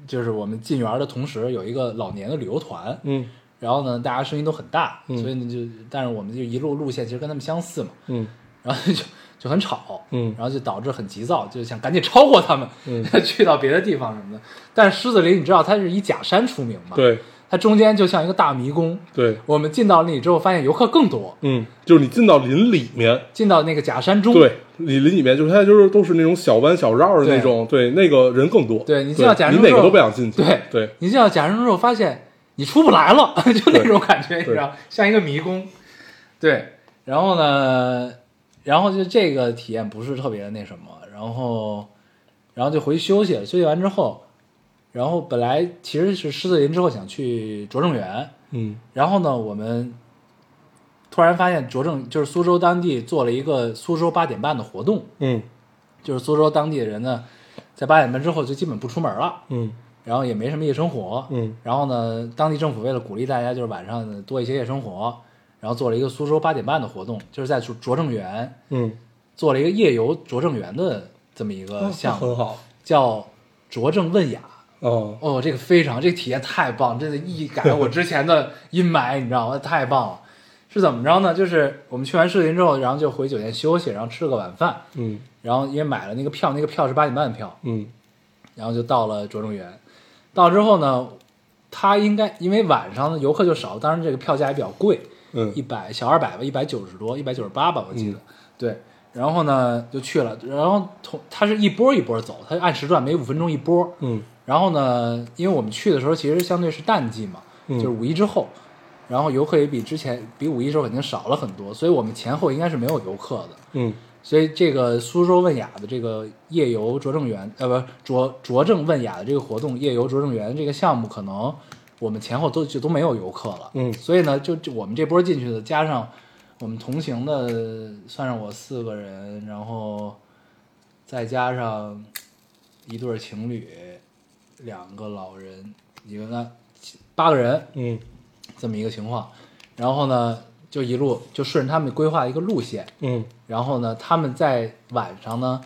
Speaker 2: 就是我们进园的同时有一个老年的旅游团，
Speaker 3: 嗯
Speaker 2: 然后呢，大家声音都很大，
Speaker 3: 嗯
Speaker 2: 所以呢就，但是我们就一路路线其实跟他们相似嘛，
Speaker 3: 嗯
Speaker 2: 然后就就很吵，
Speaker 3: 嗯
Speaker 2: 然后就导致很急躁，就想赶紧超过他们，
Speaker 3: 嗯
Speaker 2: 去到别的地方什么的。但是狮子林，你知道它是以假山出名嘛？，
Speaker 3: 对
Speaker 2: 它中间就像一个大迷宫。
Speaker 3: 对，
Speaker 2: 我们进到那里之后，发现游客更多，
Speaker 3: 嗯，就是你进到林里面，
Speaker 2: 进到那个假山中，
Speaker 3: 对，里林里面就是它就是都是那种小弯小绕的那种，对，那个人更多。
Speaker 2: 对你进到假
Speaker 3: 你
Speaker 2: 山
Speaker 3: 哪
Speaker 2: 之
Speaker 3: 个
Speaker 2: 后
Speaker 3: 都不想进去。
Speaker 2: 对
Speaker 3: 对，
Speaker 2: 你进到假山之后，发现你出不来了， 就那种感觉，你
Speaker 3: 对
Speaker 2: 知道，像一个迷宫。对，然后呢，然后就这个体验不是特别的那什么，然后然后就回去休息，休息完之后，然后本来其实是狮子林之后想去拙政园，
Speaker 3: 嗯
Speaker 2: 然后呢，我们突然发现拙政就是苏州当地做了一个苏州八点半的活动，
Speaker 3: 嗯
Speaker 2: 就是苏州当地的人呢，在八点半之后就基本不出门了，
Speaker 3: 嗯
Speaker 2: 然后也没什么夜生活，
Speaker 3: 嗯
Speaker 2: 然后呢，当地政府为了鼓励大家就是晚上多一些夜生活，然后做了一个苏州八点半的活动，就是在拙拙政园
Speaker 3: 嗯，
Speaker 2: 做了一个夜游拙政园的这么一个
Speaker 3: 哦
Speaker 2: 项目，
Speaker 3: 很好
Speaker 2: 叫拙政问雅。
Speaker 3: 哦，
Speaker 2: 哦，这个非常，这个体验太棒，真的一改我之前的阴霾，你知道吗？太棒了。是怎么着呢？就是我们去完视频之后，然后就回酒店休息，然后吃了个晚饭，
Speaker 3: 嗯
Speaker 2: 然后也买了那个票，那个票是八点半的票，
Speaker 3: 嗯
Speaker 2: 然后就到了拙政园。到之后呢，他应该因为晚上游客就少，当然这个票价也比较贵，一
Speaker 3: 嗯
Speaker 2: 百小二百吧，一百九十多，一百九十八吧，我记得。对，然后呢就去了，然后同他是一波一波走，他按时段，每五分钟一波。
Speaker 3: 嗯
Speaker 2: 然后呢，因为我们去的时候其实相对是淡季嘛，
Speaker 3: 嗯
Speaker 2: 就是五一之后，然后游客也比之前比五一之后肯定少了很多，所以我们前后应该是没有游客的。
Speaker 3: 嗯
Speaker 2: 所以这个苏州问雅的这个夜游拙政园，呃，不是拙拙政问雅的这个活动，夜游拙政园这个项目，可能我们前后都就都没有游客了。
Speaker 3: 嗯
Speaker 2: 所以呢，就就我们这波进去的，加上我们同行的，算上我四个人，然后再加上一对儿情侣，两个老人，一个那八个人
Speaker 3: 嗯
Speaker 2: 这么一个情况。然后呢，就一路就顺着他们规划一个路线。
Speaker 3: 嗯
Speaker 2: 然后呢，他们在晚上呢，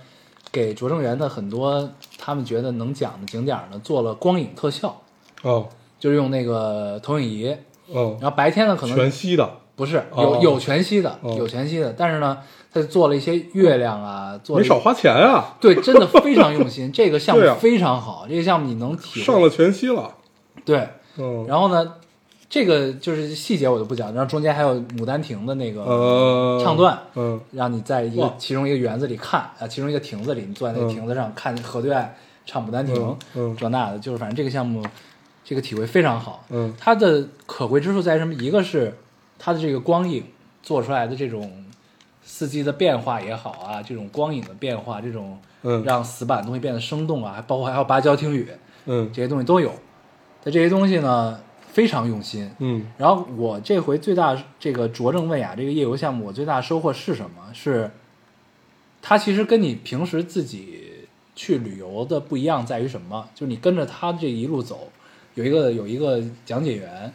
Speaker 2: 给拙政园的很多他们觉得能讲的景点呢，做了光影特效，
Speaker 3: 哦
Speaker 2: 就是用那个投影仪。
Speaker 3: 哦，
Speaker 2: 然后白天呢，可
Speaker 3: 全
Speaker 2: 能
Speaker 3: 息的，
Speaker 2: 不是
Speaker 3: 哦
Speaker 2: 有有全息的，
Speaker 3: 哦
Speaker 2: 有全息的，但是呢，他就做了一些月亮啊，做
Speaker 3: 没
Speaker 2: 了一
Speaker 3: 少花钱啊，
Speaker 2: 对，真的非常用 心。这个项
Speaker 3: 对啊
Speaker 2: 目非常好，这个项目你能体
Speaker 3: 上
Speaker 2: 会
Speaker 3: 了全息了，
Speaker 2: 对。
Speaker 3: 嗯
Speaker 2: 然后呢，这个就是细节我就不讲，然后中间还有《牡丹亭》的那个
Speaker 3: 呃，
Speaker 2: 唱段，
Speaker 3: 嗯
Speaker 2: 让你在一
Speaker 3: 哇
Speaker 2: 个其中一个园子里看啊，其中一个亭子里，你坐在那个
Speaker 3: 嗯
Speaker 2: 亭子上看河对岸唱《牡丹亭》
Speaker 3: 嗯嗯
Speaker 2: 这那的，就是反正这个项目，这个体会非常好。
Speaker 3: 嗯
Speaker 2: 它的可贵之处在于什么？一个是它的这个光影做出来的这种四季的变化也好啊，这种光影的变化，这种
Speaker 3: 嗯
Speaker 2: 让死板的东西变得生动啊，还包括还有芭蕉听雨
Speaker 3: 嗯
Speaker 2: 这些东西都有。但这些东西呢，非常用心，
Speaker 3: 嗯
Speaker 2: 然后我这回最大这个拙政问雅这个夜游项目，我最大收获是什么？是它其实跟你平时自己去旅游的不一样，在于什么？就是你跟着他这一路走，有一个有一个讲解员，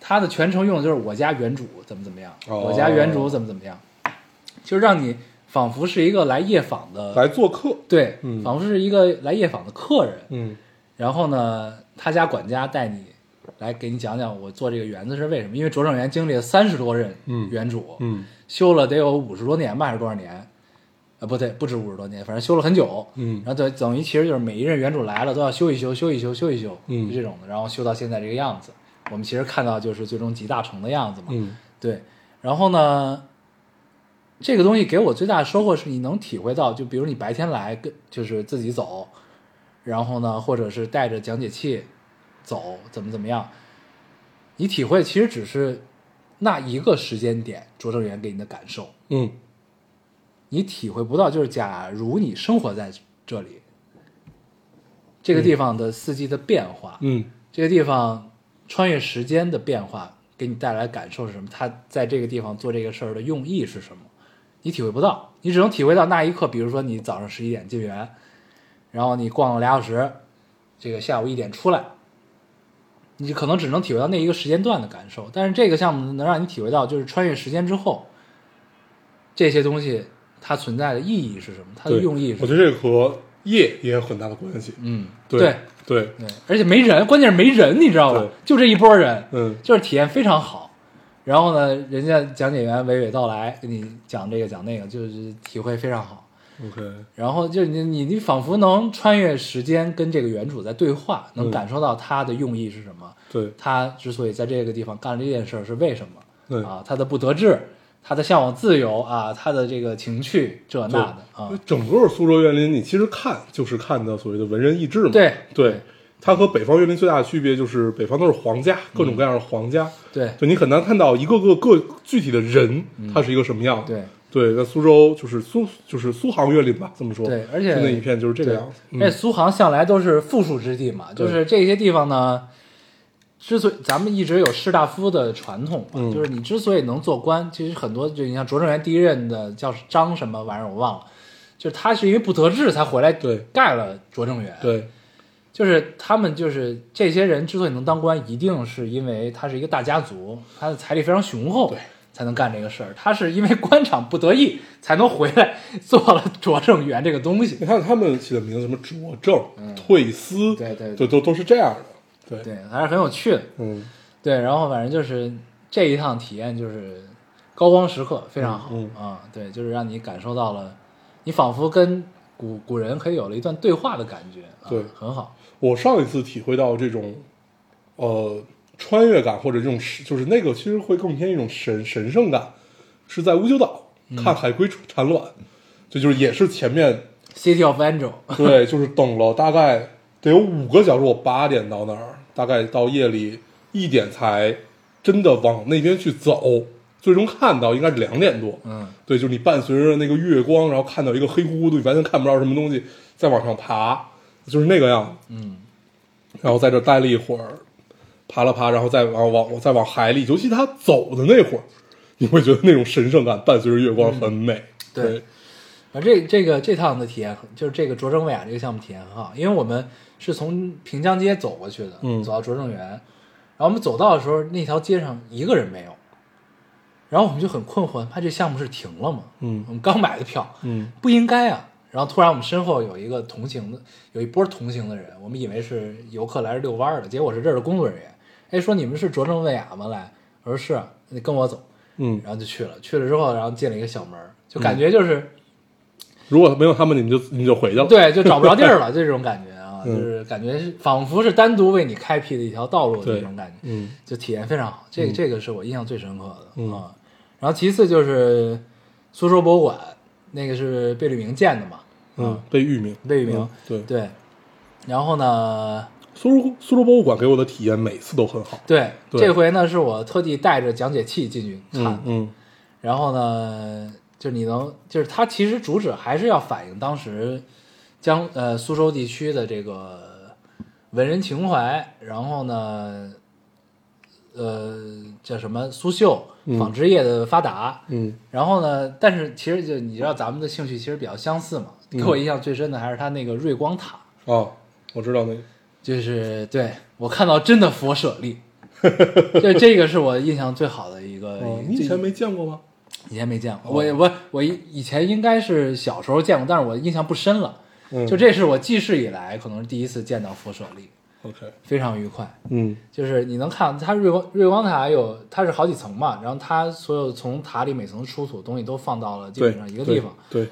Speaker 2: 他的全程用的就是我家原主怎么怎么样，
Speaker 3: 哦
Speaker 2: 我家原主怎么怎么样，就是让你仿佛是一个来夜访的，
Speaker 3: 来做客，
Speaker 2: 对，
Speaker 3: 嗯
Speaker 2: 仿佛是一个来夜访的客人，
Speaker 3: 嗯
Speaker 2: 然后呢，他家管家带你来给你讲讲我做这个园子是为什么？因为拙政园经历了三十多任
Speaker 3: 嗯
Speaker 2: 园主，
Speaker 3: 嗯
Speaker 2: 修了得有五十多年吧，还是多少年？啊、不对，不止五十多年，反正修了很久。
Speaker 3: 嗯
Speaker 2: 然后等等于其实就是每一任园主来了都要修一修，修一修，修一修，
Speaker 3: 嗯
Speaker 2: 就这种的，然后修到现在这个样子。我们其实看到就是最终集大成的样子嘛。
Speaker 3: 嗯
Speaker 2: 对，然后呢，这个东西给我最大的收获是你能体会到，就比如你白天来跟就是自己走，然后呢，或者是带着讲解器走，怎么怎么样，你体会其实只是那一个时间点拙政园给你的感受，
Speaker 3: 嗯
Speaker 2: 你体会不到，就是假如你生活在这里，这个地方的四季的变化，
Speaker 3: 嗯
Speaker 2: 这个地方穿越时间的变化给你带来的感受是什么？他在这个地方做这个事儿的用意是什么？你体会不到，你只能体会到那一刻。比如说，你早上十一点进园，然后你逛了俩小时，这个下午一点出来，你可能只能体会到那一个时间段的感受。但是这个项目能让你体会到，就是穿越时间之后，这些东西它存在的意义是什么？它的
Speaker 3: 对
Speaker 2: 用意是什
Speaker 3: 我觉
Speaker 2: 么？
Speaker 3: 得这个和夜也有很大的关系，
Speaker 2: 嗯，
Speaker 3: 对对，
Speaker 2: 对，而且没人，关键是没人，你知道吧
Speaker 3: 对？
Speaker 2: 就这一波人，
Speaker 3: 嗯
Speaker 2: 就是体验非常好。然后呢，人家讲解员娓娓道来，跟你讲这个讲那个，就是体会非常好。
Speaker 3: ，OK，
Speaker 2: 然后就是你你你仿佛能穿越时间，跟这个原主在对话，能
Speaker 3: 嗯
Speaker 2: 感受到他的用意是什么，
Speaker 3: 对
Speaker 2: 他之所以在这个地方干了这件事儿是为什么、
Speaker 3: 对，
Speaker 2: 啊？他的不得志，他的向往自由啊，他的这个情趣这那的啊，
Speaker 3: 整个苏州园林，你其实看就是看的所谓的文人意志嘛。
Speaker 2: 对
Speaker 3: 对，它和北方园林最大的区别就是北方都是皇家，各种各样的皇家，
Speaker 2: 对
Speaker 3: 就你很难看到一个个个具体的人他是一个什么样。
Speaker 2: 嗯对，
Speaker 3: 对，在苏州就是苏就是苏杭乐林吧，这么说，
Speaker 2: 对而且
Speaker 3: 就那一片就是这个样子，
Speaker 2: 而且
Speaker 3: 嗯，
Speaker 2: 哎苏杭向来都是富庶之地嘛，
Speaker 3: 对
Speaker 2: 就是这些地方呢，之所以咱们一直有士大夫的传统嘛，
Speaker 3: 嗯
Speaker 2: 就是你之所以能做官，其实很多就你像拙政园第一任的叫张什么玩意儿我忘了，就是他是因为不得志才回来
Speaker 3: 对
Speaker 2: 盖了拙政园，，
Speaker 3: 嗯对，
Speaker 2: 就是他们就是这些人之所以能当官，一定是因为他是一个大家族，他的财力非常雄厚，
Speaker 3: 对
Speaker 2: 才能干这个事儿。他是因为官场不得已才能回来做了拙政园这个东西
Speaker 3: 你，看他们起的名字什么拙政、退思，
Speaker 2: 对对对
Speaker 3: 对，都都是这样的，对，
Speaker 2: 对，还是很有趣的。
Speaker 3: 嗯
Speaker 2: 对，然后反正就是这一趟体验就是高光时刻，非常好、
Speaker 3: 嗯
Speaker 2: 啊。对，就是让你感受到了，你仿佛跟古古人可以有了一段对话的感觉，啊、
Speaker 3: 对
Speaker 2: 很好。
Speaker 3: 我上一次体会到这种，呃，穿越感或者这种神，就是那个其实会更偏一种神神圣感，是在乌九岛看海龟产卵，这、就是也是前面
Speaker 2: City of Angel，
Speaker 3: 对，就是等了大概得有五个小时，我八点到那儿，大概到夜里一点才真的往那边去走，最终看到应该是两点多，
Speaker 2: 嗯，
Speaker 3: 对，就是你伴随着那个月光，然后看到一个黑乎乎的，你完全看不到什么东西，再往上爬，就是那个样子。嗯，然后在这待了一会儿，爬了爬，然后再往往再往海里，尤其他走的那会儿，你会觉得那种神圣感伴随着月光很美。
Speaker 2: 对而这这个这趟的体验很，就是这个拙政卫雅这个项目体验很好，因为我们是从平江街走过去的，
Speaker 3: 嗯
Speaker 2: 走到拙政园，然后我们走到的时候，那条街上一个人没有，然后我们就很困惑，怕这项目是停了吗？
Speaker 3: 嗯
Speaker 2: 我们刚买的票，
Speaker 3: 嗯，
Speaker 2: 不应该啊。然后突然我们身后有一个同行的，有一波同行的人，我们以为是游客来这遛弯儿的，结果是这儿的工作人员。哎，说你们是拙政卫雅吗？来，我说是、啊，你跟我走。
Speaker 3: 嗯，
Speaker 2: 然后就去了，去了之后，然后进了一个小门儿，就感觉就是。
Speaker 3: 如果没有他们，你就你就回去了。
Speaker 2: 对，就找不着地 儿了，就这种感觉啊，就
Speaker 3: 嗯
Speaker 2: 是感觉是仿佛是单独为你开辟的一条道路的
Speaker 3: 对
Speaker 2: 这种感觉，
Speaker 3: 嗯
Speaker 2: 就体验非常好。这个这个是我印象最深刻的、
Speaker 3: 嗯
Speaker 2: 啊。然后其次就是苏州博物馆，那个是贝聿铭建的嘛，
Speaker 3: 嗯，被域名，
Speaker 2: 贝聿铭、
Speaker 3: 嗯对
Speaker 2: 对。然后呢，
Speaker 3: 苏州苏州博物馆给我的体验每次都很好。
Speaker 2: 对
Speaker 3: 对
Speaker 2: 这回呢是我特地带着讲解器进去看，
Speaker 3: 嗯嗯
Speaker 2: 然后呢，就你能，就是它其实主旨还是要反映当时江呃苏州地区的这个文人情怀，然后呢，呃叫什么苏绣
Speaker 3: 嗯
Speaker 2: 纺织业的发达，
Speaker 3: 嗯
Speaker 2: 然后呢，但是其实就你知道咱们的兴趣其实比较相似嘛，
Speaker 3: 嗯
Speaker 2: 给我印象最深的还是它那个瑞光塔，
Speaker 3: 啊，我知道那个。
Speaker 2: 就是对我看到真的佛舍利。就这个是我印象最好的一个，
Speaker 3: 哦，你以
Speaker 2: 最
Speaker 3: 前没哦见过吗？
Speaker 2: 以前没见过，我我我以以前应该是小时候见过，但是我印象不深了。
Speaker 3: 嗯
Speaker 2: 就这是我记事以来可能是第一次见到佛舍利，
Speaker 3: OK，
Speaker 2: 非常愉快。
Speaker 3: 嗯
Speaker 2: 就是你能看它瑞光瑞光塔有它是好几层嘛，然后它所有从塔里每层出土的东西都放到了基
Speaker 3: 对
Speaker 2: 本上一个地方。
Speaker 3: 对，对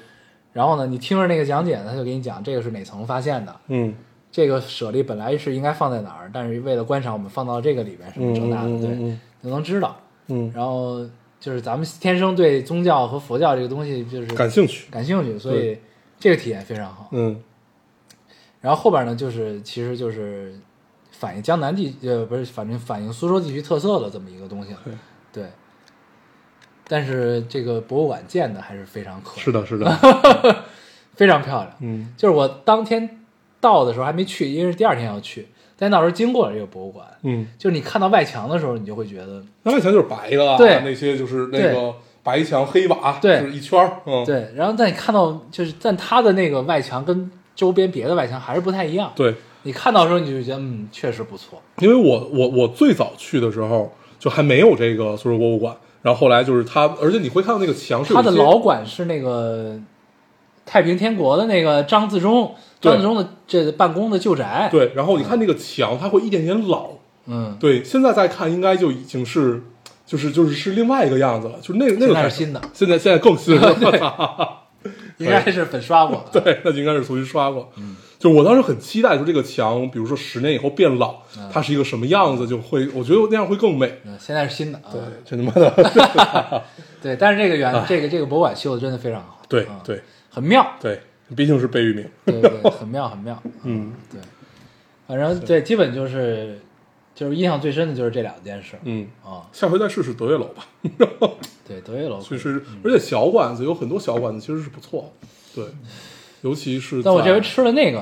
Speaker 2: 然后呢，你听着那个讲解呢，他就给你讲这个是哪层发现的，
Speaker 3: 嗯
Speaker 2: 这个舍利本来是应该放在哪儿，但是为了观赏我们放到了这个里边什么这那的，
Speaker 3: 嗯嗯嗯嗯
Speaker 2: 对
Speaker 3: 嗯，
Speaker 2: 就能知道。
Speaker 3: 嗯，
Speaker 2: 然后就是咱们天生对宗教和佛教这个东西就是
Speaker 3: 感兴趣。
Speaker 2: 感兴趣，所以这个体验非常好。
Speaker 3: 嗯
Speaker 2: 然后后边呢，就是其实就是反映江南地呃不是，反正反映苏州地区特色的这么一个东西了
Speaker 3: 对。
Speaker 2: 对。但是这个博物馆建的还是非常可，
Speaker 3: 是的，是的，
Speaker 2: 非常漂亮。
Speaker 3: 嗯
Speaker 2: 就是我当天到的时候还没去，因为是第二天要去，但到时候经过了这个博物馆，
Speaker 3: 嗯，
Speaker 2: 就是你看到外墙的时候，你就会觉得
Speaker 3: 那外墙就是白的啊，
Speaker 2: 对
Speaker 3: 那些就是那
Speaker 2: 对
Speaker 3: 个白墙黑瓦，
Speaker 2: 对
Speaker 3: 就是一圈儿，嗯，
Speaker 2: 对。然后但你看到就是，但它的那个外墙跟周边别的外墙还是不太一样。
Speaker 3: 对，
Speaker 2: 你看到的时候，你就觉得嗯，确实不错。
Speaker 3: 因为我我我最早去的时候就还没有这个苏州博物馆，然后后来就是它，而且你会看到那个墙是有
Speaker 2: 他
Speaker 3: 一些
Speaker 2: 的老馆是那个太平天国的那个张自忠，
Speaker 3: 对
Speaker 2: 张自忠的这办公的旧宅。，
Speaker 3: 对，然后你看那个墙，它会一点点老，
Speaker 2: 嗯，
Speaker 3: 对，现在再看应该就已经是，就是就是是另外一个样子了，就是那个那
Speaker 2: 现
Speaker 3: 个
Speaker 2: 在
Speaker 3: 感
Speaker 2: 是新的，
Speaker 3: 现在现在更新 了，我操！
Speaker 2: 应该是粉刷过的。
Speaker 3: 对，那就应该是重新刷过。
Speaker 2: 嗯
Speaker 3: 就我当时很期待，说这个墙，比如说十年以后变老，它是一个什么样子，就会我觉得那样会更美。
Speaker 2: 嗯，现在是新的啊。
Speaker 3: 对，真他妈的，
Speaker 2: 对，但是这个园这个这个博物馆修的真的非常好。
Speaker 3: 对
Speaker 2: 嗯
Speaker 3: 对，
Speaker 2: 很妙。
Speaker 3: 对，毕竟是贝聿铭。
Speaker 2: 啊对对，对很妙很妙。
Speaker 3: 嗯，
Speaker 2: 对，反正对，基本就是就是印象最深的就是这两件事
Speaker 3: 嗯，
Speaker 2: 啊。
Speaker 3: 下回再试试德月楼吧。
Speaker 2: 对，德月楼，
Speaker 3: 确实，
Speaker 2: 嗯
Speaker 3: 而且小馆子有很多小馆子其实是不错的，对，尤其是
Speaker 2: 但我这回
Speaker 3: 在
Speaker 2: 吃了那个，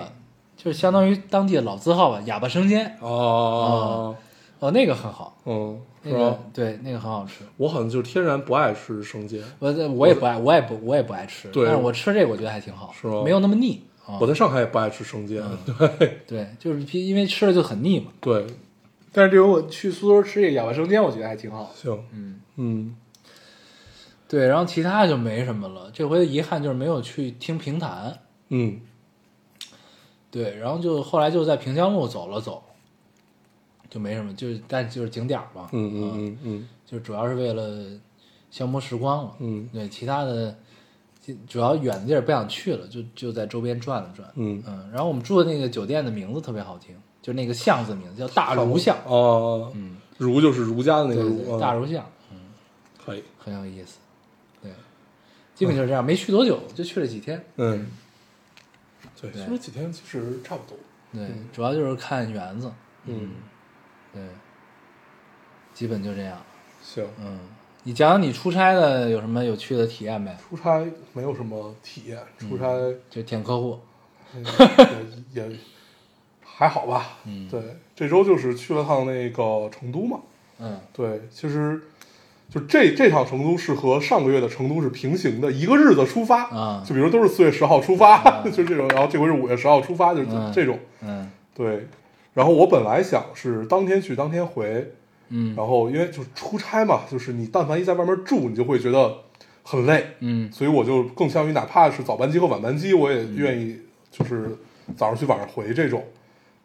Speaker 2: 就是相当于当地的老字号吧，哑巴生煎，
Speaker 3: 啊，
Speaker 2: 哦，那个很好，
Speaker 3: 嗯，
Speaker 2: 那
Speaker 3: 是吧
Speaker 2: 个？对，那个很好吃。
Speaker 3: 我好像就天然不爱吃生煎，
Speaker 2: 我我也不爱，我也不我也不爱吃，
Speaker 3: 对
Speaker 2: 但是我吃这个我觉得还挺好，
Speaker 3: 是吗
Speaker 2: 没有那么腻啊。
Speaker 3: 我在上海也不爱吃生煎，
Speaker 2: 嗯
Speaker 3: 对
Speaker 2: 对，就是因为吃了就很腻嘛。
Speaker 3: 对，
Speaker 2: 但是这回我去苏州吃这个哑巴生煎，我觉得还挺好。
Speaker 3: 行，嗯嗯，
Speaker 2: 对，然后其他就没什么了。这回的遗憾就是没有去听评弹，
Speaker 3: 嗯，
Speaker 2: 对，然后就后来就在萍江路走了走，就没什么，就是但就是景点儿嘛，
Speaker 3: 嗯嗯
Speaker 2: 啊
Speaker 3: 嗯嗯
Speaker 2: 就主要是为了消磨时光了。
Speaker 3: 嗯
Speaker 2: 对，其他的其主要远的地儿不想去了，就就在周边转了转。
Speaker 3: 嗯，
Speaker 2: 嗯，然后我们住的那个酒店的名字特别好听，就是那个巷子名字叫大儒巷，
Speaker 3: 啊，嗯，儒就是儒家的那
Speaker 2: 对对
Speaker 3: 个儒，
Speaker 2: 对，
Speaker 3: 啊
Speaker 2: 大儒巷
Speaker 3: 可以，
Speaker 2: 很有意思。对，基本就是这样，没去多久，就去了几天。
Speaker 3: 嗯，对，
Speaker 2: 对
Speaker 3: 其实几天其实差不多，
Speaker 2: 对，主要就是看园子，
Speaker 3: 嗯，
Speaker 2: 对，基本就这样。
Speaker 3: 行，
Speaker 2: 嗯，你讲讲你出差的有什么有趣的体验呗？
Speaker 3: 出差没有什么体验，出差。哎
Speaker 2: 就舔客户，
Speaker 3: 也 也还好吧。嗯，对，这周就是去了趟那个成都嘛。
Speaker 2: 嗯，
Speaker 3: 对，其实就这这趟成都是和上个月的成都是平行的，一个日子出发
Speaker 2: 啊
Speaker 3: 就比如都是四月十号出发， 就这种，然后这回是五月十号出发，就是
Speaker 2: 嗯
Speaker 3: 这种。
Speaker 2: 嗯
Speaker 3: 对，然后我本来想是当天去当天回，
Speaker 2: 嗯
Speaker 3: 然后因为就是出差嘛，就是你但凡一在外面住，你就会觉得很累，
Speaker 2: 嗯
Speaker 3: 所以我就更相于哪怕是早班机和晚班机，我也愿意就是早上去晚上回这种。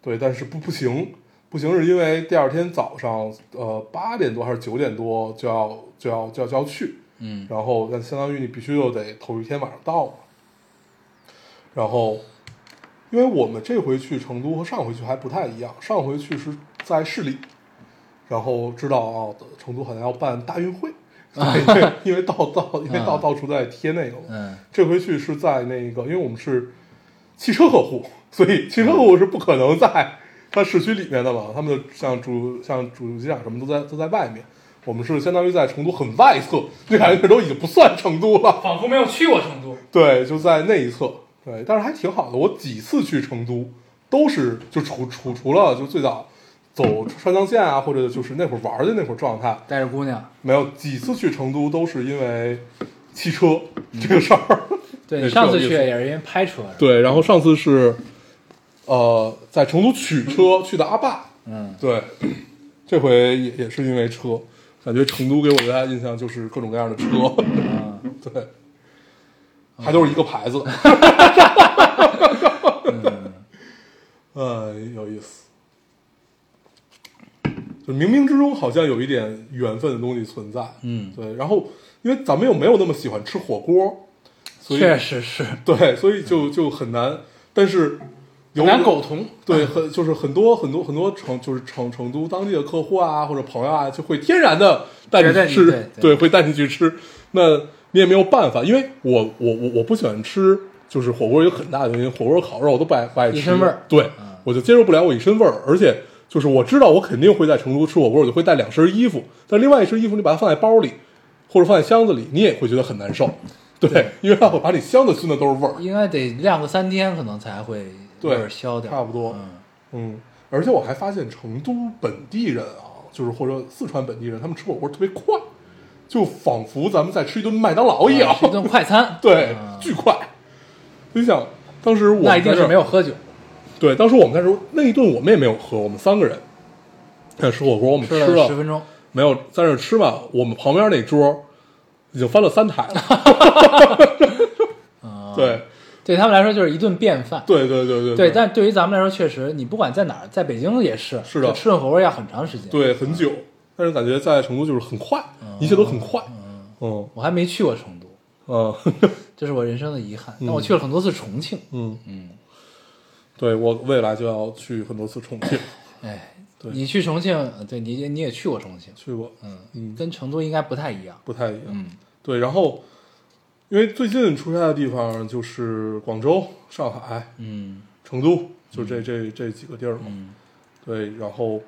Speaker 3: 对，但是不不行，不行是因为第二天早上呃八点多还是九点多就要就要就要就要去，
Speaker 2: 嗯
Speaker 3: 然后那相当于你必须又得头一天晚上到嘛。然后，因为我们这回去成都和上回去还不太一样，上回去是在市里，然后知道啊，成都好像要办大运会，对 因为到到因为到
Speaker 2: 嗯
Speaker 3: 到处在贴那个嘛。
Speaker 2: 嗯
Speaker 3: 这回去是在那个，因为我们是汽车客户，所以汽车客户是不可能在它市区里面的嘛，他们的像主像主机厂什么都在都在外面。我们是相当于在成都很外侧，那感觉都已经不算成都了。
Speaker 2: 仿佛没有去过成都。
Speaker 3: 对，就在那一侧，对，但是还挺好的。我几次去成都都是就除除除了就最早走川藏线啊，或者就是那会儿玩儿的那会儿状态，
Speaker 2: 带着姑娘，
Speaker 3: 没有几次去成都都是因为汽车这个事儿。
Speaker 2: 对
Speaker 3: 对
Speaker 2: 你上次
Speaker 3: 是有
Speaker 2: 去
Speaker 3: 意思
Speaker 2: 也是因为拍车，是吧，
Speaker 3: 对，然后上次是，呃，在成都取车去的阿坝，
Speaker 2: 嗯
Speaker 3: 对，这回也也是因为车，感觉成都给我留下的印象就是各种各样的车，
Speaker 2: 嗯
Speaker 3: 对，还都是一个牌子，
Speaker 2: 嗯
Speaker 3: 呃，有意思，就冥冥之中好像有一点缘分的东西存在，
Speaker 2: 嗯，
Speaker 3: 对，然后因为咱们又没有那么喜欢吃火锅，所以
Speaker 2: 确实是
Speaker 3: 对，所以就就很难，但是有
Speaker 2: 难苟同。
Speaker 3: 对，很就是很多很多很多成就是成成都当地的客户啊或者朋友啊，就会天然的带
Speaker 2: 觉得
Speaker 3: 你
Speaker 2: 你
Speaker 3: 吃，
Speaker 2: 对对
Speaker 3: 会带你去吃。那你也没有办法，因为我我我我不喜欢吃，就是火锅有很大的原因，火锅烤肉我都不爱不爱吃，
Speaker 2: 一身味儿
Speaker 3: 对，我就接受不了我一身味儿，而且就是我知道我肯定会在成都吃火锅，我就会带两身衣服，但另外一身衣服你把它放在包里或者放在箱子里，你也会觉得很难受，对，因为它会把你箱子熏的都是味儿。
Speaker 2: 应该得晾个三天，可能才会
Speaker 3: 对
Speaker 2: 味儿消掉，
Speaker 3: 差不多
Speaker 2: 嗯
Speaker 3: 嗯，而且我还发现成都本地人啊，就是或者四川本地人，他们吃火锅特别快，就仿佛咱们在吃一顿麦当劳一样。
Speaker 2: 啊，是一顿快餐
Speaker 3: 对
Speaker 2: 啊，
Speaker 3: 巨快。你想，当时我
Speaker 2: 那一
Speaker 3: 们在
Speaker 2: 定
Speaker 3: 这
Speaker 2: 是
Speaker 3: 儿
Speaker 2: 没有喝酒，
Speaker 3: 对，当时我们在时候那一顿我们也没有喝，我们三个人在吃火锅，我们
Speaker 2: 吃
Speaker 3: 了
Speaker 2: 了十分钟，
Speaker 3: 没有在这儿吃吧？我们旁边那桌已经翻了三台了， 对
Speaker 2: 对他们来说就是一顿便饭。
Speaker 3: 对对对对
Speaker 2: 对，但对于咱们来说，确实你不管在哪儿，在北京也是，
Speaker 3: 是的
Speaker 2: 就吃顿火锅要很长时间。，
Speaker 3: 对很久，但是感觉在成都就是很快，一切都很快，嗯
Speaker 2: 我还没去过成都，
Speaker 3: 嗯。
Speaker 2: 这是我人生的遗憾。但我去了很多次重庆，
Speaker 3: 嗯，嗯，对我未来就要去很多次重庆，
Speaker 2: 哎，
Speaker 3: 对
Speaker 2: 你去重庆，呃对你你也去过重庆，
Speaker 3: 去过，
Speaker 2: 嗯
Speaker 3: 嗯
Speaker 2: 跟成都应该不太一样。
Speaker 3: 不太一样。
Speaker 2: 嗯
Speaker 3: 对，然后因为最近出差的地方就是广州、上海、
Speaker 2: 嗯
Speaker 3: 成都，就这这这几个地儿嘛。对，然后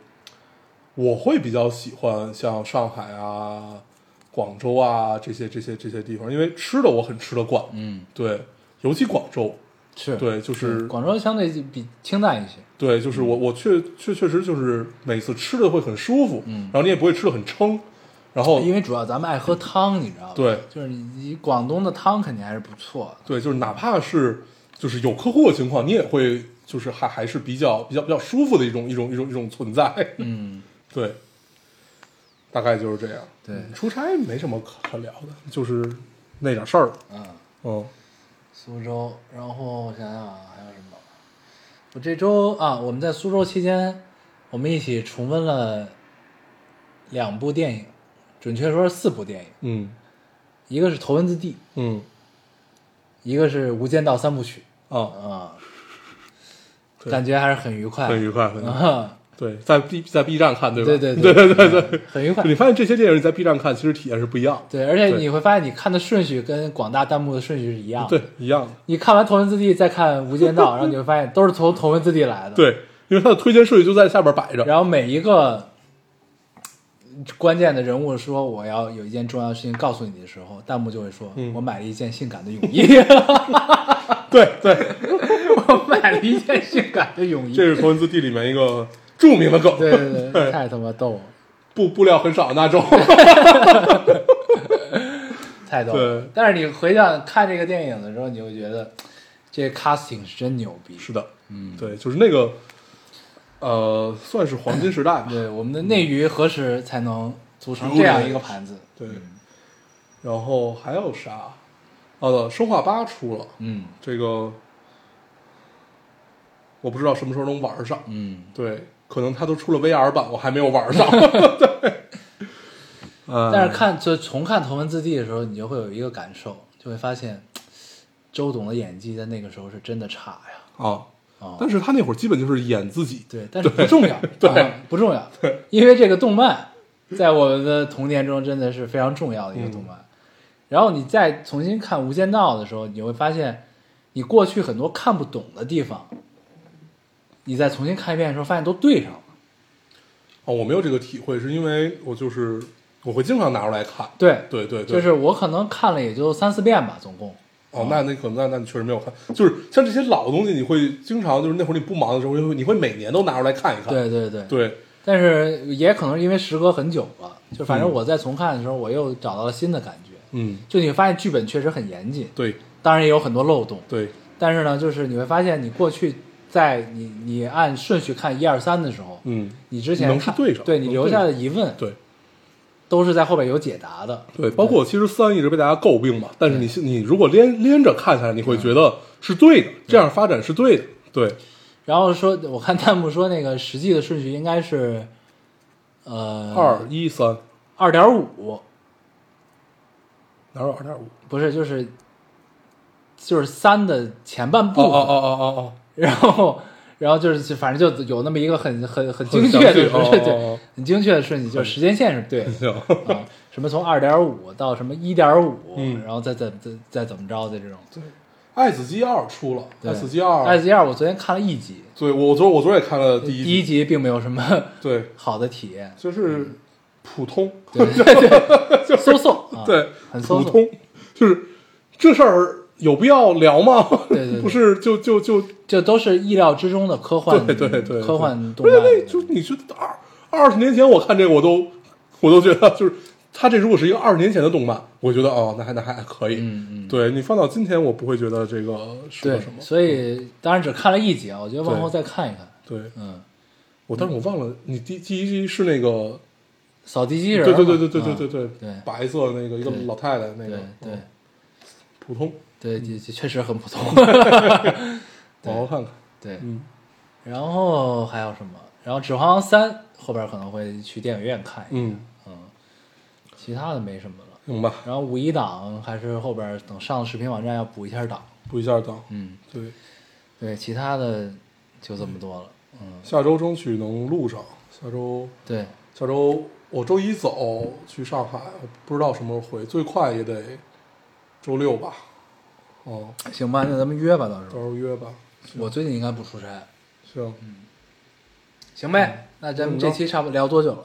Speaker 3: 我会比较喜欢像上海啊、广州啊这些这些这些地方，因为吃的我很吃得惯，
Speaker 2: 嗯，
Speaker 3: 对，尤其广州，
Speaker 2: 是
Speaker 3: 对，就是
Speaker 2: 嗯广州相对比清淡一些，
Speaker 3: 对，就是我我确确确实就是每次吃的会很舒服，嗯，然后你也不会吃的很撑，然后
Speaker 2: 因为主要咱们爱喝汤，你知道吧？
Speaker 3: 对
Speaker 2: 就是你你广东的汤肯定还是不错
Speaker 3: 对，就是哪怕是就是有客户的情况，你也会就是还还是比较比较比较舒服的一种一种一种一种存在。嗯，对，大概就是这样。
Speaker 2: 对
Speaker 3: 嗯出差没什么可可聊的，就是那点事儿。
Speaker 2: 的。嗯，
Speaker 3: 嗯，
Speaker 2: 苏州，然后我想想啊还有什么？我这周啊，我们在苏州期间，我们一起重温了两部电影，准确说是四部电影，
Speaker 3: 嗯
Speaker 2: 一个是《头文字 D》，
Speaker 3: 嗯
Speaker 2: 一个是《无间道三部曲
Speaker 3: 啊》，
Speaker 2: 啊，
Speaker 3: 对
Speaker 2: 感觉还是很愉快，
Speaker 3: 很愉快，很愉快。
Speaker 2: 啊，
Speaker 3: 对，在 B 在 B 站看，对吧？
Speaker 2: 对
Speaker 3: 对
Speaker 2: 对对
Speaker 3: 对对对。
Speaker 2: 很愉快
Speaker 3: 就。你发现这些电影你在 B 站看，其实体验是不一样
Speaker 2: 对，而且
Speaker 3: 对
Speaker 2: 你会发现，你看的顺序跟广大弹幕的顺序是一样
Speaker 3: 的，
Speaker 2: 的。
Speaker 3: 对，一样的，
Speaker 2: 你看完《头文字 D》再看《无间 道》，然后你会发现都是从《头文字 D》来的。，
Speaker 3: 对，因为它的推荐顺序就在下边摆着。
Speaker 2: 然后每一个嗯关键的人物说我要有一件重要的事情告诉你的时候，弹幕就会说：“
Speaker 3: 嗯
Speaker 2: 我买了一件性感的泳衣，
Speaker 3: 对对，
Speaker 2: 我买了一件性感的 泳衣。”
Speaker 3: 这是《头文字 D》里面一个著名的梗。
Speaker 2: 对对对， 太他妈逗了，
Speaker 3: 布布料很少的那种。
Speaker 2: 太逗了
Speaker 3: 对。
Speaker 2: 但是你回想看这个电影的时候，你就会觉得这 casting 是真牛逼。
Speaker 3: 是的，嗯，对，就是那个，呃，算是黄金时代吧。
Speaker 2: 对，我们的内娱何时才能组成这样一个盘子？
Speaker 3: 对，嗯然后还有啥？哦、生化八出了，
Speaker 2: 嗯
Speaker 3: 这个我不知道什么时候能玩上。
Speaker 2: 嗯，
Speaker 3: 对，可能它都出了 VR 版，我还没有玩上。 嗯对，
Speaker 2: 但是看就重看《头文字 D》的时候，你就会有一个感受，就会发现周董的演技在那个时候是真的差呀。
Speaker 3: 啊，
Speaker 2: 哦
Speaker 3: 但是他那会儿基本就是演自己。
Speaker 2: 对，但是不重要，对、不重要，因为这个动漫在我们的童年中真的是非常重要的一个动漫。然后你再重新看《无间道》的时候，你会发现，你过去很多看不懂的地方，你再重新看一遍的时候，发现都对上了。
Speaker 3: 哦，我没有这个体会，是因为我就是我会经常拿出来看。
Speaker 2: 对，
Speaker 3: 对对对，
Speaker 2: 就是我可能看了也就三四遍吧，总共。
Speaker 3: 哦，那那可能那那你确实没有看，就是像这些老东西，你会经常就是那会儿你不忙的时候，你会你会每年都拿出来看一看。
Speaker 2: 对对对，
Speaker 3: 对
Speaker 2: 但是也可能是因为时隔很久了，就反正我在重看的时候，我又找到了新的感觉。
Speaker 3: 嗯，
Speaker 2: 就你会发现剧本确实很严谨，
Speaker 3: 对
Speaker 2: 当然也有很多漏洞，
Speaker 3: 对
Speaker 2: 但是呢，就是你会发现你过去在你你按顺序看一二三的时候，
Speaker 3: 嗯，
Speaker 2: 你之前
Speaker 3: 能
Speaker 2: 看
Speaker 3: 是对上
Speaker 2: 对你
Speaker 3: 能对
Speaker 2: 留下的疑问
Speaker 3: 对
Speaker 2: 都是在后边有解答的。
Speaker 3: 对，包括其实三一直被大家诟病嘛，但是你你如果连连着看下来，你会觉得是对的，这样发展是对的。对，
Speaker 2: 然后说，我看弹幕说那个实际的顺序应该是，呃，
Speaker 3: 二一三
Speaker 2: 二点五，
Speaker 3: 哪有二点五？
Speaker 2: 不是，就是就是三的前半部
Speaker 3: 哦
Speaker 2: 分，
Speaker 3: 哦哦哦
Speaker 2: 然后然后就是反正就有那么一个很很很精
Speaker 3: 很
Speaker 2: 确
Speaker 3: 详
Speaker 2: 的
Speaker 3: 细
Speaker 2: 对
Speaker 3: 哦
Speaker 2: 对
Speaker 3: 哦哦
Speaker 2: 对，很精确的顺序，就是时间线是对
Speaker 3: 哦，
Speaker 2: 的
Speaker 3: 行，
Speaker 2: 啊，什么从二点五到什么一点五
Speaker 3: 嗯，
Speaker 2: 然后再怎再再怎么着的这种。
Speaker 3: 爱死机二出了，
Speaker 2: 对
Speaker 3: 爱死机二，
Speaker 2: S 二我昨天看了一集，
Speaker 3: 对我我昨我昨儿也看了第
Speaker 2: 第
Speaker 3: 一
Speaker 2: 一
Speaker 3: 集，
Speaker 2: 集并没有什么
Speaker 3: 对，
Speaker 2: 好的体 验，
Speaker 3: 就是普通，
Speaker 2: 搜搜啊，
Speaker 3: 对，
Speaker 2: 很搜
Speaker 3: 普
Speaker 2: 搜。
Speaker 3: 通，就是这事儿有必要聊吗？
Speaker 2: 对对对
Speaker 3: 不是就就就
Speaker 2: 这都是意料之中的科幻，
Speaker 3: 对对对对
Speaker 2: 科幻动
Speaker 3: 不是
Speaker 2: 漫。
Speaker 3: 那就你觉得二二十年前我看这个我都我都觉得就是他这如果是一个二十年前的动漫，我觉得哦那还那还可以，
Speaker 2: 嗯嗯
Speaker 3: 对你放到今天我不会觉得这个是个
Speaker 2: 对
Speaker 3: 什么，，嗯
Speaker 2: 所以当然只看了一集啊，我觉得往后再看一看。
Speaker 3: 对
Speaker 2: 嗯，
Speaker 3: 我但是我忘了你第第一集是那个
Speaker 2: 扫地机器
Speaker 3: 对
Speaker 2: 人嘛，
Speaker 3: 对对对对对
Speaker 2: 啊
Speaker 3: 对对
Speaker 2: 对
Speaker 3: 白色的那个一个
Speaker 2: 对
Speaker 3: 老太太那个
Speaker 2: 对对
Speaker 3: 嗯普通，
Speaker 2: 对，这这确实很普通。
Speaker 3: 好好看看，
Speaker 2: 对，
Speaker 3: 嗯
Speaker 2: 然后还有什么？然后《指环王三》后边可能会去电影院看一下，
Speaker 3: 嗯，
Speaker 2: 其他的没什么了。
Speaker 3: 行吧，
Speaker 2: 然后五一档还是后边等上视频网站要补一下档。
Speaker 3: 补一下档，
Speaker 2: 嗯，
Speaker 3: 对，
Speaker 2: 对，其他的就这么多了。嗯，
Speaker 3: 下周争取能录上，下周。
Speaker 2: 对，
Speaker 3: 下周我周一走去上海，我不知道什么时候回，最快也得周六吧。哦，
Speaker 2: 行吧，那咱们约吧，到时
Speaker 3: 到时
Speaker 2: 候。
Speaker 3: 候约吧。
Speaker 2: 嗯我最近应该不出差，
Speaker 3: 行，
Speaker 2: 行呗，嗯那咱们这期差不多聊多久了？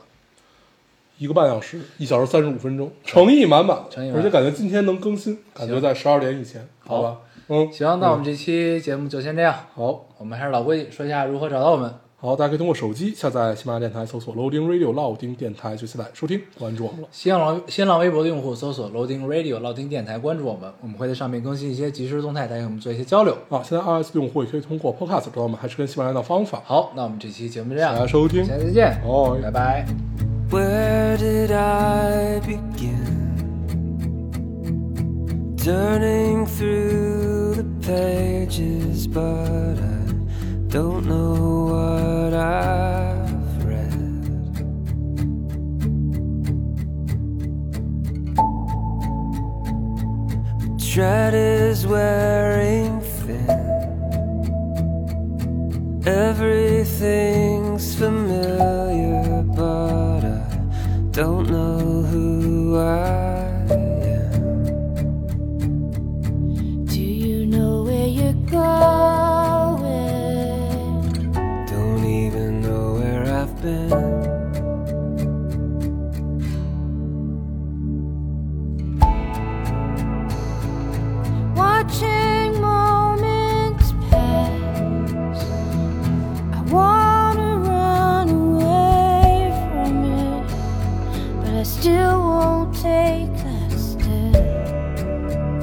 Speaker 3: 一个半小时，一小时三十五分钟，诚意满满，
Speaker 2: 诚意满满
Speaker 3: 而且感觉今天能更新，感觉在十二点以前，好吧？嗯，
Speaker 2: 行，那我们这期节目就先这样。
Speaker 3: 好
Speaker 2: 我们还是老规矩，说一下如何找到我们。
Speaker 3: 好，大家可以通过手机下载喜马拉雅电台，搜索 Loading Radio 老丁电台去下载收听，关注我们了。
Speaker 2: 新浪新浪微博的用户搜索 Loading Radio 老丁电台，关注我们，我们会在上面更新一些即时动态，来跟我们做一些交流。
Speaker 3: 啊，现在 iOS 用户也可以通过 Podcast 找到我们，还是跟喜马拉雅的方法。
Speaker 2: 好，那我们这期节目就这
Speaker 3: 大家
Speaker 2: 样，
Speaker 3: 收听，
Speaker 2: 下期再见，
Speaker 3: 哦，
Speaker 2: 拜拜。
Speaker 4: Where did I begin? Turning through the pages, but I don't know what I've read. Tread is wearing thin. Everything's familiar, but I don't know who I am.
Speaker 5: Do you know where you're going?
Speaker 4: Don't even know where I've been.
Speaker 5: Watching moments pass. I wanna run away from it, but I still won't take that step.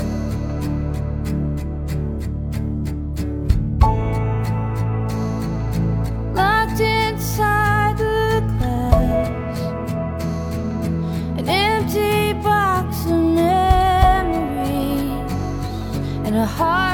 Speaker 5: locked inside the glass. An empty box of memories and a heart.
Speaker 4: Oh,